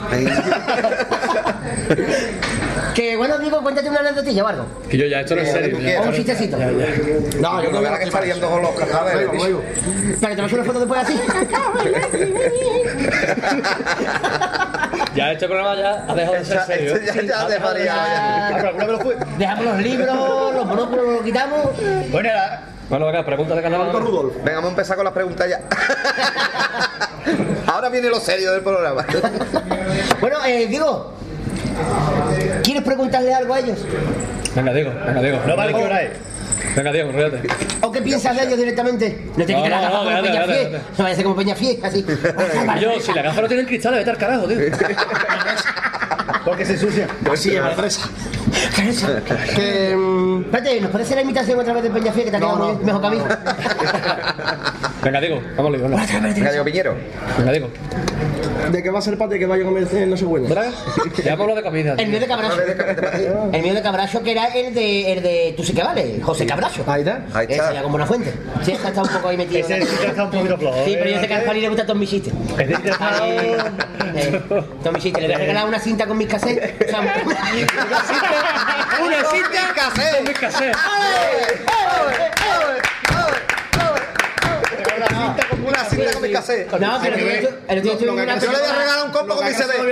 Que bueno, Diego, cuéntate una anécdotilla o algo. Que yo ya esto Eh, no es serio. ya. O un chistecito. No, yo no veo que está liando con los cadáveres. bicho. Dale, te vas una foto después así. Ya este programa ya ha dejado de ser serio. Ya, ya, te faría. Ah, pero alguna vez lo fue. Dejamos los libros, los monóculos los quitamos. Bueno, era. Bueno, venga, pregunta de carnaval. Rudolf. Venga, vamos a empezar con las preguntas ya. Ahora viene lo serio del programa. Bueno, eh, Diego, ¿quieres preguntarle algo a ellos? Venga, digo, venga, digo. No vale qué hora es. Venga, Diego, enrollate. ¿O qué piensas de ellos directamente? No te No, quites la no, gafa no, como espérate, Peñafiel. espérate, espérate. Se parece como Peñafiel, así. Yo, si la gafa no tienen cristal, vete al carajo, tío. Porque se sucia. Pues sí, lleva Que, mm, espérate, ¿nos puede hacer la imitación otra vez de Peñafiel que te ha quedado muy- mejor que a mí? Venga, Diego, vamos, Diego. Venga, Diego Piñero. Venga, Diego. ¿De qué va a ser padre que vaya a comer eh, no sé bueno? ¿Verdad? Ya hablo de comida. El mío de Cabracho. El mío de Cabracho que era el de, el de Tú sí que vale, José Cabracho. Ahí está. Ahí está. Ese era como una fuente. Sí, está, está un poco ahí metido. Ese sí que está un poquito flojo, Sí, ¿eh? pero yo sé que a Alfari le gustan todos mis chistes. Ahí, eh, Todos mis chistes. Le voy a regalar una cinta con mis cassettes. O sea, una cinta. Una cinta. Con mis cassettes. Una cinta con mi cassette. No, pero el otro- el otro día estuve en una- Yo le voy a regalar un combo con mi CD. Te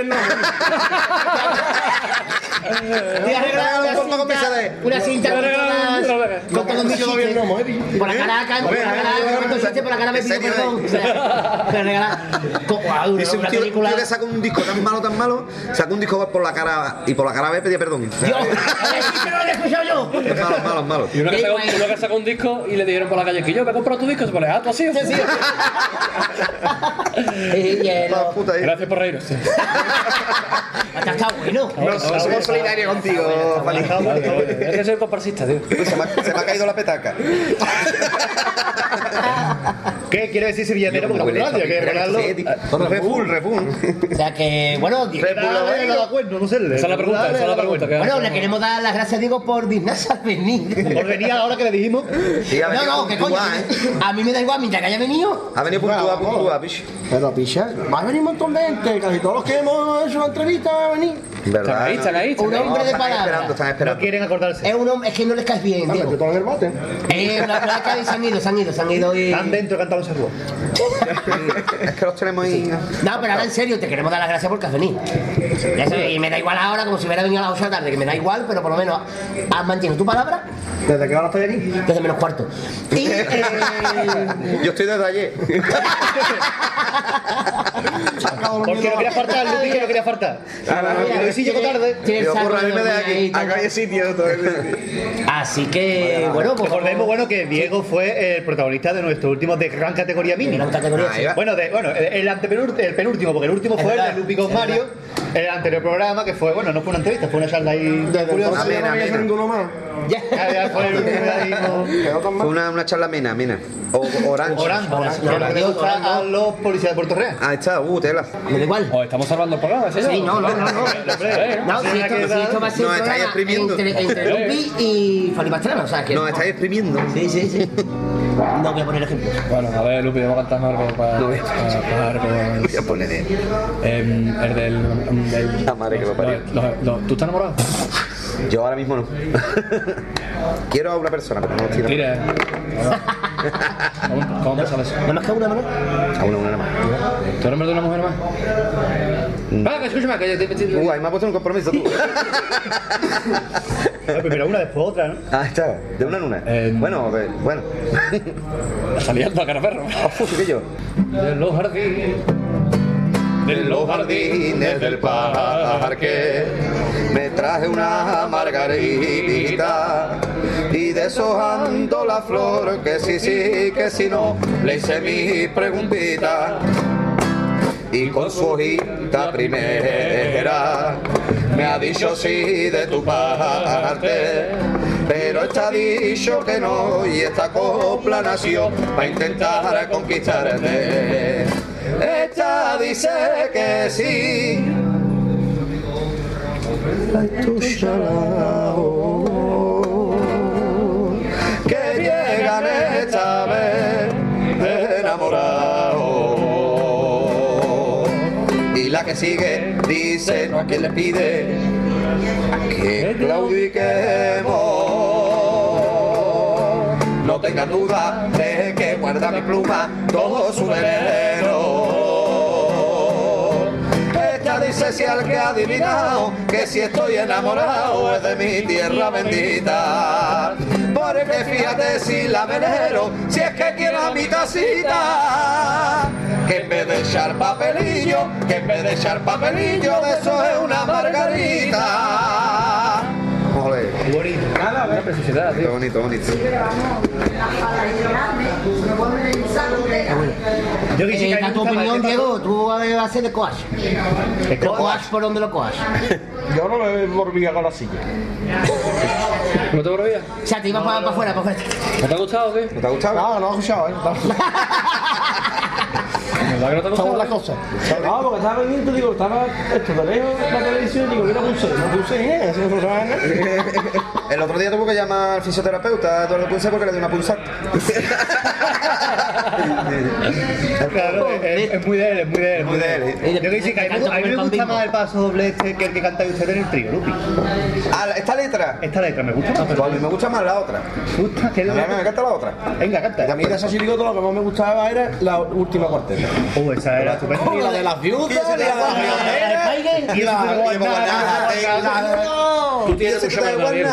voy a regalar una cinta, una cinta con todas- con todos mis chistes. Por la cara acá, por la cara acá, con todos los chistes, por la cara me pido perdón. O sea, me regala- co- guau, Dice un una tío, un película. tío que saca un disco tan malo, tan malo, saca un disco por la cara y por la cara B pedía perdón. ¡Pero lo he escuchado yo! Es malo, es malo, es malo. Y uno que, sacó, uno que sacó un disco y le dijeron por la calle que yo me he comprado tu disco. Se pone, ah, tú así. Gracias por reíros. tío. Hasta está bueno. No, somos solidarios contigo, Fali. Es que soy comparsista, tío. Se me, ha- se me ha caído la petaca. ¿Qué quiere decir Villanero? Porque la Finlandia, que regalarlo. Refún, refún. O sea que, bueno, di- Dale, no da cuento, no sé. Esa es la pregunta, Dale, esa es la dale, pregunta. que- bueno, le queremos dar las gracias, digo, por dignarse a venir. Por venir ahora que le dijimos. Sí, ha No, venido no, que coño. puntual, ¿eh? A mí me da igual mientras que haya venido. Ha venido puntúa, puntúa, pichi. Pero picha, va a venir un montón de gente, casi todos los que hemos hecho la entrevista van a venir. ¿Verdad? ahí, están ahí, están Un ahí. hombre de están esperando, palabra. están esperando. Quieren acordarse. Es, un hombre, es que no les caes bien, Yo Diego. todo en el bote. Eh, la, la calle se han ido, se han ido, se han ido y... Están dentro cantando un saludo. Es que los tenemos ahí. No, pero ahora en serio, te queremos dar las gracias porque has venido. Ya sabes, y me da igual ahora, como si hubiera venido a las 8 de la tarde, que me da igual, pero por lo menos has mantenido tu palabra ¿Desde qué hora estoy aquí? desde menos cuarto. Y, eh, Yo estoy desde ayer. Porque no quería faltar, Lupi, que no quería faltar. Pero sí llegó tarde. tiene el Yo saco por de irme de doña aquí. ahí, tal. Acá hay sitio. todo el- Así que, bueno, pues... Recordemos, bueno, que Diego fue el protagonista de nuestro último de gran categoría mini. De gran categoría, Ahí va. Bueno, de- bueno, el, el antepenúlti- el penúltimo, porque el último Es fue el verdad, de Lupi con es Mario, el anterior programa que fue, bueno, no fue una entrevista, fue una charla ahí curiosa. Amén, no voy a hacer amén. ninguno más. Ya. Ya, ya fue el último ahí, ¿no? Quedó tan Fue mal. una, una charla amena, amena. O orange. Orán, Orán, Orán, Orán, le Orán, gusta Orán. a los policías de Puerto Real. Ahí está, uh, tela. Me da igual. O estamos salvando el programa, ¿sí? Sí, no, no, no, no. Eh, No, si esto, si esto va a ser Nos un estáis programa exprimiendo. entre, entre Lupi y Fanny Pastrana, o sea que... Nos estáis exprimiendo. Sí, sí, sí. No voy a poner ejemplos. Bueno, a ver, Lupi, vamos a cantar algo para... para- para algo. Voy a poner Em, el del... del- La madre que lo parió. Los- los- los- ¿Tú estás enamorado? Yo ahora mismo no. Quiero a una persona, pero no quiero Mira. eh. ¿Cómo, cómo empezaba eso? Nada más que una mano. a una, una nada más. Mm. ¿Tú eres de una mujer más? Venga, escúchame, que yo te estoy Uh, ahí me ha puesto en un compromiso tú. No, Primero una, después otra, ¿no? Ah, está, de una en una. Eh, Bueno, de- bueno. saliendo a cara perro. Ojo, chiquillo. De los jardines. De los jardines del parque. me traje una margarita y deshojando la flor que sí, sí, que sí no, le hice mi preguntita y con su hojita primera me ha dicho sí de tu parte, pero está dicho que no y esta copla nació para intentar conquistarte. Esta dice que sí. que llegan esta vez enamorado. Y la que sigue dice no a quien le pide que claudiquemos. No tengan duda de que guarda mi pluma todo su veneno. Esta dice si al que ha adivinado que si estoy enamorado es de mi tierra bendita. Porque fíjate si la venero, si es que quiero a mi tacita. Que en vez de echar papelillo, que en vez de echar papelillo, de eso es una margarita. Ole. Bonito. Una preciosidad, tío. Bonito, bonito. Yo quisiera Eh, tu opinión, Diego, tú vas a hacer de coach. ¿Lo coach por dónde lo coach? Yo no me volvía con la silla. ¿No te volvía? O sea, te ibas para para afuera, para afuera. ¿No te ha gustado o qué? ¿No te ha gustado? No, no me ha gustado, eh. ¿Verdad que no te ha Estamos gustado? las cosas. No, porque estaba pendiente, digo, estaba esto de lejos la televisión, digo, mira, puse, no puse, ¿eh? Eso no se va a ganar. El otro día tuvo que llamar al fisioterapeuta a Eduardo Punce porque le dio una punzada. Claro, es, es muy Oh, de él, es muy de él. es Muy de él. Yo que decir que a mí, a mí me gusta más el paso doble este que el que canta usted en el trío, Lupi. Ah, ¿esta letra? Esta letra me gusta más. Pues a mí me gusta más la otra. gusta que A mí me encanta la otra. Venga, canta. A mí de esa chirigota lo que más me gustaba era la última cuarteta. Uh, esa era estupenda. Oh, la de las viudas, la de las viudas. Y la Tú tienes mucha verdad, tío.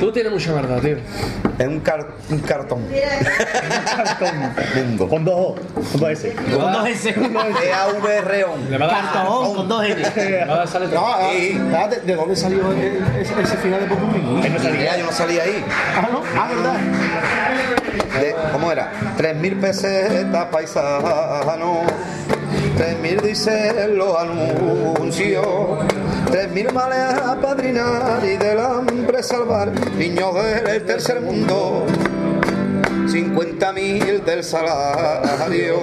Tú tienes mucha verdad, tío. Es un, car- un cartón. Con dos O, con dos S. Con dos S. V Reón. Le va a dar- Cartón con dos Le va a N. dar sale- No, ah, ah, ¿de, de dónde salió eh, ese, ese final de Popurrí? Ya, yo no salí ahí. Ah, no, ah, verdad. De- ¿Cómo era? 3.000 pesetas paisano, 3.000 dicen los anuncios, 3.000 males a padrinar y del hambre salvar, niños del tercer mundo. 50.000 del salario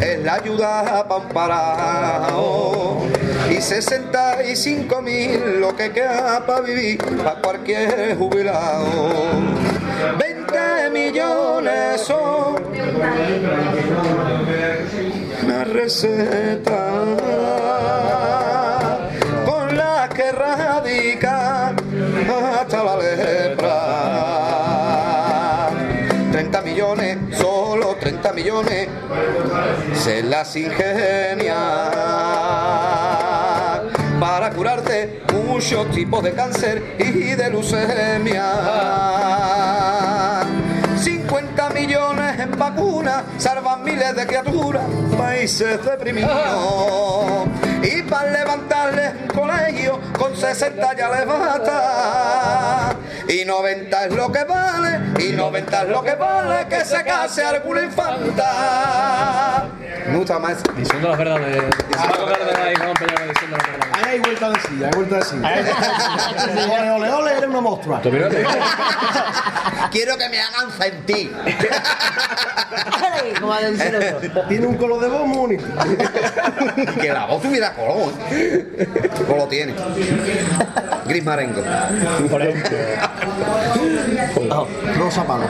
es la ayuda para un parado y 65.000 lo que queda para vivir para cualquier jubilado. 20 millones son una receta con la que erradicar hasta la lepra. 30 millones, solo 30 millones, se las ingenia para curarte muchos tipos de cáncer y de leucemia. 50 millones en vacunas salvan miles de criaturas, países deprimidos. Y para levantarles un colegio con 60 ya les basta. Y 90 es lo que vale, y 90 es lo que vale que se case alguna infanta. Me gusta más. Diciendo las verdades. Vamos a tocar de ahí, Juan Peña, diciendo las verdades. Ahí hay vuelta de silla, hay vuelta de Ah, silla. Ole, ole, ole, eres una monstrua. Tú mírate. Quiero que me hagan sentir. Ay, Como a decir otro. Tiene un color de voz muy bonito. Y que la voz tuviera color. Color tiene. Gris marengo. Rosa Palo.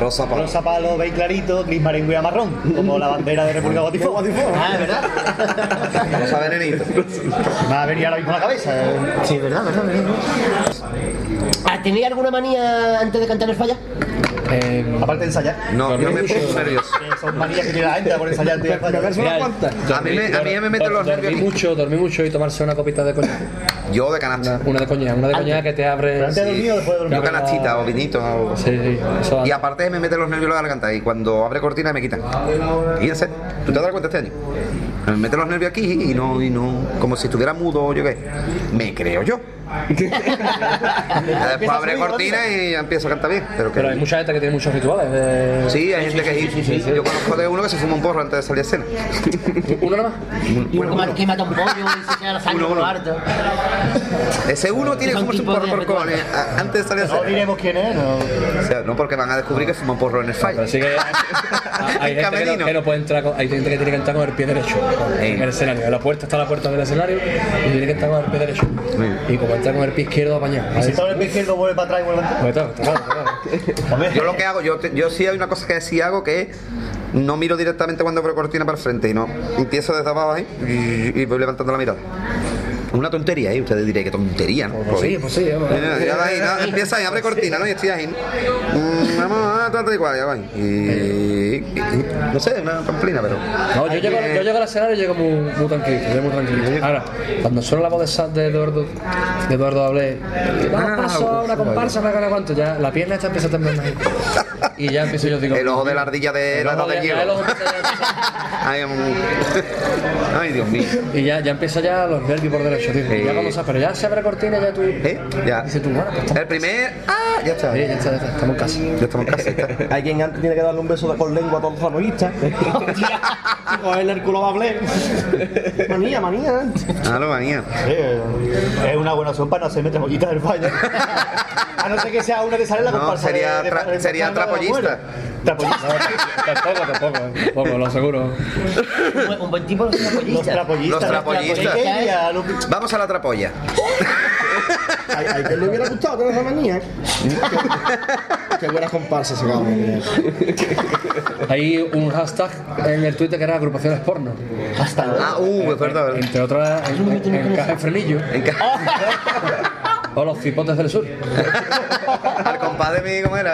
Rosa palo. Rosa palo, veis clarito, gris marengo y amarrón, como la bandera de República Guatifón. Ah, es verdad. Rosa venenito. Me ha venido ahora mismo a la cabeza. eh. Sí, es verdad, verdad, verdad. Ah, ¿Tenéis alguna manía antes de cantar el falla? Eh, Aparte de ensayar. No, yo me puse nervioso. que Son manías que tiene la gente por ensayar. tío, falla. mira, dormí- A mí me- a mí me meten los Dormí nervios. mucho, dormí mucho y tomarse una copita de coñac. Yo de canasta. Una de coñac, una de coñac que te abre. Antes de dormir o después de Yo dormir. canastita o vinito o algo. Sí, sí, eso Y aparte me meten los nervios en la garganta y cuando abre cortina me quitan. Y ese, ¿tú te das cuenta este año? Me meten los nervios aquí y no, y no, como si estuviera mudo o yo qué. Me creo yo. Después abre cortina y ya empiezo a cantar bien. Pero Pero hay que, mucha gente que tiene muchos rituales. de- sí, hay gente que Yo conozco de uno que se fuma un porro antes de salir a cena. ¿Uno nada más? Y uno como que mata un pollo y se queda la sangre por lo harto. Ese Eh, uno tiene que Son fumarse un tipos porro de por rituales. cojones a- eh, antes de salir a No cena. diremos quién es, no. O sea, no porque van a descubrir que fuman porro en el fallo. Así Ah, que hay En gente que no, camerino. que no puede entrar, con- hay gente que tiene que entrar con el pie derecho en el escenario. En la puerta está la puerta del escenario y tiene que entrar con el pie derecho. Y como entra con el pie izquierdo apañado. Y si ¿vale? está en el pie izquierdo, vuelve para atrás y vuelve Pues está, está claro, está claro. para atrás. Yo lo que hago, yo, te- yo sí hay una cosa que sí hago que es no miro directamente cuando abro cortina para el frente y no empiezo desde abajo ahí y, y voy levantando la mirada. Una tontería, ¿eh? Ustedes diréis que tontería, ¿no? Pues sí, pues sí. vamos. Mira, mira, ya va ahí, ¿no? empieza ahí, abre cortina, ¿no? Y estoy ahí. ¿no? Mm, vamos, ah, tal, tal y cual, ya va ahí. Y, y- no sé, una pamplina, pero. No, yo llego, yo llego al escenario y llego muy, muy tranquilo, llego muy tranquilo. Ahora, cuando suena la voz de Sad de Eduardo, de Ah, pues, Eduardo Hablé, vamos paso a una comparsa, una gana cuánto, ya la pierna está empieza a temblar. ahí. Ajá. Y ya empiezo yo, digo. El ojo de la ardilla de El la ojo edad de- del ya el hielo. ojo Ay, mm. Ay, Dios mío. Y ya, ya empieza ya los nervios por derecho, tío. Eh. Ya cuando se, pero ya se abre cortina, ya tú. ¿Eh? Ya. Dice tú, bueno, pues estamos- El primer. ¡Ah! Ya está. ya está, ya está. Estamos en casa. Ya estamos en casa. Hay quien antes tiene que darle un beso de- con lengua a todos los ranoístas. Cogerle el culo a Blé. Manía, manía. Ah, lo manía. es una buena opción para no hacerme trapollita del baño. A no ser que sea una que sale en la No, comparsa. sería de- de- tra- de- de- sería de- de- de- de- de- de- de- de- Trapollista. Tampoco, tampoco. Tampoco, lo aseguro. Un buen- Un buen tipo de Los trapollista. trapollistas. Los pues, trapollistas. Pequeña, lo- Vamos a la trapolla. Hay, hay que le hubiera gustado tener esa manía. Qué buena comparsa se acaba Hay un hashtag en el Twitter que era agrupaciones porno. Hashtag. Ah, uh, es verdad. Entre otras, en, en, en Caja de Frenillo. o los cipotes del sur. Al compás de mi, ¿cómo era?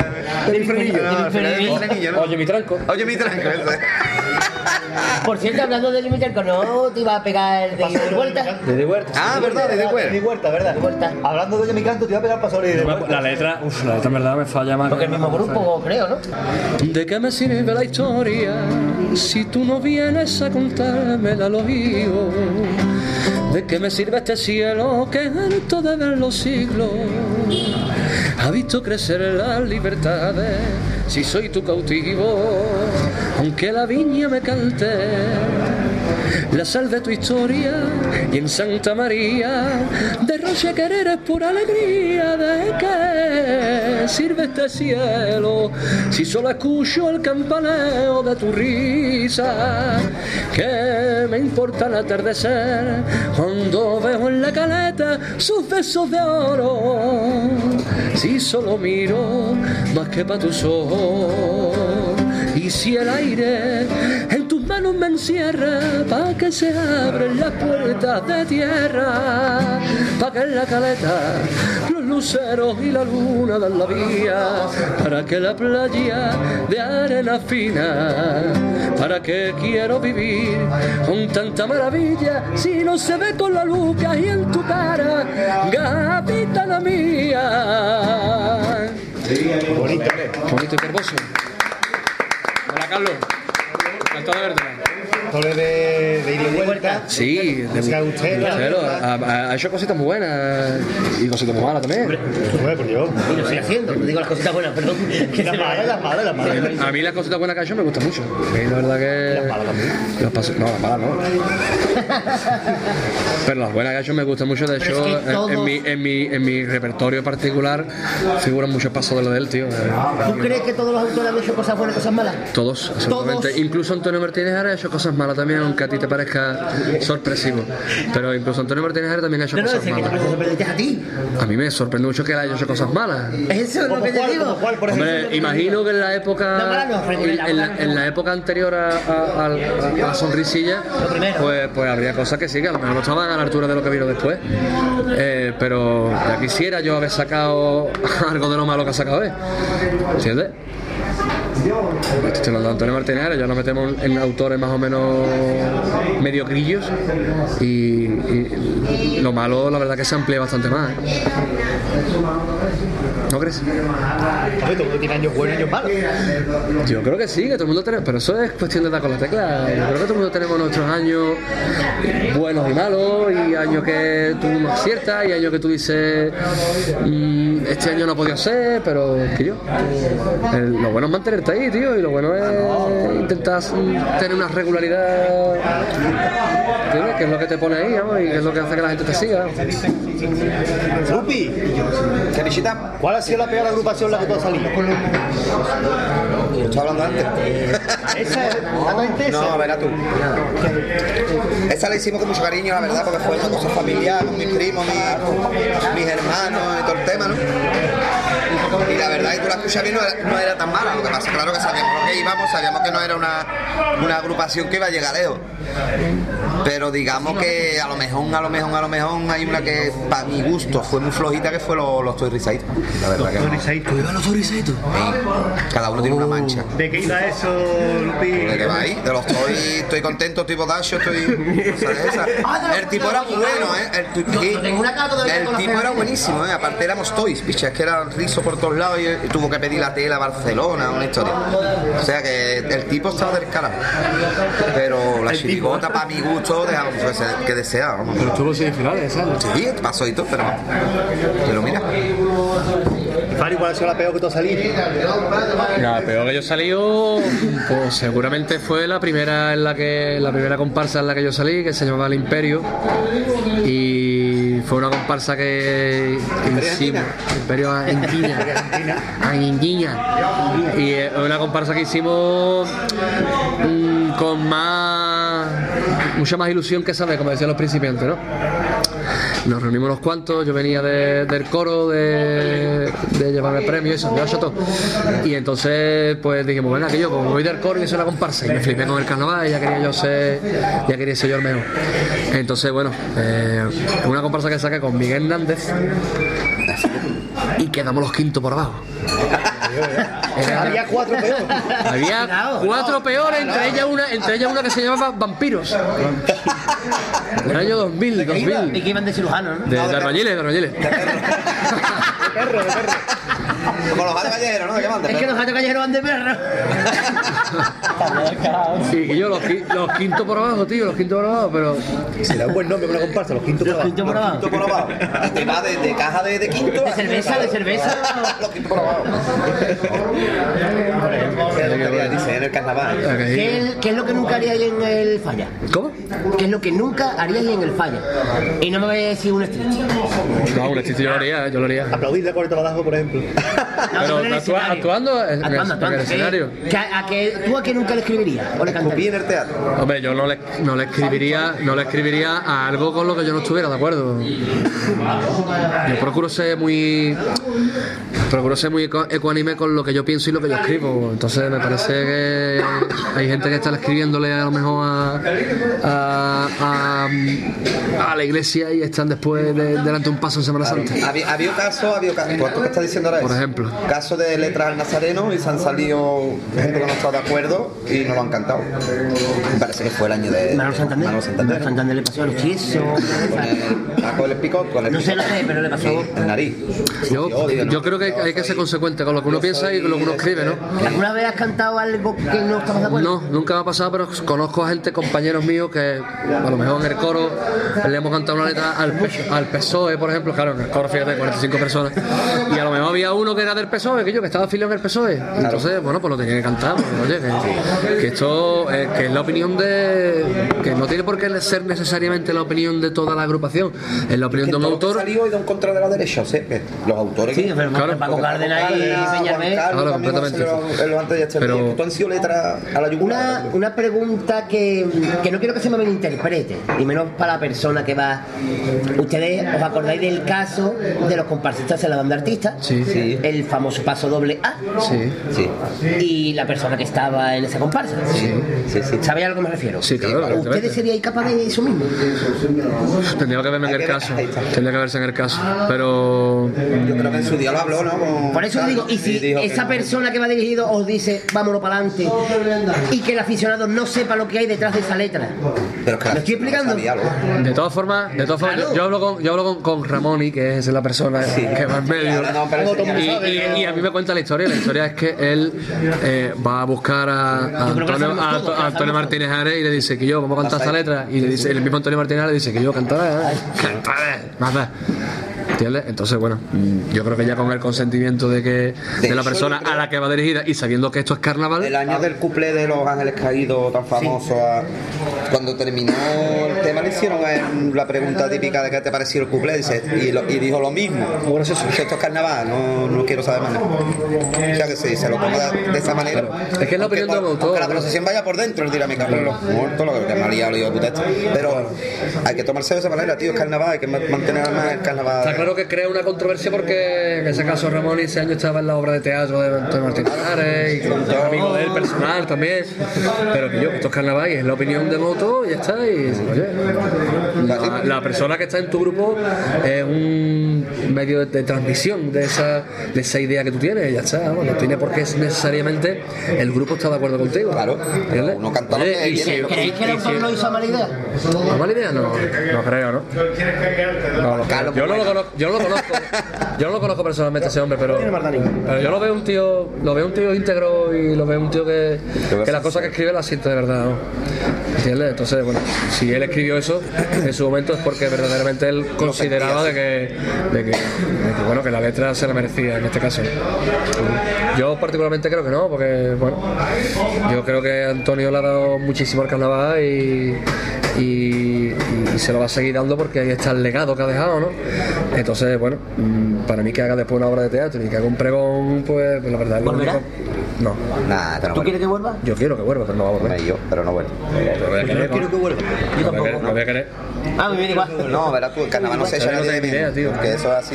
El frenillo. Ah, No, al final del frenillo, ¿no? Oye, mi tranco. Oye, mi tranco. ese. Por cierto, hablando de Limiter no te iba oh, a pegar de ida y vuelta. De vuelta. Ah, verdad, de de- de- Huerta. huerta, ¿verdad? Hablando de mi canto, te iba a pegar para sobre de huerta. La letra, uff, la letra en verdad me falla más. Porque el mismo grupo, creo, ¿no? ¿De qué me sirve la historia si tú no vienes a contármela al oído? ¿De qué me sirve este cielo que harto de ver los siglos? Ha visto crecer las libertades si soy tu cautivo, aunque la viña me cante. La sal de tu historia y en Santa María derroche querer es pura alegría. ¿De qué sirve este cielo si solo escucho el campaneo de tu risa? ¿Qué me importa el atardecer cuando veo en la caleta sus besos de oro? Si solo miro más que para tus ojos. Y si el aire en tus manos me encierra, pa' que se abren las puertas de tierra, pa' que en la caleta los luceros y la luna dan la vía, para que la playa de arena fina, para que quiero vivir con tanta maravilla, si no se ve con la luz que hay en tu cara, gavitana mía. Bonito. Bonito y hermoso. Hola, Carlos. Encantado de verte. Sobre de, de ida y vuelta. Sí, de Es que a usted, la Marcelo, verdad. ha, ha- ha hecho cositas muy buenas y cositas muy malas también. Hombre, por Dios. Y lo estoy haciendo, digo las cositas buenas, perdón. Que se Las me- malas, las malas, las malas. A mí las cositas buenas que ha hecho me gustan mucho. A mí la verdad que. Las malas también. no, las malas no. Pero las buenas que ha hecho me gustan mucho. De Pero es hecho, que en- en, todos- mi, en, mi, en mi repertorio particular figuran muchos pasos de lo de él, tío. ¿Tú crees que todos los autores han hecho cosas buenas y cosas malas? Todos, absolutamente. Todos. Incluso Antonio Martínez Ara ha hecho cosas malas también, aunque a ti te parezca sorpresivo. Pero incluso Antonio Martínez Ara también ha hecho No, no, cosas decir que te malas. parece sorprendente a ti. A mí me sorprende mucho que él haya hecho cosas malas. Eso es lo que te digo. Hombre, imagino que en la La época mala no, Freddy, en, la en la, mala en la época anterior a, a- al- a Sonrisilla, primero. pues, pues habría cosas que sí, que a lo mejor no estaban a la altura de lo que vino después. Eh, pero ya quisiera yo haber sacado algo de lo malo que ha sacado él. ¿Entiendes? Pues Estoy hablando de Antonio Martínez, Ara, ya nos metemos en autores más o menos medio grillos y, y lo malo la verdad que se amplía bastante más. ¿eh? ¿No crees? Hombre, todo el mundo tiene años buenos y años malos. Yo creo que sí, que todo el mundo tiene, pero eso es cuestión de dar con la tecla. Yo creo que todo el mundo tenemos nuestros años buenos y malos, y años que tú no aciertas, y años que tú dices, "Mm, este año no ha podido ser, pero que yo. el- lo bueno es mantenerte ahí, tío, y lo bueno es intentar mm, tener una regularidad, ¿entiendes? Que es lo que te pone ahí, vamos, y que es lo que hace que la gente te siga. Lupi, ¿cuál ha sido la peor agrupación en la que tú has salido? Lo estaba hablando antes. Esa es exactamente esa. No, verás tú. Esa la hicimos con mucho cariño, la verdad, porque fue una cosa familiar, con mis primos, mis, mis hermanos y todo el tema, ¿no? Y la verdad es que tú la escuchas bien, no era, no era tan mala. Lo que pasa, claro que sabíamos lo que íbamos, sabíamos que no era una, una agrupación que iba a llegar lejos. Pero digamos que a lo mejor, a lo mejor, a lo mejor hay una que, para mi gusto, fue muy flojita, que fue lo- los Toy Risaitos. La verdad que no. Los Toy Risaitos. Sí. Cada uno tiene una manga. mucha. ¿De qué iba eso, Lupi? ¿De qué va ahí? De los estoy, estoy contento, estoy bodacho, estoy. ¿sabes esa? Ah, El tipo era muy bueno, ¿eh? El, tu- Yo- yo tengo una cara todavía el con la tipo fea. era buenísimo, ¿eh? Aparte éramos toys, picha, es que era rizo por todos lados y, y tuvo que pedir la tela a Barcelona, una historia. O sea que el tipo estaba del carajo. Pero la chirigota, para mi gusto, dejaba que- que deseaba. vamos. Pero estuvo semifinales, ¿sabes? Sí, pasó y todo, pero, pero mira. Fari, ¿cuál ha sido la peor que tú has salido? La peor que yo he salido, pues seguramente fue la primera en la que la primera comparsa en la que yo salí, que se llamaba El Imperio. Y fue una comparsa que hicimos. Imperio Argentina. Argentina. Y es una comparsa que hicimos mm, con más mucha más ilusión que saber, como decían los principiantes, ¿no? Nos reunimos unos cuantos, yo venía de- del coro de, de llevarme el premio y eso, de Ochoto. Y entonces pues dijimos, venga, que yo como voy del coro y eso es la comparsa. Y me flipé con el carnaval y ya quería yo ser, ya quería ser yo el mejor. Entonces, bueno, eh, una comparsa que saqué con Miguel Hernández y quedamos los quintos por abajo. Había cuatro peores. Había cuatro peores, entre ellas una, entre ellas una que se llamaba Vampiros. Del año 2000, 2000. Y que iban de cirujano, ¿no? De, de albañiles, de albañiles. Con los gatos callejeros, ¿no? ¿De qué manda? Es que los gatos callejeros van de perro. Sí, que yo los, qui- los quinto por abajo, tío, los quinto por abajo, pero. Se da un buen nombre para una comparsa, los quintos por abajo. Yo por abajo. Quinto por abajo. Y te va de, de caja de, de quinto. De a- cerveza, de cerveza. Los quinto por abajo. Qué tontería, dice, en el carnaval. ¿Qué es, qué es lo que nunca haría ahí en el falla? ¿Cómo? ¿Qué es lo que nunca haría ahí en el falla? Y no me voy a decir un street. No, un chiste yo lo haría, yo lo haría. Aplaudirle por el trabajo, por ejemplo. Pero actua- actuando en, en el- Actuando, en actuando. el escenario. ¿Qué- qué- a qué- ¿Tú a qué nunca le escribirías? ¿O le Escupí cantarías? en el teatro. Hombre, yo no le, no le escribiría, no le escribiría a algo con lo que yo no estuviera de acuerdo. Yo procuro ser muy procuro ser muy eco- ecuánime con lo que yo pienso y lo que yo escribo. Entonces me parece que hay gente que está escribiéndole a lo mejor a, a, a- a la iglesia y están después de- delante de un paso en Semana Santa. Había, había caso, había caso. ¿Tú qué estás diciendo ahora? Por eso? ejemplo. Caso de letras al nazareno y se han salido gente que no está de acuerdo y no lo han cantado. Me parece que fue el año de Manuel Santander. Manuel Santander. Manuel Santander le pasó a los chiesos. Con el taco del pico, con el No sé lo que es, pero le pasó. el nariz. Yo, odio, ¿no? yo creo que hay- hay que ser consecuente con lo que uno piensa y con lo que uno escribe, ¿no? ¿Alguna vez has cantado algo que no estabas de acuerdo? No, nunca me ha pasado, pero conozco a gente, compañeros míos, que a lo mejor en el coro le hemos cantado una letra al, pe- al PSOE, E, por ejemplo, claro, en el coro, fíjate, 45 personas, y a lo mejor había uno que era del PSOE, E, que yo, que estaba afiliado en el PSOE, E. entonces, bueno, pues lo tenía que cantar, porque, oye, que, que esto, eh, que es la opinión de, que no tiene por qué ser necesariamente la opinión de toda la agrupación, es la opinión de un Todo lo que autor, salió y de un contra de la derecha, o sea, que los autores. Sí, pero Claro. Paco Cárdenas y Peñarmé. Claro, Claro, completamente. completamente. Pero- Pero tú han sido letras a la Una, yugular. una pregunta que, que no quiero que se me malinterprete, y menos para la persona que va. Ustedes os acordáis del caso de los comparsistas de la banda artista, Sí. Sí. el famoso paso doble A, sí, Sí, y la persona que estaba en esa comparsa. sí, sí. ¿Sabéis a lo que me refiero? sí, claro, ¿Ustedes evidentemente. seríais capaces de eso mismo? tendría que verme en el caso, tendría que verse en el caso, pero... Yo creo que en su día lo habló, ¿no? Con- Por eso os digo, y si dijo que esa no. persona que va dirigido os dice, vámonos para adelante, y que el aficionado no sepa lo que hay detrás de esa letra, Pero es que ¿Me la- estoy no explicando? sabía algo. De todas formas, de todas formas, yo, yo hablo con, yo hablo con, con Ramoni, que es la persona que va en medio. Ahora no, pero eso ya lo y, sabe, y- y a mí me cuenta la historia. La historia es que él eh, va a buscar a, a Yo creo que la Antonio, sabemos a todos, Anto- que la a Antonio sabemos Martínez Ares y le dice que yo, vamos a cantar esta letra. Y le dice, el mismo Antonio Martínez Ares dice que yo cantaré, ¿eh? cantaré, nada. ¿Entiendes? Entonces, bueno, mm, yo creo que ya con el consentimiento de que de la hecho, persona yo creo- a la que va dirigida y sabiendo que esto es carnaval, El año del cuplé de Los Ángeles Caídos, tan famoso. a- Cuando terminó el tema, le hicieron a él la pregunta típica de qué te pareció el cuplé. dice, y, lo- y dijo lo mismo. Que esto es carnaval, no, no quiero saber más nada. O sea que sí, se lo pongo de, de esa manera. Es que es la Aunque opinión de un por- autor, aunque la ¿no? procesión vaya por dentro, él dirá mi carnal, muerto, lo que me este". ha liado, lo digo, puta, esto". Pero hay que tomarse de esa manera, tío, es carnaval, hay que ma- mantener más el carnaval. Está claro que crea una controversia porque en ese caso Ramón ese año estaba en la obra de teatro de Antonio Martínez Ares y con- amigo de él personal también. Pero que yo, esto es carnaval y es la opinión de Moto y ya está. Y oye, la, la persona que está en tu grupo es un medio de, de transmisión de esa, de esa idea que tú tienes y ya está. vamos, no tiene por qué necesariamente el grupo está de acuerdo contigo. Claro, uno canta ¿Y si- ¿Creéis que Don Pablo hizo mala idea? ¿No mala idea? No, no creo, ¿no? No, no, yo, no lo conozco, yo no lo conozco. Yo no lo conozco personalmente a ese hombre, pero, pero yo lo veo un tío, lo veo un tío íntegro y lo veo un tío que, que las cosas que escribe las siente de verdad. ¿no? ¿Entiendes? Entonces, bueno, si él escribió eso en su momento es porque verdaderamente él consideraba de que, de que, de que, bueno que la letra se la merecía en este caso. Yo particularmente creo que no, porque bueno, yo creo que Antonio le ha dado muchísimo al carnaval y, y- y se lo va a seguir dando porque ahí está el legado que ha dejado, ¿no? Entonces, bueno, mm, para mí que haga después una obra de teatro y que haga un pregón, pues, pues la verdad, lo ¿Volverá? único- No. ¿Tú quieres que vuelva? Yo quiero que vuelva, pero no va a volver. Yo, pero no vuelvo. Yo quiero que vuelva. Yo tampoco. Lo voy a querer. Ah, me viene igual. No, verás tú, el carnaval no se echa Yo no nadie de tengo idea, menos. tío. Porque eso es así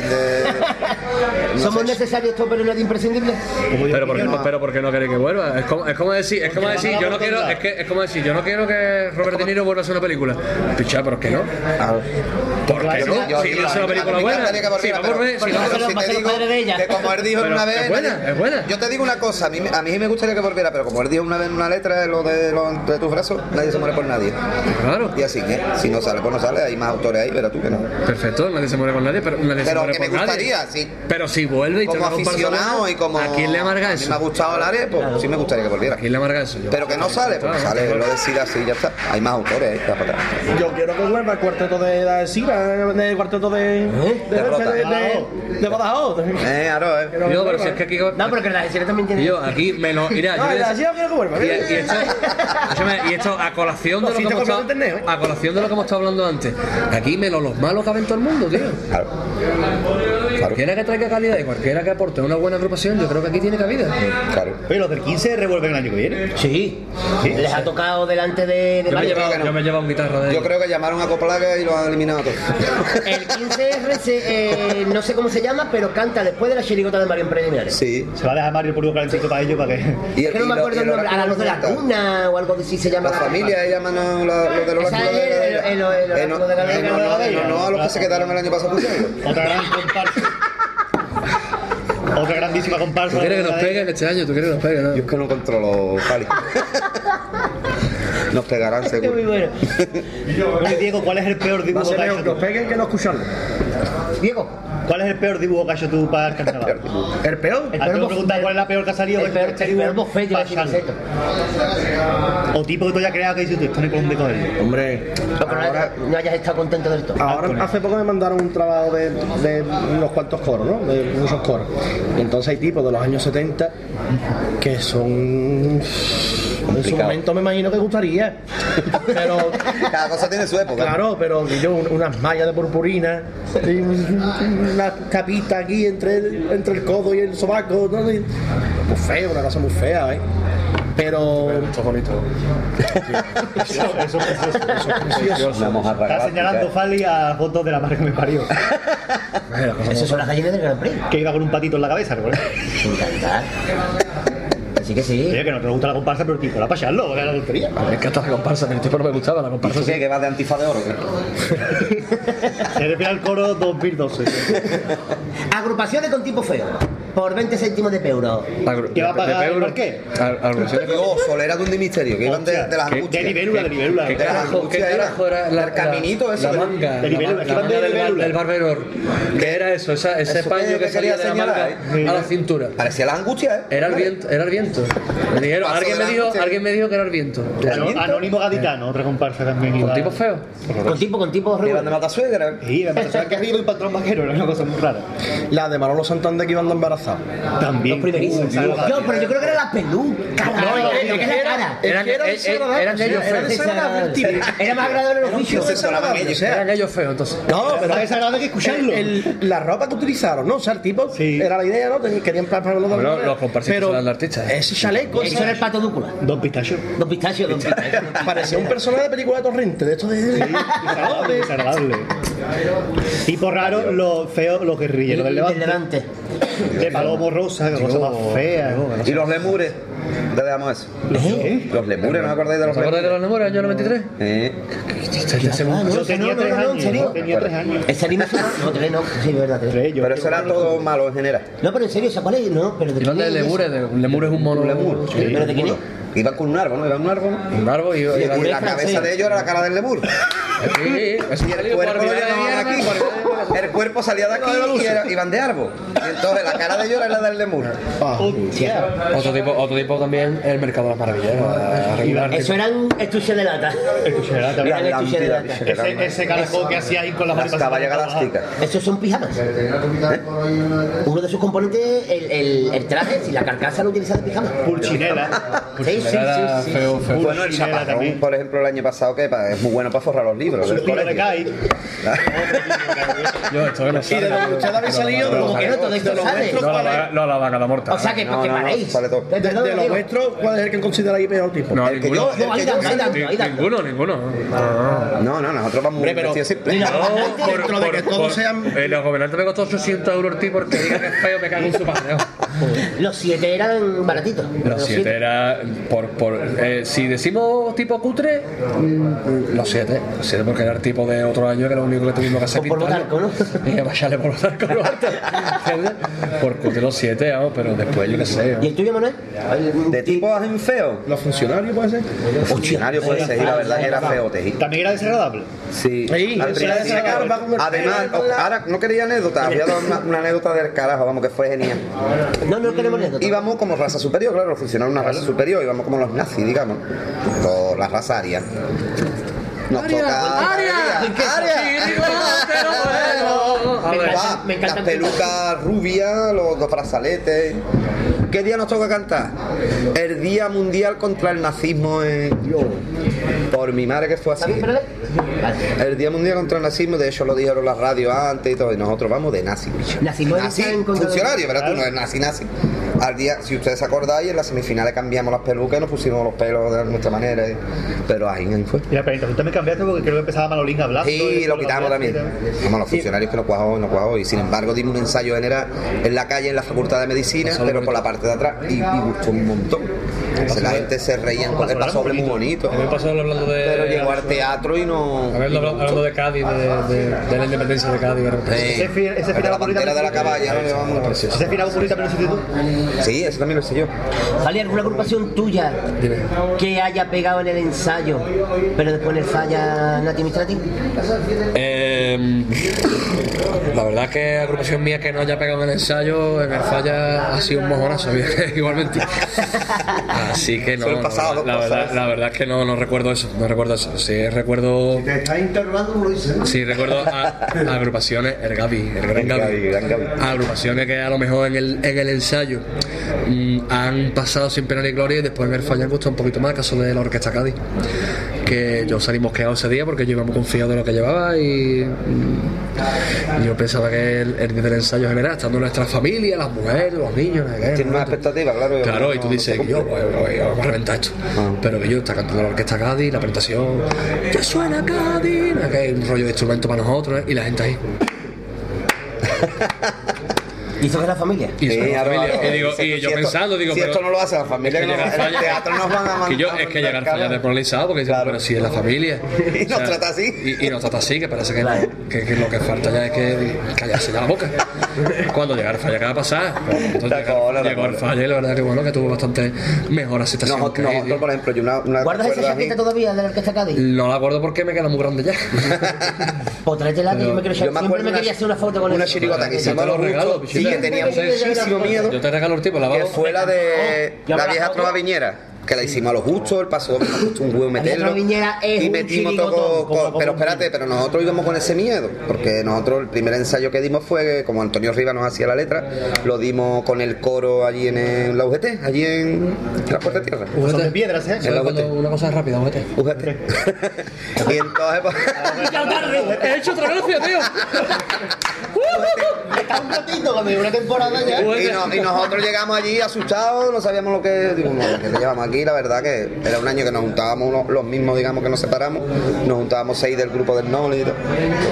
de. ¿Somos necesarios todos pero nadie imprescindible? Pero porque, pero porque no queréis que vuelva. Es como, es como decir, es como decir, yo no quiero, es que es como decir, yo no quiero que Robert De Niro vuelva a hacer una película. Pichá, pero es que no. ¿Por qué no? Ah, Yo- yo- Si va a hacer una película a mí me buena. encantaría que Si volviera, va a pero- volver, si pero va a si volver. te digo que como él dijo Pero una vez Es buena, es buena. yo te digo una cosa a mí, a mí me gustaría que volviera pero como él dijo una vez en una letra lo de, lo de tus brazos nadie se muere por nadie claro y así que si no sale pues no sale hay más autores ahí verás tú que no Perfecto, nadie se muere con nadie, pero nadie se Pero muere que por me nadie. gustaría, sí. Pero si vuelve y te como lo comparto aficionado luego, y como ¿A quién le amarga a mí eso? me ha gustado el área pues sí me gustaría que volviera ¿A quién le amarga eso? pero que no sale porque sale lo decida así y ya está hay más autores ahí está para atrás. Yo quiero que vuelva el cuarteto de la Sira, el cuarteto de. De, de, Rota. de, de, de Badajoz. Eh, claro, eh. Pero- Yo, pero si es que aquí. No, pero que la decisión también tiene. Yo, aquí menos. Mira, yo No, voy a la decir- Sira quiero que vuelva. Y, y esto, escúchame, y esto a colación de lo que Cosita ¿eh? hemos con estado, a colación de lo que hemos estado hablando antes. Aquí menos los malos caben todo el mundo, tío. Cualquiera que traiga calidad y cualquiera que aporte una buena agrupación, yo creo que aquí tiene cabida. Claro. Oye, los del 15 revuelven el año que viene. Sí. Les ha tocado delante de. de Yo me, he varios. llevado, yo me he llevado un guitarra de yo creo que llamaron a Coplaga y lo han eliminado a todos El 15R, se- eh, no sé cómo se llama, pero canta después de la chirigota de Mario Emprendimientos. sí se va a dejar Mario por un calentito para ellos para que y Es que no me acuerdo el nombre, a la luz de la cuna o algo que sí se llama. La familia, ella mano, la- Eh, lo de los Esa es el- el- el- el- lo de la En Vega, honor- la en Vega. honor a los que se quedaron el año pasado pues puteando. Otra gran comparsa. Otra grandísima comparsa. ¿Tú quieres que nos de- peguen este año? ¿Tú quieres que nos peguen? no? Yo es que no controlo, Pali. Nos pegarán seguro. Oye, Diego, ¿cuál es el peor dibujo que has hecho tú? peguen que no escucharlo. Diego, ¿Cuál es el peor dibujo que has hecho tú para el carnaval? ¿El peor? Ah, te voy a preguntar cuál es la peor que ha salido. este el peor, el peor bofete de la Pasando. chirigota. O tipo que tú hayas creado que dices tú, esto no hay por dónde cogerlo. Hombre, No, pero no, no hayas estado contento del todo. Ahora, hace poco me mandaron un trabajo de, de unos cuantos coros, ¿no? De muchos coros. Y entonces hay tipos de los años 70 que son. En su Complicado. momento me imagino que gustaría. Pero. Cada cosa tiene su época. Claro, pero que yo, un- unas mallas de purpurina, y un- una capita aquí entre el, entre el codo y el sobaco, ¿no? Y- Muy feo, una cosa muy fea, ¿eh? Pero. Pues pues, Está señalando Fali a fotos de la madre que me parió. Esas son las gallinas del Gran Prix. Que iba con un patito en la cabeza, ¿recuerdas? Sin cantar. Así que sí. Oye, que no te gusta la comparsa, pero tipo, la pasarlo, que era la tontería. Me encanta la comparsa, pero el tipo no me gustaba la comparsa. ¿Tú sí. qué? ¿Que vas de antifa de oro? ¿eh? qué? Se refiere al coro 2012. Agrupaciones con tipo feo. Por 20 céntimos de euro. ¿Qué va a pagar el por parqué? Yo, solera oh, de un dimisterio, que iban de, de las ¿Qué- De angustias. nivelula, de nivelula. ¿Qué De las carajo, qué angustias era. carajo era la, Del caminito la- eso La de- manga, de la nivel- ma- es que la van de manga del, bar- nivel. del barbero. ¿Qué era eso? Esa- ese Eso paño que- que que salía quería de la manga señalar, a la cintura. Parecía las angustias, ¿eh? Era el viento, era el viento. Me dijeron, Paso alguien de me la dijo, noche. alguien me dijo que era el viento. Ano- Anónimo Gaditano, otra comparsa también. ¿Un iba- tipo feo? Con tipo, con tipo Iban de regular. matasuegra. Sí, me pasó que arriba y patrón vaquero, era una cosa muy rara. La de Manolo Santander que iban de embarazo pasado. También. uh, Los primerizos. Dios. Yo, pero yo creo que era la peluca. No, No, el era que la era- cara. el que e- era de Saladar, era de sí, era de Saladar, Saladar, tío. Era más agradable el Era un oficio. tío desagradable, o sea. Eran ellos feos, entonces. No, pero Más desagradable que escucharlo. el- el- la ropa que utilizaron, ¿no? O sea, el tipo era la idea, ¿no? Tenían, querían para los Bueno, los comparsistas Pero eran de artistas. ese chaleco. Eso era el pato dúcula. Don Pistacho. Don Pistacho, don Pistacho. Parecía un personaje de película de Torrente, de estos de. Desagradable, desagradable. Tipo raro, los feos, los guerrilleros del Levante. De Palomo Rosa, que cosa más fea. Y los lemures, ya dejamos eso. ¿Los Los lemures, ¿no os acordáis de los ¿Te acuerdas de los números del año 93? Ah, Yo tenía tres años. yo tenía tres años. Ese anime fue- No, tres no. Sí, verdad. tres. Pero eso era todo malo en general. No, pero en serio, ¿se cuál es? No, pero de Iban de quién es lemures, eso? de- un lemur es un mono. lemur. Sí, ¿Pero de quién es? Iban con un árbol, ¿no? Iban un árbol. Un árbol y Y, iban- la cabeza de ellos era la cara del lemur. Sí, eso Y fue el el cuerpo lo guardián de llevaban aquí. El cuerpo salía de aquí y era- iban de árbol. Y entonces la cara de ellos era la del lemur. Otro tipo, otro tipo también, el mercado de las maravillas. era regular. Eso eran estuches de lata. La Eran estuches de Atlántida, lata. bicho, que era Ese, ese caracol que hacía ahí con las Las mariposas. caballas galácticas. Esos son pijamas. Uno de sus componentes, el, el, el traje, si la carcasa lo utiliza de pijama. Pulchinela. Sí, sí, Era sí, sí. feo, feo. Bueno, el Pulchinela chaparrón, también. por ejemplo, el año pasado, que pa- es muy bueno para forrar los libros. del Un pino de colegio. Kai. Yo, esto no Y de sale. la luchada habéis salido como que Pero todo esto de los sale. vuestros, No, la ¿cuál vaca- es? no, la vaca, la morta. O sea que, No, que no, no, paréis. sale todo. De- de- de- De de- los vuestros, ¿cuál es el que consideráis peor tipo? No, el que ninguno. yo- el No, ahí que yo- dando, ahí dando, ahí dando. Ninguno, ninguno. No, No, no, nosotros vamos muy pero- vestidos simples. No, por, Dentro de que todos sean- eh, los gobernantes me costó 800 euros el ti porque diga que es feo, me cago en su padre. Los siete eran baratitos. Los 7 era por, por eh, si decimos tipo cutre, mm, los 7, los 7 porque era el tipo de otro año que lo único que tuvimos que hacer O por pintarlo. botarco, Y vayale por votar con los altos, ¿entiendes? Por cutre los 7, vamos, pero después yo qué sé. ¿Y vamos. el tuyo, Manuel? De tipo hacen feo. ¿Los funcionarios puede ser? Funcionario puede ser, y la verdad es que era feo, Teji. También era desagradable. Sí. Sí, Al eso principio- era desagradable, va a comer Además, oh, feo, ¿verdad? ahora no quería anécdota, había dado una, una anécdota del carajo, vamos, que fue genial. No, no Mm. queremos anécdota. Íbamos como raza superior, claro, funcionaba una raza superior, íbamos como los nazis, digamos, o la raza aria. Nos toca. A ver, Va, Me Ah, las encantan pelucas rubias, los, los brazaletes. ¿Qué día nos toca cantar? El Día Mundial contra el Nazismo en... Por mi madre que fue así. ¿También, Perales? Vale. El Día Mundial contra el Nazismo, de hecho lo dijeron las radios antes y todo, y nosotros vamos de nazi, bicho. Nazismo es nazi, estar en contra de- funcionario, pero tú no es nazi, nazi. Al día, si ustedes se acordáis, en las semifinales cambiamos las pelucas y nos pusimos los pelos de nuestra manera, y- pero ahí, ahí fue. Mira, pero tú también cambiaste porque creo que empezaba Manolín a hablar. Y lo quitamos también. Vamos, los funcionarios que no cuajó, no cuajó. Y sin embargo, dimos un ensayo general en la calle, en la Facultad de Medicina, pero por la parte de atrás. Y, y gustó un montón. Entonces, la gente se reía en el paso muy bonito. también pasó hablando de. Pero llegó al teatro y no. A ver, lo- hablando de Cádiz, de, de- de la independencia de Cádiz. Sí. de Ese fi- ese Pero la final pantera de la caballa, ¿no? Llevamos- Ese final populista también lo hiciste tú. Sí, eso también lo sé yo. ¿Sale alguna agrupación tuya que haya pegado en el ensayo, pero después en el falla Nati Mistrati? Eh, la verdad que agrupación mía que no haya pegado en el ensayo, en el falla ha sido un mojonazo, igualmente. Así que no, Suelen no, pasar dos la, cosas. verdad, la verdad es que no, no recuerdo eso, no recuerdo eso. Sí recuerdo, Te estás interrogando, lo dices. sí recuerdo a, a agrupaciones, el Gaby, el gran El Gaby, Gaby, gran Gaby. a agrupaciones que a lo mejor en el, en el ensayo mm, han pasado sin pena ni gloria y después en el falla han costado un poquito más, el caso de la Orquesta Cádiz, que yo salimos quedados ese día porque yo iba muy confiado de lo que llevaba y mm, yo pensaba que el, el día del ensayo general, estando nuestra familia, las mujeres, los niños, no sé qué, Tienes ¿no? más expectativas, claro. Claro, y no- tú no dices, te que yo, cumple. Ah. pues, pues, vamos a reventar esto. Pero que yo, está cantando la orquesta Cádiz, la presentación, que suena Cádiz, que hay un rollo de instrumento para nosotros, ¿eh? y la gente ahí. ¿Y eso que la familia? Y, Sí, eso, la ahora familia. va, y, digo, dice, y yo si esto- pensando, digo, si pero- esto no lo hace la familia, es que no- llegar en el falla- teatro nos van a que yo, mandar es que llegar cara. falla desmoralizado, porque dicen, Claro. pero si es la familia. Y nos trata así. Y, y nos trata así, que parece que, no- que, que lo que falta ya es que callarse ya la boca. Cuando llegar falla, ¿qué va a pasar? Entonces, De llegar- acuerdo, de llegó el acuerdo. falla y la verdad que bueno, que tuvo bastante mejor aceptación. que Nosotros, ahí, nosotros, por ejemplo, yo una, una ¿Guardas esa recuerdo a mí- Mm. chaqueta todavía de la Orquesta Cádiz? No la acuerdo porque me queda muy grande ya. Pues tráetela que yo me quiero Yo echar. me Siempre acuerdo me una- quería hacer una foto con una eso. chirigota que hicimos te lo los regalo, ruscos y pichita. que teníamos Yo te regalo muchísimo miedo Yo te regalo el tipo, la que vamos. fue la de Yo la me la vieja foto. trova viñera que la hicimos a lo justo, el paso doble nos costó un huevo meterlo. Alejandro Viñera es Y un metimos chirigotón, todo como- con- como- Pero espérate, pero nosotros íbamos con ese miedo, porque nosotros el primer ensayo que dimos fue, que, como Antonio Rivas nos hacía la letra, lo dimos con el coro allí en, el- la UGT, allí en la Puerta de Tierra. Son de piedras, ¿eh? Solo cuando una cosa es rápida, vete. Y entonces, pues, He hecho otra gracia, tío. Está un ratito cuando llevo una temporada ya. Y, no- y nosotros llegamos allí asustados, no sabíamos lo que, digo, no, lo que llevamos aquí. La verdad que era un año que nos juntábamos uno- los mismos, digamos, que nos separamos. Nos juntábamos seis del grupo del Noble y todo.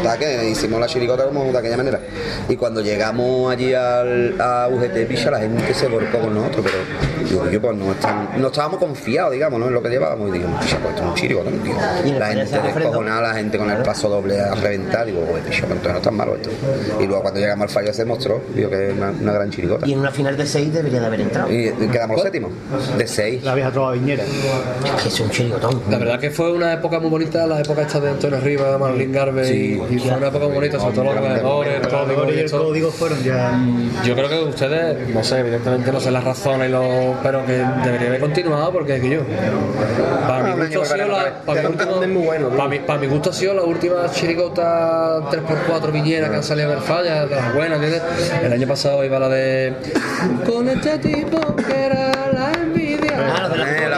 Total, que hicimos la chiricota como de aquella manera. Y cuando llegamos allí al, a UGT Picha, la gente se volcó con nosotros, pero digo, yo, pues no, están- no estábamos confiados, digamos, ¿no? en lo que llevábamos. Y digo, picha, pues esto es un chiricotón, tío. La gente descojonada, la gente con el paso doble a reventar. Digo, pues picha, pues entonces no es tan malo esto. Y luego cuando llegamos al fallo se mostró, digo que es una, una gran chiricota. Y en una final de 6 debería de haber entrado. Y quedamos los séptimos. De seis. La vieja trova viñera. Que es un Eh, chirigotón. La verdad que fue una época muy bonita, la época esta de Antonio Rivas, Marlene Garvey, y fue una época muy bonita, sobre todo los grabadores, códigos y esto. fueron ya. Yo creo que ustedes, no sé, evidentemente no sé las razones, y los- pero que debería haber continuado porque que yo. Para mi gusto ha sido la, para mi gusto- para mi- para mi gusto ha sido la última chirigota 3x4 viñera que han salido del falla, de las buenas, ¿entiendes? El año pasado iba la de. Con este tipo que era la Ah, envidia. Eh,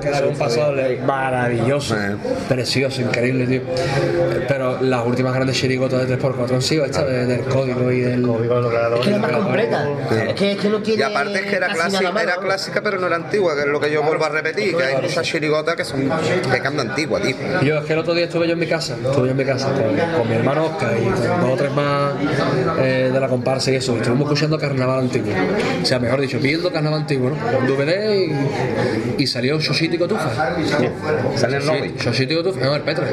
Que son pasables maravilloso, precioso, increíble, tío. Pero las últimas grandes chirigotas de 3x4 han sido estas de- del código y del. Es que era más completa. Es que, es que no tiene. Y aparte es que era casi nada clásica, malo. era clásica pero no era antigua, que es lo que yo vuelvo a repetir, que hay muchas chirigotas que son pecando antigua, tío. Yo es que el otro día estuve yo en mi casa, estuve yo en mi casa con, con mi hermano Oscar y con dos o tres más eh, de la comparsa y eso. y Estuvimos escuchando Carnaval Antiguo. O sea, mejor dicho, viendo Carnaval Antiguo, ¿no? Con DVD y, y salió Shoshiti Cotufa. este Sale el Noli. Shoshiti Cotufa, no, el Petra.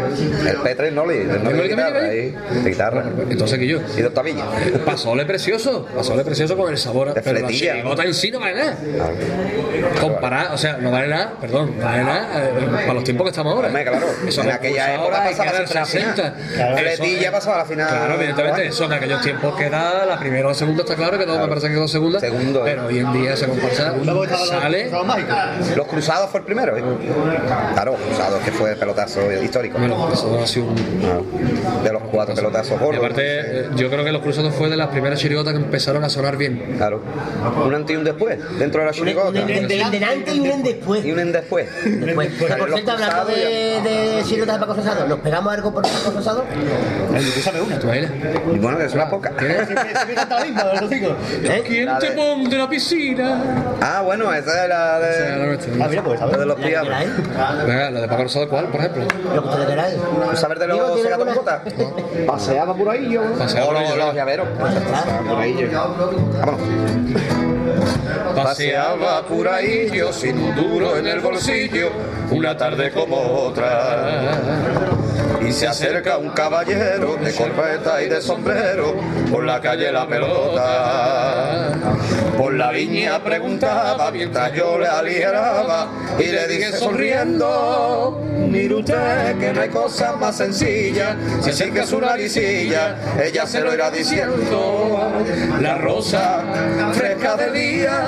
El Petra y el Noli, el Noli de guitarra, ahí, de guitarra. Entonces que yo. Y dos tabillas. Pasóle precioso, pasóle precioso con el sabor. De Pero la fletilla, Ah. chirigota en sí no vale nada. Comparar, o sea, no vale nada, perdón, no vale nada eh, para los tiempos que estamos ahora. claro. Eso En nos aquella pulsa ahora época y pasaba queda el siempre la 60. final. Fletilla pasaba la final. Claro, evidentemente, Bueno. eso en aquellos tiempos queda la primera o la segunda, está claro que todo me parece que quedó segunda. ¿eh? Pero hoy en día esa comparsa sale. Los Cruzados fue el primero, ¿eh? Claro, los Cruzados, que fue pelotazo histórico. De los cuatro pelotazos Y gordos. aparte, eh, yo creo que los cruzados fue de las primeras chirigotas que empezaron a sonar bien. Claro. Un antes y un después, dentro de la chirigota. delante y un en después. Y un en después. Después. Que, por Los cierto, Pues, hablando cruzados de, pues, de siluetas de Paco Rosado, ¿nos pegamos algo por Paco Rosado? ¿Tú bailas? Y bueno, que es una poca. ¿Eh? ¿Quién La te de- pone de la piscina? Ah, bueno, esa es la de. Ah, mira, pues, la de los pianos. Venga, la de Paco Rosado, ¿cuál, por ejemplo? Lo que ustedes queráis. ¿Saber Pues, de los cegatos en bota? Paseaba por ahí yo. O los, los llaveros. Por ahí yo. Vámonos. Paseaba por ahí yo sin un duro en el bolsillo, una tarde como otra. Y se acerca un caballero de corbeta y de sombrero por la calle La Pelota. Por la viña preguntaba mientras yo le aligeraba y le dije sonriendo. Mire usted que no hay cosa más sencilla, si acerca su naricilla, ella se lo irá diciendo. La rosa fresca del día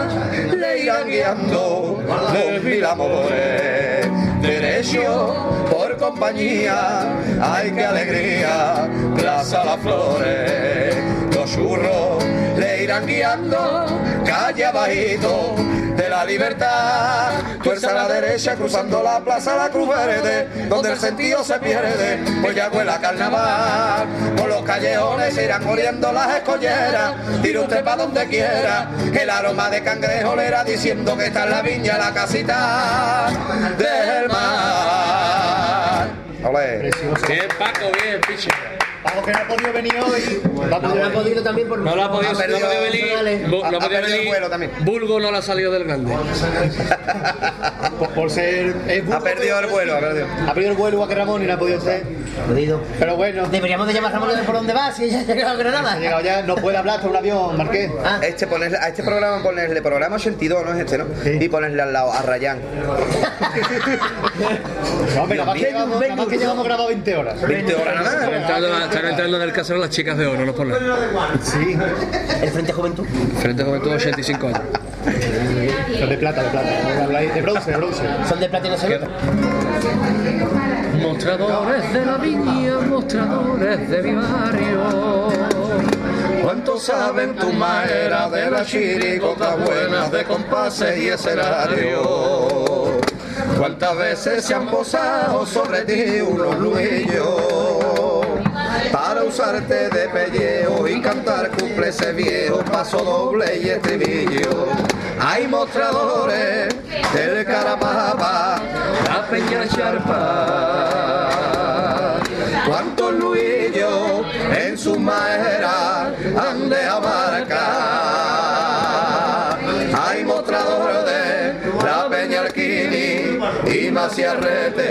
le irá guiando los mil amores. Derecho por compañía, ay qué alegría, plaza las flores. Los churros le irán guiando calle abajito de la libertad. Tuerza a la derecha cruzando la plaza la Cruz Verde, donde el sentido se pierde, pues ya huele a carnaval. Por los callejones se irán oliendo las escolleras, tire usted pa' donde quiera, el aroma de cangrejo le irá diciendo que está en la viña la casita del mar. Ole. Bien, Paco, bien, piche. Vamos que no ha podido venir hoy. Va a poder- también por No la ha podido, no ha podido venir. Bu- No ha podido venir. Bulgo no la ha salido del grande. Por, por ser. ha perdido el vuelo, ha perdido. el vuelo Guaque Ramón y no ha podido ser. Pero bueno. Deberíamos de llamar a Ramón de por dónde va, si ya ha llegado a Granada. Ha llegado ya, no puede hablar hasta un avión, Marqués. Este ponerle, a este programa ponerle programa 82, ¿no es este, no? Y ponerle al lado a Rayán. No, pero nada más Pues que Dios mío. llevamos- nada más que llevamos grabado 20 horas. 20 horas nada más. Están entrando, están entrando en el casero las chicas de oro, no por nada. Sí. El Frente Este Juventud. Frente Juventud, 85 años. Son de plata, de plata. De bronce, de bronce. Son de plata y no se nota. Mostradores de la viña, mostradores de mi barrio. ¿Cuánto saben tu maera de las chiricotas buenas de compases y escenario? ¿Cuántas veces se han posado sobre ti unos luillos? Para usarte de pellejo y cantar cumple ese viejo paso doble y estribillo. Hay mostradores del Carapapa, la Peña Charpa. ¿Cuántos luillos en su madera han de abarcar? Hay mostradores de la Peña Alquini y Maciarrete.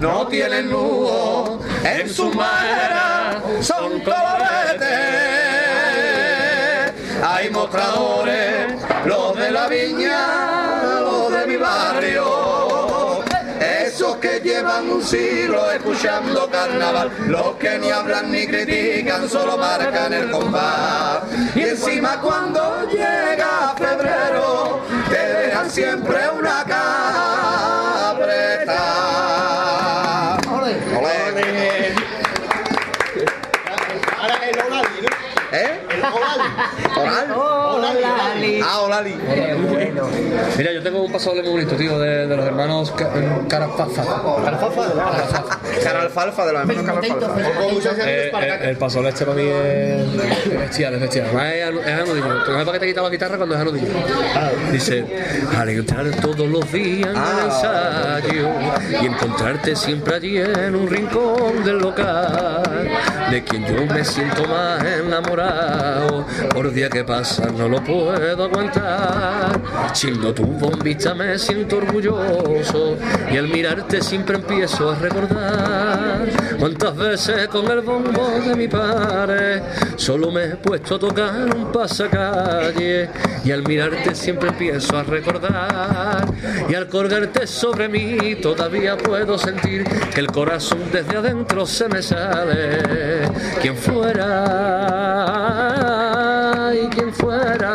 No tienen nudo en su madera, son coloretes. Hay mostradores, los de la viña, los de mi barrio. Esos que llevan un siglo escuchando carnaval, los que ni hablan ni critican, solo marcan el compás. Y encima cuando llega febrero, te dejan siempre una cabreta. Ole. Ahora el Olali, ¿no? ¿Eh? El Olali. Olali. Ah, Olali. Mira, yo tengo un paso doble muy bonito, tío, de, de los hermanos Ca- Carafafa. Carafafa. Cara alfalfa de los hermanos Cara alfalfa. Eh, eh, el paso doble este para mí es es bestial, es bestial. Además Ah, es anu- es anudillo. ¿Tú sabes para qué te quitaba la guitarra cuando es anudillo? Ah. Dice, al entrar todos los días en el ensayo y encontrarte siempre allí en un rincón del local, de quien yo me siento más enamorado, por día que pasa no lo puedo aguantar. Siendo tu bombista me siento orgulloso y al mirarte siempre empiezo a recordar cuántas veces con el bombo de mi padre solo me he puesto a tocar un pasacalle y al mirarte siempre empiezo a recordar y al colgarte sobre mí todavía puedo sentir que el corazón desde adentro se me sale quien fuera y quien fuera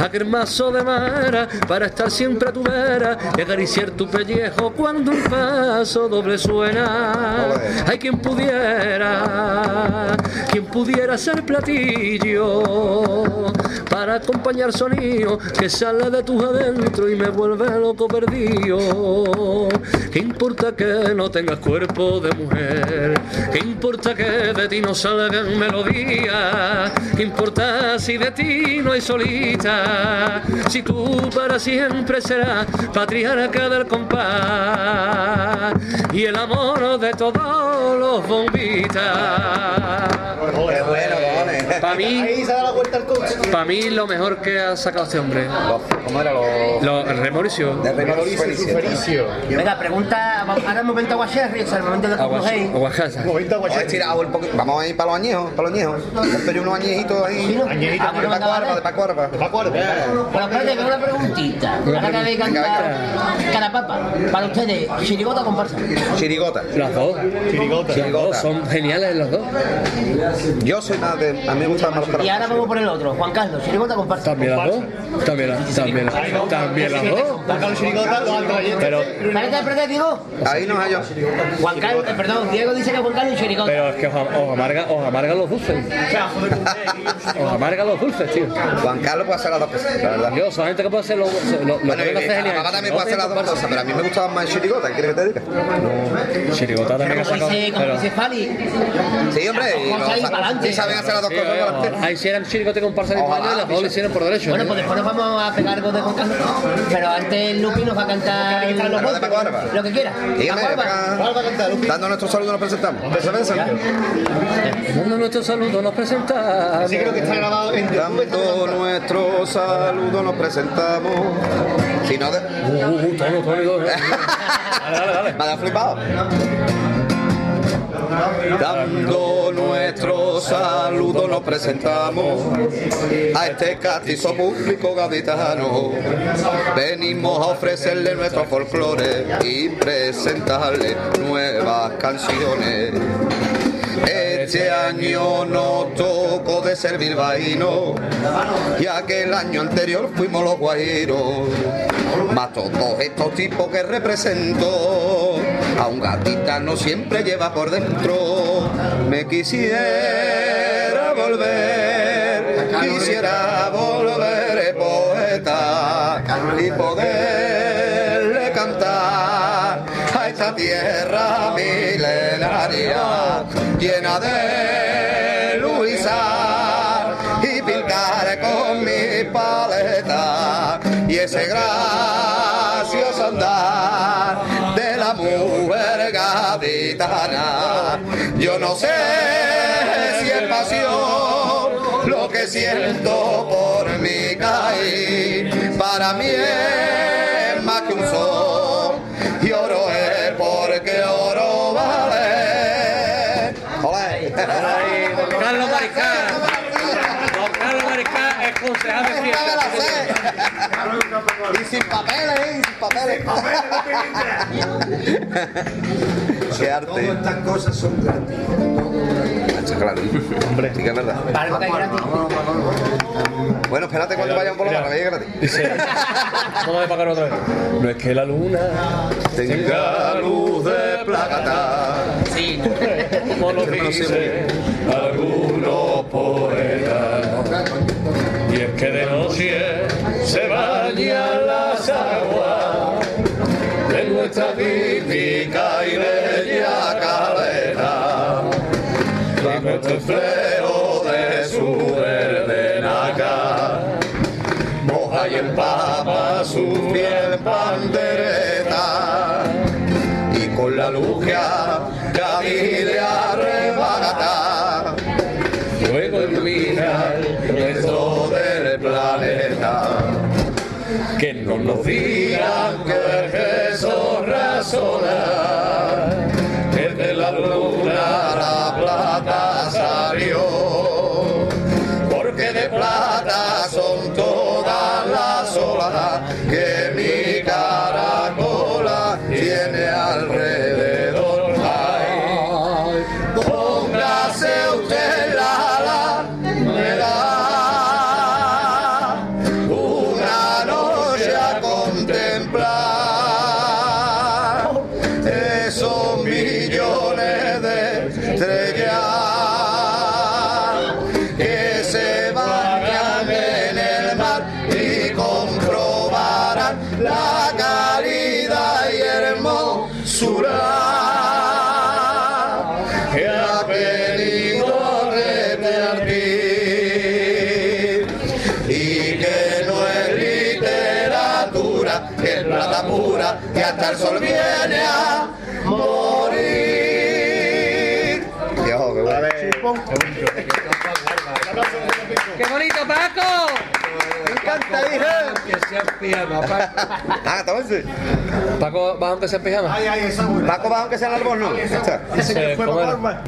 aquel mazo de mara para estar siempre a tu vera y acariciar tu pellejo cuando un paso doble suena. Hay quien pudiera, quien pudiera ser platillo para acompañar sonido que sale de tus adentro y me vuelve loco perdido. ¿Qué importa que no tengas cuerpo de mujer? ¿Qué importa que de ti no salgan melodías? ¿Qué importa si de ti no hay solita? Si tú para siempre serás patriarca del compás y el amor de todos los bombitas. Para mí, Ahí se da la vuelta al coche. para mí lo mejor que ha sacado este hombre. ¿Cómo era lo...? Lo, el Remorcio. Remorcio y su Felicio. Venga, pregunta, ahora el momento Guacherri, o sea, el momento de Aguas- Cogéis. Aguajasa. Vamos a tirar agua un poquito. Vamos a ir para los añejos, para los añejos. Pero unos añejitos ahí. Ah, De bueno, Paco Arba, de Paco Arba. Pero espérate, venga una preguntita. Ahora que habéis cantado Carapapa, para ustedes, chirigota o comparsa. Chirigota. Las dos. Chirigota. Las dos son geniales las dos. Yo soy más de. A mí me gustan más los Y ahora carapapos. vamos por el otro, Juan Carlos, chirigota o comparsa. También las dos. También las también las también las dos. Pero Espérate, espérate, Diego. ahí nos halló. Juan Carlos, eh, perdón, Diego dice que Juan Carlos es chirigota. pero es que os, os amarga os amarga los dulces. Os amarga los dulces, tío. Juan Carlos puede hacer las dos cosas, la verdad. Yo, solamente que puedo hacer lo, lo, lo Bueno, que y me hace mi genial. papá también No puede hacer las tengo dos cosas, pero a mí me gustaban más el chirigota. ¿Qué quieres que te diga? comparsa. Chirigota también ha Como sacado. dice, como pero- dice Fali, Sí, hombre. y Vamos los- ahí, pa'lante. sí saben hacer las dos cosas para adelante. Ahí sí eran chirigotas y comparsa de Ojalá, España y las dos lo hicieron por derecho. ¿eh? Bueno, tío. pues después nos vamos a pegar algo de Juan Carlos. Pero antes Lupi nos va a cantar Algo de Paco Arba. lo que quiera. Dígame, Paco Arba. acá, dando nuestro saludo nos presentamos. Dando nuestro saludo nos presentamos. Así creo que está grabado en YouTube. Dando nuestro saludo nos presentamos. Si no, de... Uh, uh, uh, tono, tono, tono. me ha flipado. Dando nuestro saludo nos presentamos a este castizo público gaditano. Venimos a ofrecerle nuestros folclores y presentarle nuevas canciones. Este Este año no tocó de servir vaino, ya que el año anterior fuimos los guairos. Mas todos estos tipos que represento, a un gatita no siempre lleva por dentro. Me quisiera volver, quisiera volver eh, poeta y poderle cantar a esta tierra milenaria llena de luisar y pintar con mi paleta y ese gracioso andar de la mujer gaditana. Yo no sé si es pasión lo que siento por mi caí, para mí es más que un sol y oro es porque oro vale. Carlos Maricá. Don Carlos Maricá es concejal de Y sin papeles, ¿eh? Y sin papeles. Qué arte. Todas estas cosas son gratis. Claro, hombre, sí que es verdad. Bueno, espérate cuando vayan por la calle gratis. Vamos a pagar otra vez. No es que la luna tenga luz de plata. Sí. Como lo dicen algunos poetas. Y es que de noche se bañan las aguas de nuestra típica y bella caleta. Bajo el reflejo de su verde naca, moja y empapa su piel pandereta. Y con la luz que familia arrebata, luego ilumina el resto del planeta. Que no nos digan que Jesús razona, que de la luna la plata salió, porque de plata son todas las olas que mi caracola tiene alrededor. Ay, póngase usted la alameda, una noche a contemplar esos millones de estrellas que se bañan en el mar y comprobarán la calidad y hermosura que ha venido a revertir y que no es literatura, es plata pura que hasta el sol viene a morir. Dios, qué bueno. ¡Qué bonito, Paco! Me encanta, dije. Que sea en pijama, Paco. Ah, entonces. Paco va aunque sea en pijama. Paco va aunque sea en árbol, no. Eh, ¿cómo era?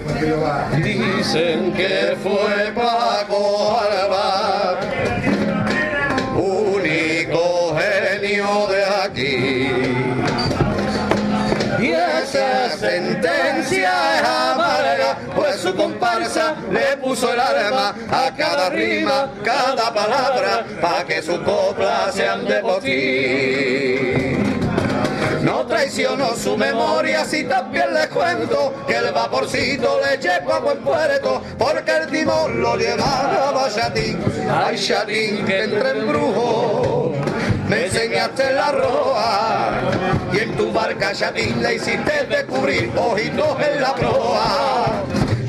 Dicen que fue Paco Alba, único genio de aquí. Y esa sentencia es amarga, pues su comparsa le puso el arma a cada rima, cada palabra, para que sus coplas sean de botín. No traicionó su memoria si también les cuento que el vaporcito le llegó a buen puerto porque el timón lo llevaba Chatín. Ay, Chatín, que entre en brujo. Me enseñaste la roa y en tu barca Chatín le hiciste descubrir ojitos en la proa.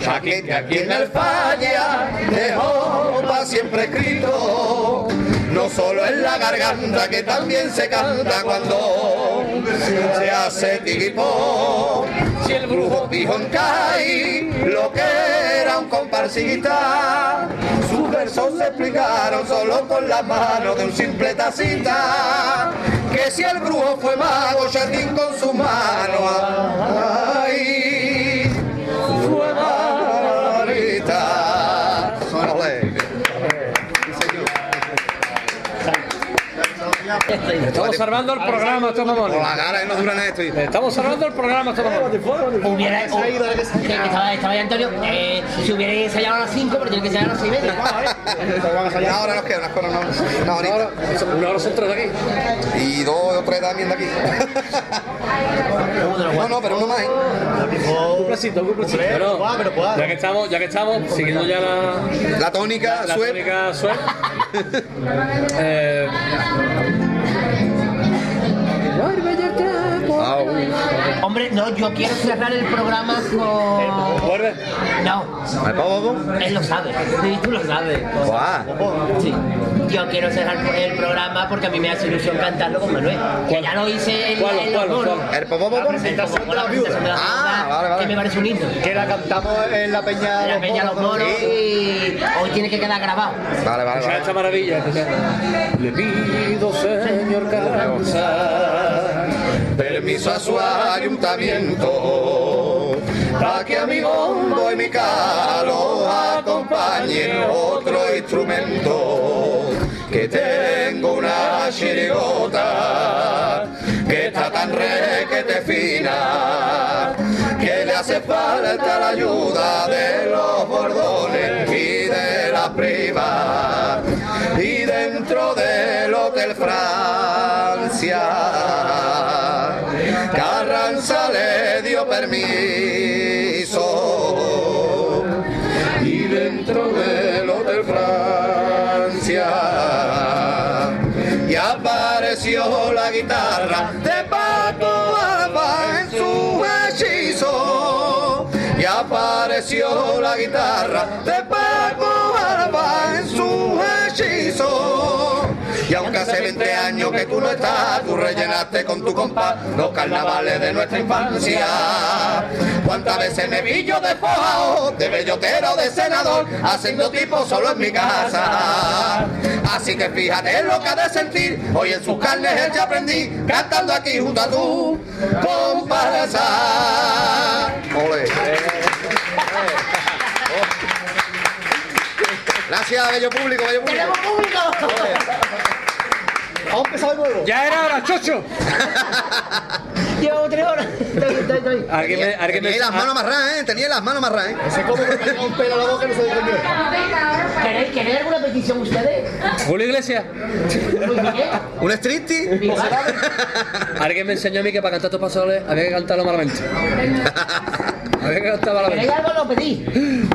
Chatín, que aquí en el falla dejó pa' siempre escrito. No solo en la garganta que también se canta cuando se hace tiripó. Si el brujo dijo en Cai lo que era un comparsita, sus versos se explicaron solo con la mano de un simple tacita. Que si el brujo fue mago, Chatín con su mano. Ay, fue malita. Ole. Estamos salvando el programa, estos mamones. Con la cara, eh, no duran esto. Estamos salvando el programa, estos mamones. Hubiera o- eh, que estaba, estaba ya Antonio, eh, si hubiera ensayado a las 5, pero tiene que ensayar a las 6 y ¿eh? media. Ahora nos queda una hora, no, una horita. Una hora son tres de aquí. Y dos o tres también de aquí. no, no, pero uno más. ¿eh? Un placito, un placito. ya que estamos, ya que estamos, siguiendo ya la, la tónica, la, suel. tónica suel. eh, Hombre, no, yo quiero cerrar el programa con. ¿Vuelve? No. ¿Al pavo, bobo? Él lo sabe, sí, tú lo sabes. ¿ah? Guau. Sí. Yo quiero cerrar el programa porque a mí me hace ilusión cantarlo con Manuel. Que ya lo hice en, ¿Cuál, en los cuál, monos. cuál? El popó, Ah, popó. La presentación de la viuda. Ah, vale, vale. Que me parece un himno. Que la cantamos en la Peña En la Los Peña Los Moros, Moros ¿no? y hoy tiene que quedar grabado. Vale, vale, escucha esta maravilla. escucha. Le pido, señor Carranza, permiso a su ayuntamiento para que a mi bombo y mi calo acompañen otro instrumento que tengo una chirigota que está tan re que te fina que le hace falta la ayuda de los bordones y de las primas y dentro del Hotel Francia Carranza le dio permiso y dentro del Hotel Francia y apareció la guitarra de Paco Alba en su hechizo y apareció la guitarra de Paco Alba en su hechizo y aunque hace 20 años que tú no estás, tú rellenaste con tu compás los carnavales de nuestra infancia. ¿Cuántas veces me vi yo de fojao, de bellotero, de senador, haciendo tipo solo en mi casa? Así que fíjate lo que ha de sentir, hoy en sus carnes él ya aprendí, cantando aquí junto a tu comparsa. Ole. Gracias, bello público, bello público. ¡Tenemos público! Vamos a empezar de nuevo. Ya era hora, chocho. Llevo tres horas. Estoy, estoy, estoy. Alguien me, alguien me Tenía las manos marranas, ¿eh? Tenía las manos marranas, ¿eh? Ese como que tenía un pelo a la boca y no se defendió. ¿Queréis, queréis alguna petición ustedes? Ah, Julio Iglesias. ¿Un striptease? Alguien me enseñó a mí que para cantar estos pasoles había que cantarlo malamente. Había que cantar ¿Queréis malamente. algo? Lo pedí.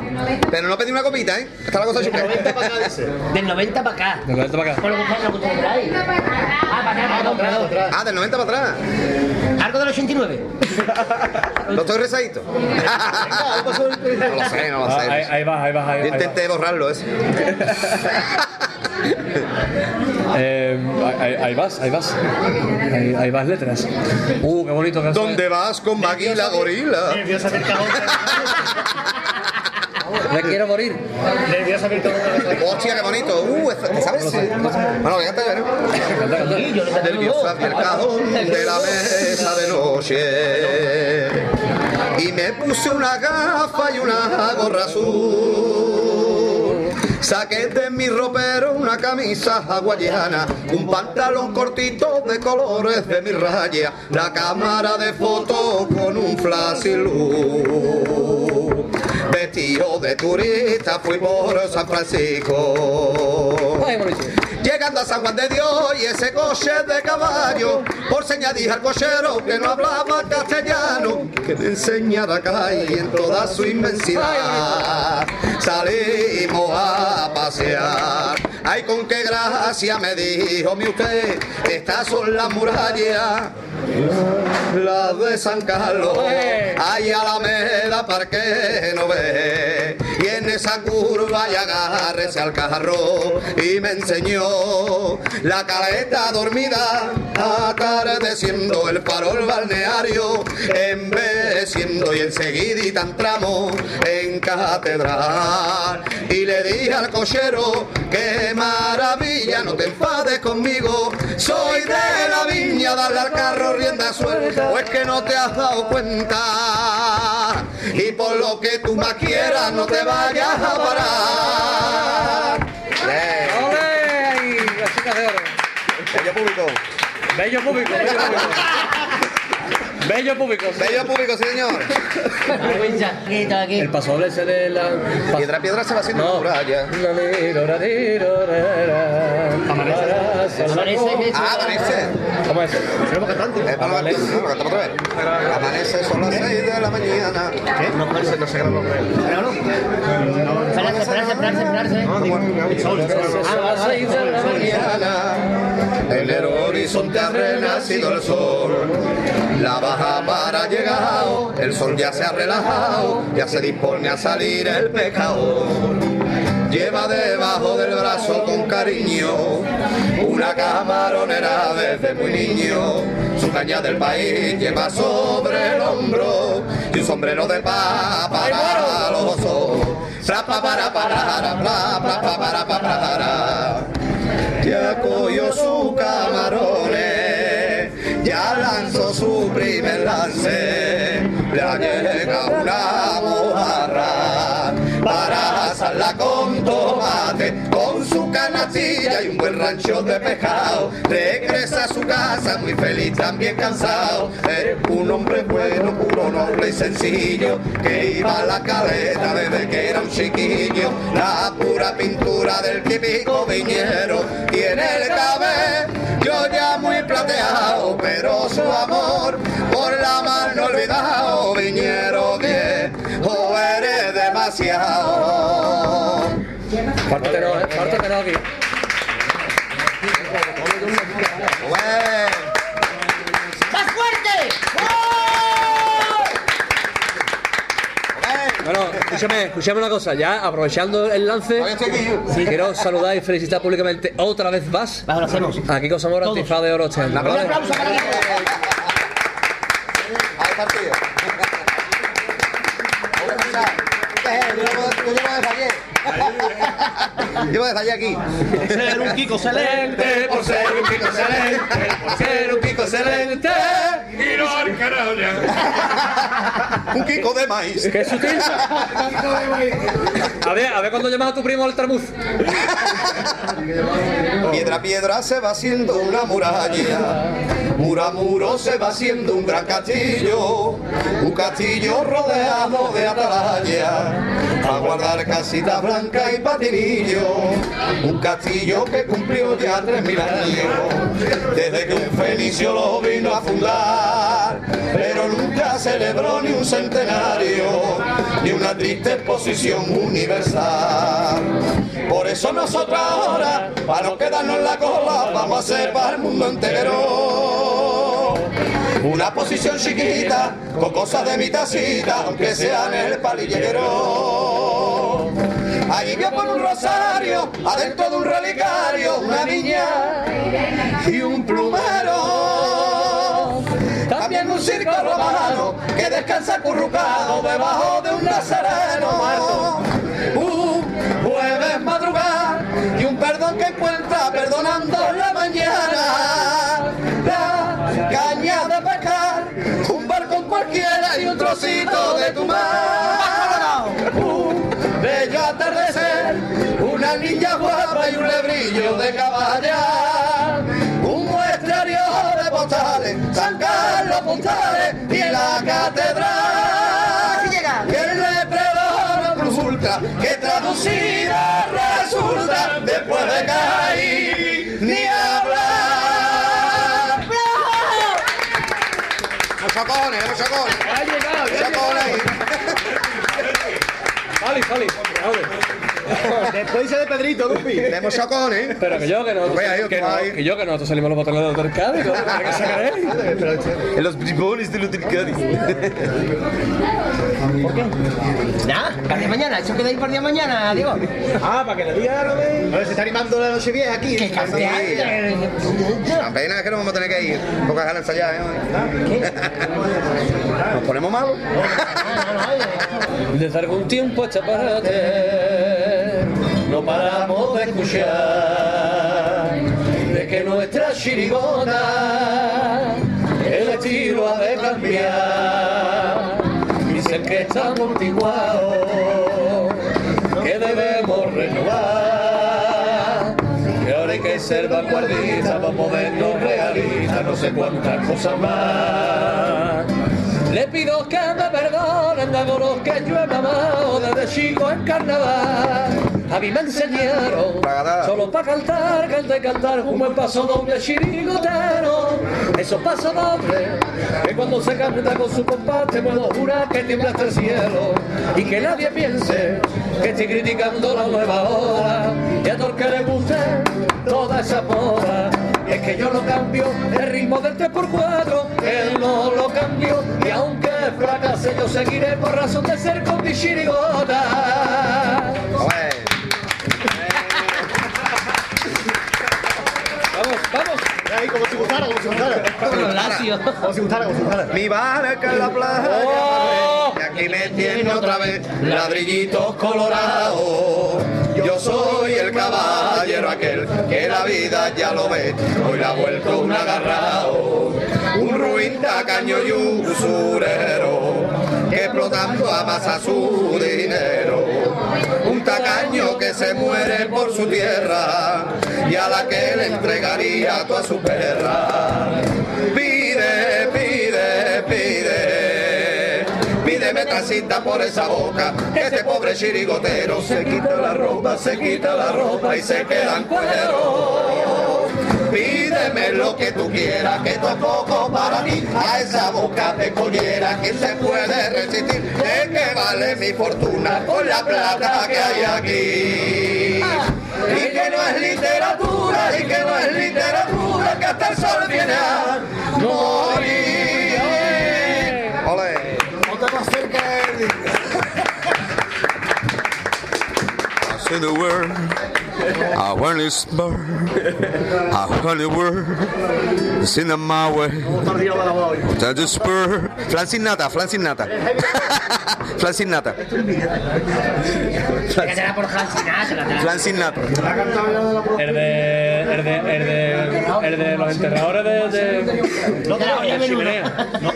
Pero no pedí una copita, ¿eh? Está la cosa chula. Del 90 para acá. De vuelta para acá. Por lo que lo que queráis. Ah, para atrás, perdón, perdón. Ah, del 90 para atrás. Algo del 89. ¿Lo estoy rezadito? No lo sé, no lo sé. Ah, ahí, ahí va, ahí va, ahí, Yo ahí va. intenté borrarlo eso. Eh, ahí, ahí vas, ahí vas. Ahí, ahí vas letras. Uh, qué bonito que ¿Dónde vas con Maguila Gorila? Nerviosa del cajón. Me quiero morir. Nerviosa del cajón. Hostia, qué bonito. Uh, esta- ¿te sabes? Bueno, ya está, ¿eh? ya. Nerviosa del cajón de la mesa de noche. Y me puse una gafa y una gorra azul. Saqué de mi ropero una camisa hawaiana, un pantalón cortito de colores de mi raya, la cámara de foto con un flash y luz. Vestido de turista fui por San Francisco. Llegando a San Juan de Dios y ese coche de caballo, por señal dije al cochero que no hablaba castellano, que me enseñara acá y en toda su inmensidad salimos a pasear. Ay, con qué gracia me dijo mi usted, estas son las murallas. La de San Carlos, hay Alameda para que no ve. Y en esa curva y agárrese al carro y me enseñó la caleta dormida, atardeciendo el farol balneario, embeleciendo y enseguidita entramos en catedral. Y le dije al cochero, qué maravilla, no te enfades conmigo, soy de la viña, dale al carro rienda suelta, o es que no te has dado cuenta. Y por lo que tú más quieras, no te vayas a parar. ¡Ole! Las chicas de oro. Oye, Bello público. Bello público. Bello público. Bello público, sí, señor. El paso doble ese de la. Piedra piedra se va haciendo natural ya. Amanece. Ah, amanece. Eh, ¿Cómo es? Tenemos cantante. Es para amanece. No, lo cantamos otra vez. Amanece son las 6 de la mañana. ¿Qué? No parece, no se grabó. No, no. Esperarse, esperarse, esperarse, esperarse. Ah, A las seis de la mañana, en el horizonte ha renacido el sol. La baja para ha llegado, el sol ya se ha relajado, ya se dispone a salir el pescador. Lleva debajo del brazo con cariño una camaronera desde muy niño. Su caña del país lleva sobre el hombro y un sombrero de papa para los osos. Tra, pa, para, para, para, pla, pla, pa, para, pa, para, para. Ya cogió sus camarones, ya lanzó su primer lance. Le ha llegado una mojarra para asarla con tomate, con su canastilla y un buen rancho de pescado. Regresa a su casa muy feliz, también cansado. Es un hombre bueno, puro, noble y sencillo, que iba a la caleta desde que era un chiquillo. La pura pintura del típico viñero tiene el cabello ya muy plateado, pero su amor por la mar no olvidado, viñero que o eres demasiado. Parte no, eh, parte que no aquí. ¡Más fuerte! Bueno, escúchame, escúchame una cosa, ya aprovechando el lance, sí, quiero saludar y felicitar públicamente otra vez más. Abracemos. A Kiko Zamora, antifaz de oro este año, ¿vale? Al partido. Yo llevo desayé. Llevo desayé aquí. Por ser un Kiko excelente, por ser un Kiko excelente, por ser un Kiko excelente. Y no al carajo ya. Un Kiko de maíz. Qué sutil. A ver, a ver cuando llamas a tu primo al tramuz. Piedra a piedra se va haciendo una muralla, muro a muro se va haciendo un gran castillo, un castillo rodeado de atalaya, a guardar casita blanca y patinillo, un castillo que cumplió ya tres mil años, desde que un fenicio lo vino a fundar, pero nunca celebró ni un centenario, ni una triste exposición universal. Por eso nosotros ahora, para no quedarnos en la cola, vamos a hacer para el mundo entero. Una posición chiquita, con cosas de mi tacita, aunque sean el palillero. Ahí vio por un rosario, adentro de un relicario, una niña y un plumero. También un circo romano que descansa acurrucado debajo de un nazareno. Un jueves madrugar y un perdón que encuentra perdonando la mañana. La caña de pescar, un barco cualquiera y un trocito de tu mar. Un bello atardecer, una niña guapa y un lebrillo de caballa. Un muestrario de postales, San Carlos Puntales y la catedral. Que le perdona Cruz Ultra, que traducida resulta después de caer ni hablar. Los chacones, los chacones. Ha llegado, Los chacones ahí. Fali, Fali. Después dice de Pedrito, Dupi. Tenemos chacones. Pero que yo, que nosotros, Vea, yo, que, tú no- ahí. que yo, que nosotros salimos los botones de Doctor Cádiz, ¿no? ¿Qué sacaréis? En los bribones de Luther ¿Por qué? Nada, para de mañana, eso queda ahí por día mañana, digo. Ah, para que le diga lo de. A ver, se está animando la noche vieja aquí. Que cante Apenas que nos vamos a tener que ir. Porque dejar ensayar, ¿eh? Nos ponemos malos. Desde algún tiempo esta parte no paramos de escuchar de que nuestra chirigota el estilo ha de cambiar. Dicen que está amortiguado, que debemos renovar, que ahora hay que reserva guardiza, vamos a vernos realistas, no sé cuántas cosas más. Le pido que me perdonen de los que yo he mamado desde chico en carnaval. A mí me enseñaron solo para cantar, cantar, cantar un buen paso doble chirigotero. Esos pasos dobles que cuando se canta con su compás te puedo jurar que tiembla hasta el cielo y que nadie piense que estoy criticando la nueva ola y a todo el que le guste toda esa moda. Es que yo lo cambio el ritmo del 3x4, él no lo cambio y aunque fracase yo seguiré por razón de ser con mi chirigota. Vamos, vamos. Ahí, como si gustara, como si gustara. Como si gustara, como si gustara. Mi barca en la playa. Y aquí me tiene otra vez ladrillitos colorados. Yo soy el caballero aquel que la vida ya lo ve. Hoy la ha vuelto un agarrado, un ruin tacaño y usurero que explotando amasa su dinero. Un tacaño que se muere por su tierra y a la que le entregaría toda su perra. Pide, pide, pide. Pídeme tacita por esa boca, que este pobre chirigotero se quita la ropa, se quita la ropa y se queda en cuero. Pídeme lo que tú quieras, que tampoco para mí a esa boca peculiera que se puede resistir. ¿De qué vale mi fortuna con la plata que hay aquí? Y que no es literatura, y que no es literatura, que hasta el sol viene a morir. Ole. No te más cerca de él. I see the world. I want to burn. I want to work. It's in my way. I just burn. Flan sin nata, flan sin nata. Flan sin nata. Trágatela por Hans Sinatra. Flan sin nata. El de, el de, el de, el de los enterradores de... de... No,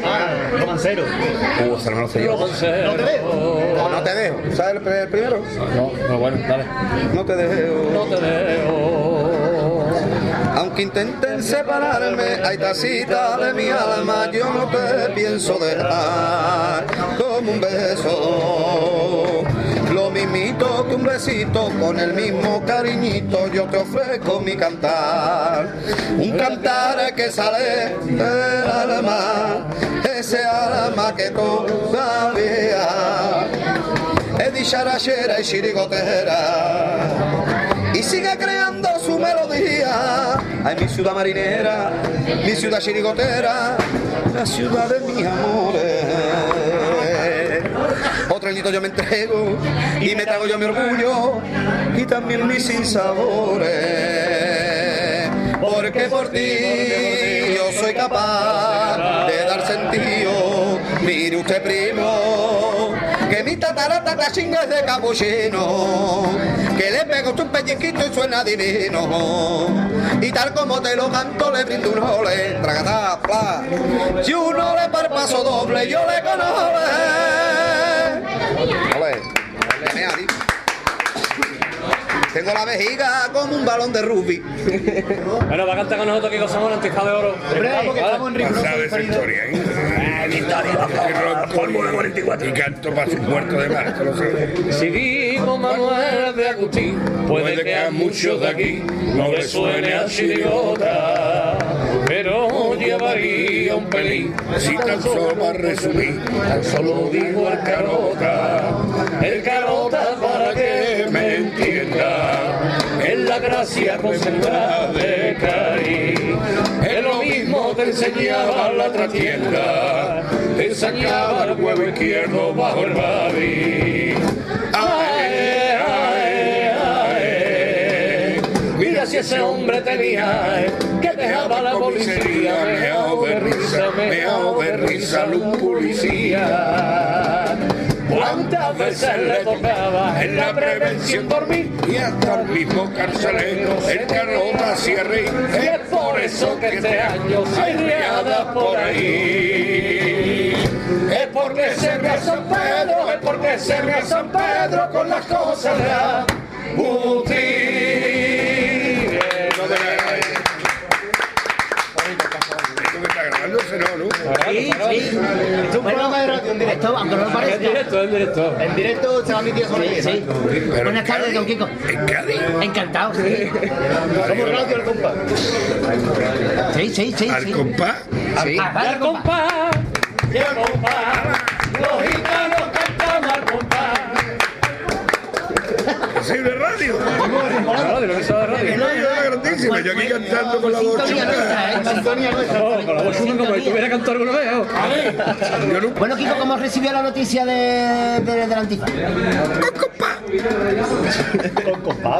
ah, Romancero. Uh, se no lo sé yo. No te dejo. No te dejo. ¿Sabes el, el primero? No, no, bueno, dale. No te dejo. No te dejo. Aunque intenten separarme, hay tacita de mi alma, yo no te pienso dejar como un beso. Lo mismito que un besito, con el mismo cariñito, yo te ofrezco mi cantar. Un cantar que sale del alma, ese alma que todavía es dicharachera y chirigotera y sigue creando su melodía. Ay, mi ciudad marinera, mi ciudad chirigotera, la ciudad de mis amores. Otro añito yo me entrego y me trago yo mi orgullo y también mis sinsabores. Porque por ti yo soy capaz de dar sentido. Mire usted, primo, que mi tatarata la chinga es de capuchino, que le pego un pellizquito y suena divino. Y tal como te lo canto, le brindo un ole, tragatá, pla. Si uno le parpaso doble, yo le conole. Ole, ole, mea, di. Tengo la vejiga como un balón de rugby. Bueno, va a cantar con nosotros Kiko Samuel, Antija de Oro. ¿Sabes esa historia, ¿eh? Ah, Victoria. Fórmula 44. Y canto para su puerto de mar, te lo sé. Si vivo Manuel de Agustín, Puede que a muchos de aquí no le suene a chirigota, pero llevaría un pelín. Si tan solo para resumir, tan solo digo al carota, el carota para que me entienda, es la gracia concentrada de Cari. Es lo mismo te enseñaba la tratienda, te sacaba el huevo izquierdo bajo el babi. Ae, ae, ae. Mira si ese hombre tenía eh, que dejaba la policía, me hago de risa, me hago de risa, un policía. ¿Cuántas veces le tocaba en la prevención dormir? Y hasta el mismo carcelero, el carota hacía reír. Es por eso que este año hay riadas por ahí. Es porque se ría San Pedro, es porque se ría San Pedro con las cosas de Agustín. Eh, no te- Sí, sí. Es un programa de radio en directo, aunque no lo parezca. En directo, en directo. En directo se va a emitir sobre Sí, sí. Buenas tardes, don Kiko. Encantado, sí. Somos radio al compás. Sí, sí, sí. ¿Al compás? Sí. Ah, vale, compás. Y al compás, los gitanos cantan al compás. Sí, de radio. radio, lo que estaba radio. era grandísima. Yo aquí cantando con la voz Bueno, Kiko, ¿cómo recibió la noticia de, de, de la antifa? Con compás,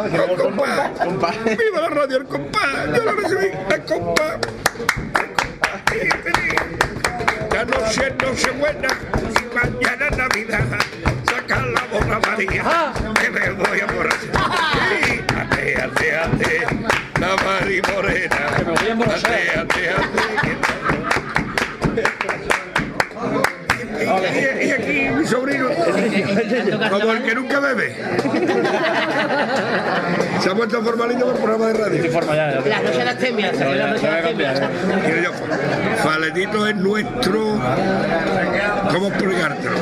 que no con compás. ¡Viva la radio, el compás! Yo lo recibí, el compás. La noche no se buena y mañana es Navidad. Saca la borra María, que me voy a emborrachar. Sí, ate, ate, ate, la Mari Morena. Que me voy a emborrachar. Ate, ate, ate. Y, y- y aquí mi sobrino, como el que nunca bebe. Se ha puesto formalito por programa de radio. Las noches de astemia, salió las noches de astemia. Quiero yo, Faletito es nuestro. ¿Cómo explicártelo?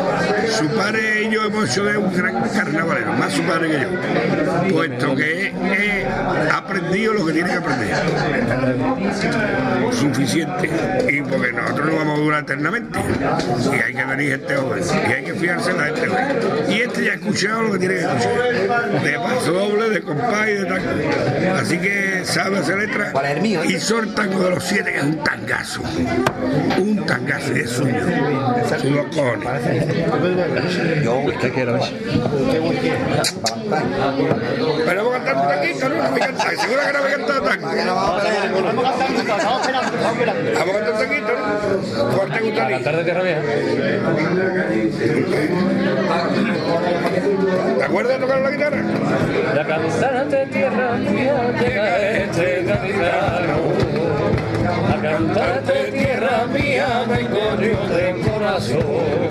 Su padre y yo hemos sido un gran carnavalero, más su padre que yo. Puesto que he he aprendido lo que tiene que aprender. Suficiente. Y porque nosotros no vamos a durar eternamente. Y hay que venir gente joven. Y hay que fiarse en la gente joven. Y este ya ha escuchado lo que tiene que escuchar. De paso doble, de compás y de taco. Así que sabe hacer letra. Y son tango de los siete, que es un tangazo. Un tangazo, y es suyo. Son los cojones. Yo, usted quiere Pero vamos a cantar un taquito, ¿no? Vamos a cantar. Seguro que no voy a cantar tango. Vamos a cantar un taquito, vamos a cantar un taquito, ¿no? ¿Cuál te gusta a ti? tarde, tierra mía. ¿Te acuerdas de tocar la guitarra? La cantante tierra mía llega este capitano. La cantante tierra mía vengo yo de corazón.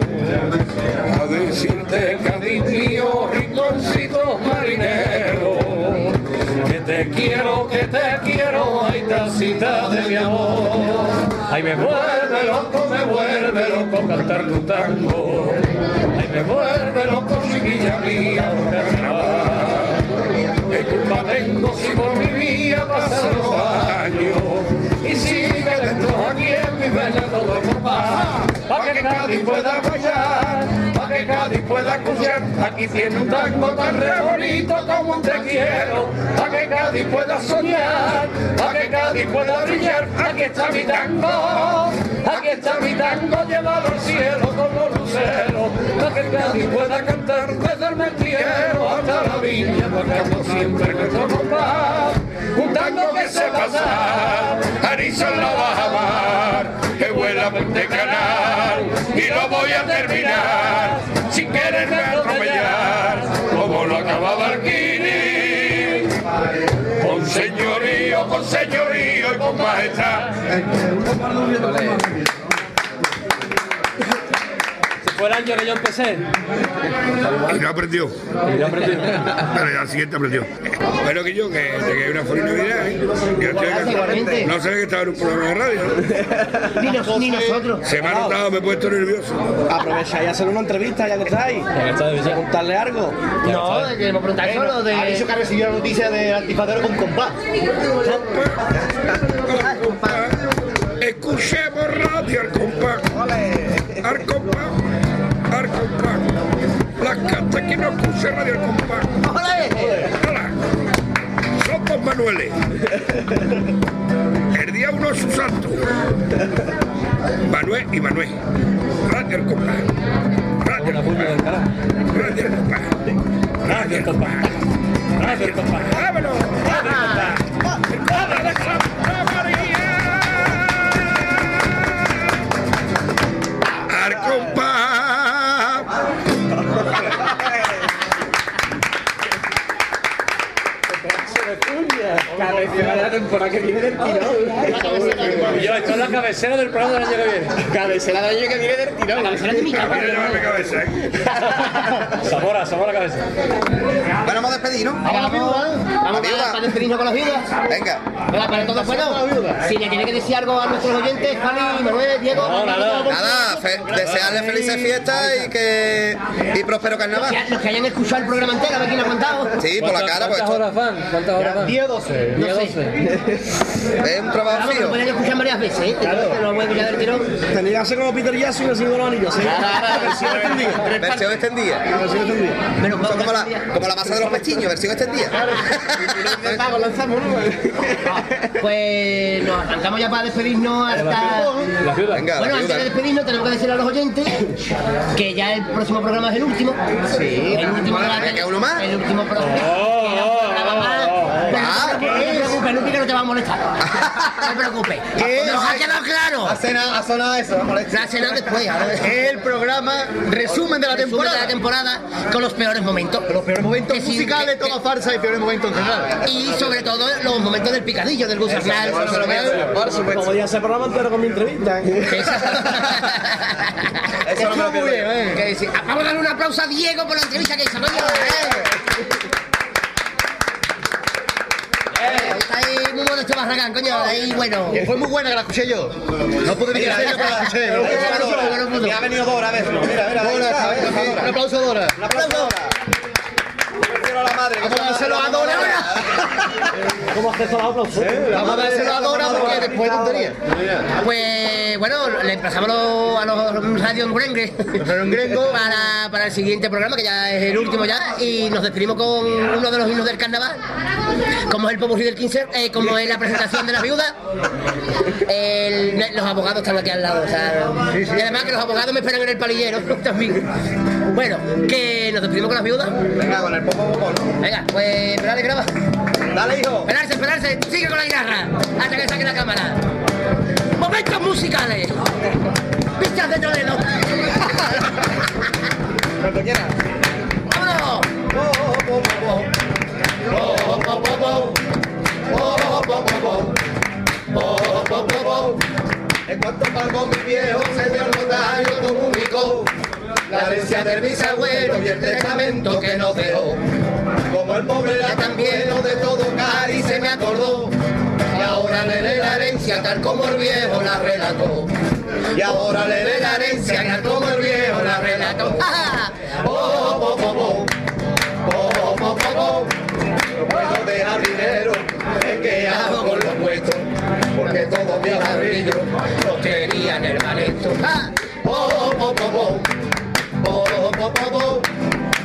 A decirte, Cádiz mío, rinconcito marinero, que te quiero, que te quiero, ay tacita de mi amor. Ay, me vuelve loco, me vuelve loco cantar tu tango. Ay, me vuelve loco, chiquilla mía, por carnaval. ¿Qué culpa tengo si por mi vida pasan los años? Y si me destroza aquí en mi vena todo papá, para que Cádiz pueda bailar, para que Cádiz pueda escuchar. Aquí tiene un tango tan re bonito como un te quiero, para que Cádiz pueda soñar, para que Cádiz pueda brillar. Aquí está mi tango, aquí está mi tango llevado al cielo como lucero, para que Cádiz pueda cantar desde el mentiero hasta la villa, tocando siempre nuestro compás. Un tango que se pasa, Arisa la va a amar, que vuela Monte Canal, y lo voy a terminar, sin quererme atropellar, como lo acababa Arquini, con señorío, con señorío y con majestad. Fue el año que yo empecé. Y no aprendió. Y no aprendió. Pero ya al siguiente aprendió. Pero que yo, que llegué una feliz Navidad, ¿eh? Yo estoy acá. Igualmente. No sabía que estaba en un programa de radio. ¿no? Ni, nos- ni nosotros. Se me ha notado, me he puesto nervioso. Aprovecha y hacer una entrevista, ya que estáis. Preguntarle algo. No, de- de- preguntar solo de- Ha dicho que ha recibido la noticia del antifadero con compás. Escuchemos radio al compás. Al compás. Al compás. La canta que no escucha radio al compás. Hola. Somos Manueles. El día uno es su santo. Manuel y Manuel. Radio al compás. Radio al compás. Radio al compás. Radio al compás. Radio al compás. ¡Vámonos! Radio al compás. Radio al compás. al compás. la temporada que viene del tirón. Yo, esto es la cabecera del programa del año que viene. Cabecera del año que viene del tirón. Cabecera de mi cabeza. Zamora, Zamora cabeza. Bueno, vamos a despedir, ¿no? Vamos a la viuda. Vamos a para despedirnos con las viudas. Venga. Venga, pero todo bueno. Si le tiene que decir algo a nuestros oyentes, Fali, Manuel, Diego. Nada, fe- desearles felices fiestas y que y próspero carnaval. Ya, Los que hayan escuchado el programa entero, a ver quién lo ha contado. Sí, por la cara, pues. ¿Cuántas horas van? ¿Cuántas horas van? 10 12. No sé. Es un trabajo frío. Lo pueden escuchar varias veces, ¿eh? Entonces, Lo voy a escuchar del tirón. Tenía que hacer como Peter Jackson y así con los anillos. ¿sí? Versión extendida. Versión extendida. Versión extendida. Son como la, como la masa de los pestiños, versión extendida. Pues nos arrancamos ya para despedirnos hasta. La viuda. Venga, bueno, la antes viuda. de despedirnos tenemos que decir a los oyentes que ya el próximo programa es el último. Sí. El último programa. ¿Que uno más? El último programa. Queda un programa más. Pero no te preocupes, no te preocupes, Lupi, que no te va a molestar. No te preocupes. Nos ha quedado claro. Ha sonado, ha sonado eso, no molesta. La cena después. ahora- El programa resumen de la temporada. de la temporada con los peores momentos. Los peores momentos musicales, toda farsa y peores momentos en general. Y sobre todo los momentos del picadillo, del gusarnal. Como ya se programa entero con mi entrevista. Eso no muy bien, Que dice, ah, Vamos a darle un aplauso a Diego por la entrevista que hizo. coño. ¿eh? Está ahí muy modesto Barragán, coño. Ahí bueno. Que fue muy buena que la escuché yo. No pude venir a hacerlo, pero la escuché. Me gustó la Dora. Me ha venido Dora a verlo. Mira, mira, Dora, está, venga, está Dora. Un aplauso a Dora. Un aplauso a Dora. Prefiero a la madre. Vamos a dárselo a Dora. ¿Cómo haces los aplausos? Vamos a dárselo a Dora porque después tontería. Pues bueno, le emplazamos a los, a los Radio Engrengue para, para el siguiente programa, que ya es el último ya, y nos despedimos con uno de los himnos del carnaval, como es el Popurrí del 15, eh, como es la presentación de la viuda. El- los abogados están aquí al lado, o sea, y además que los abogados me esperan en el palillero también. Bueno, que nos despedimos con las viudas. Venga, con el popo popo, Venga, pues esperarse, graba. Dale, hijo. Esperarse, esperarse, tú sigue con la guitarra, hasta que saque la cámara. Momentos musicales. Pistas eh. de Toledo. Cuando quieras. ¡Vámonos! En cuanto pagó mi viejo señor notario comunicó la herencia de mis abuelos y el testamento que nos dejó. Como el pobre era tan bueno de todo cari se me acordó y ahora le dé la herencia tal como el viejo la relató. Y ahora le dé la herencia tal como el viejo la relató. Oh, oh, oh, oh, oh, oh, oh, oh, oh. No puedo dejar dinero, es que hago con los puestos, porque todos mis ladrillos los tenía en el maleto. Oh, oh, oh, oh, oh, oh, oh, oh, oh.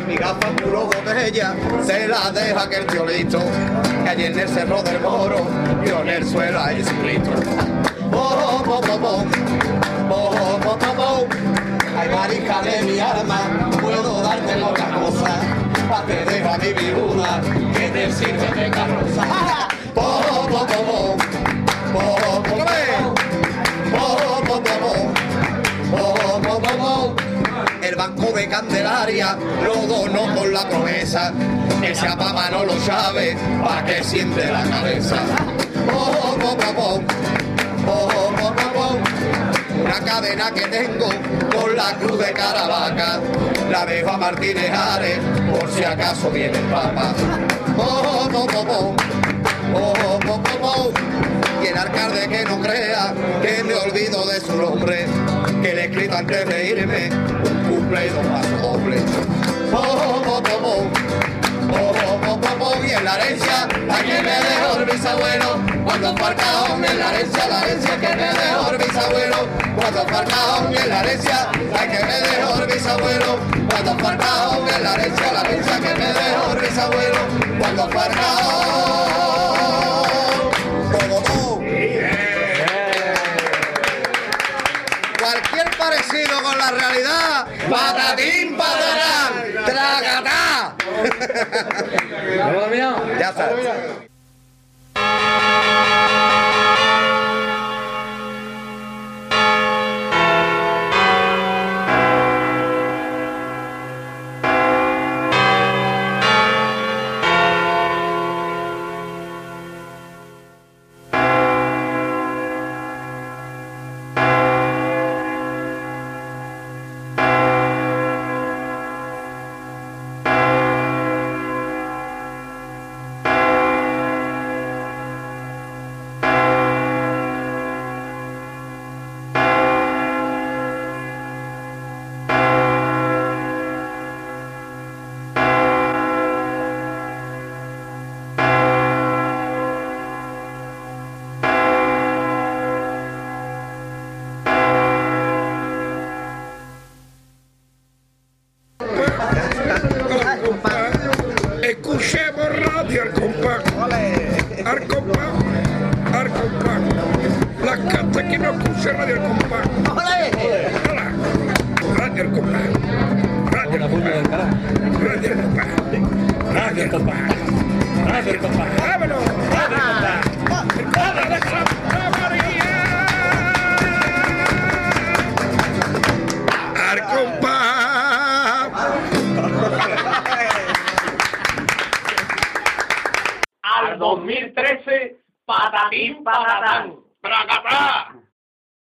Mi gafa puro botella se la deja que el tío listo, que allí en el cerro del moro, yo en el suelo hay escrito. Oh, oh, oh, oh, oh, oh, oh, oh, oh. Ay, marica de mi alma, puedo darte otra cosa, pa' que deja mi viuda, que te sirve de carroza. Po, po, po, po, po, po, po, po, po, po, po, po, po, po, po. El banco de Candelaria lo donó con la promesa que sea papá no lo sabe pa' que siente la cabeza. Po, po, po, po, po, po, po, po. Una cadena que tengo con la cruz de Caravaca la dejo a Martínez Ares por si acaso viene el Papa. Oh, oh, oh, oh, oh, oh, oh, oh, oh. Y el alcalde que no crea que me olvido de su nombre, que le he escrito antes de irme un cumple y dos pasos doble. Oh, oh, oh, oh, oh. Oh, oh, oh, oh, oh. Y en la herencia, a quien me dejó el bisabuelo, cuando Farcajón en la herencia, la herencia que me dejó el bisabuelo, cuando Farcajón en la herencia, la que me dejó el bisabuelo, cuando Farcajón en la herencia, la herencia que me dejó el bisabuelo, cuando Farcajón, como tú. Cualquier parecido con la realidad, patatín, patatán, tragatá. Ya está. Thank compadre. Gracias, compadre. Gracias, compadre. Gracias, compadre. Gracias, compadre. Gracias, compadre. ¡Vámonos! ¡Vámonos! ¡Vámonos! ¡Al Al 2013, patatín, patatán. ¡Braga,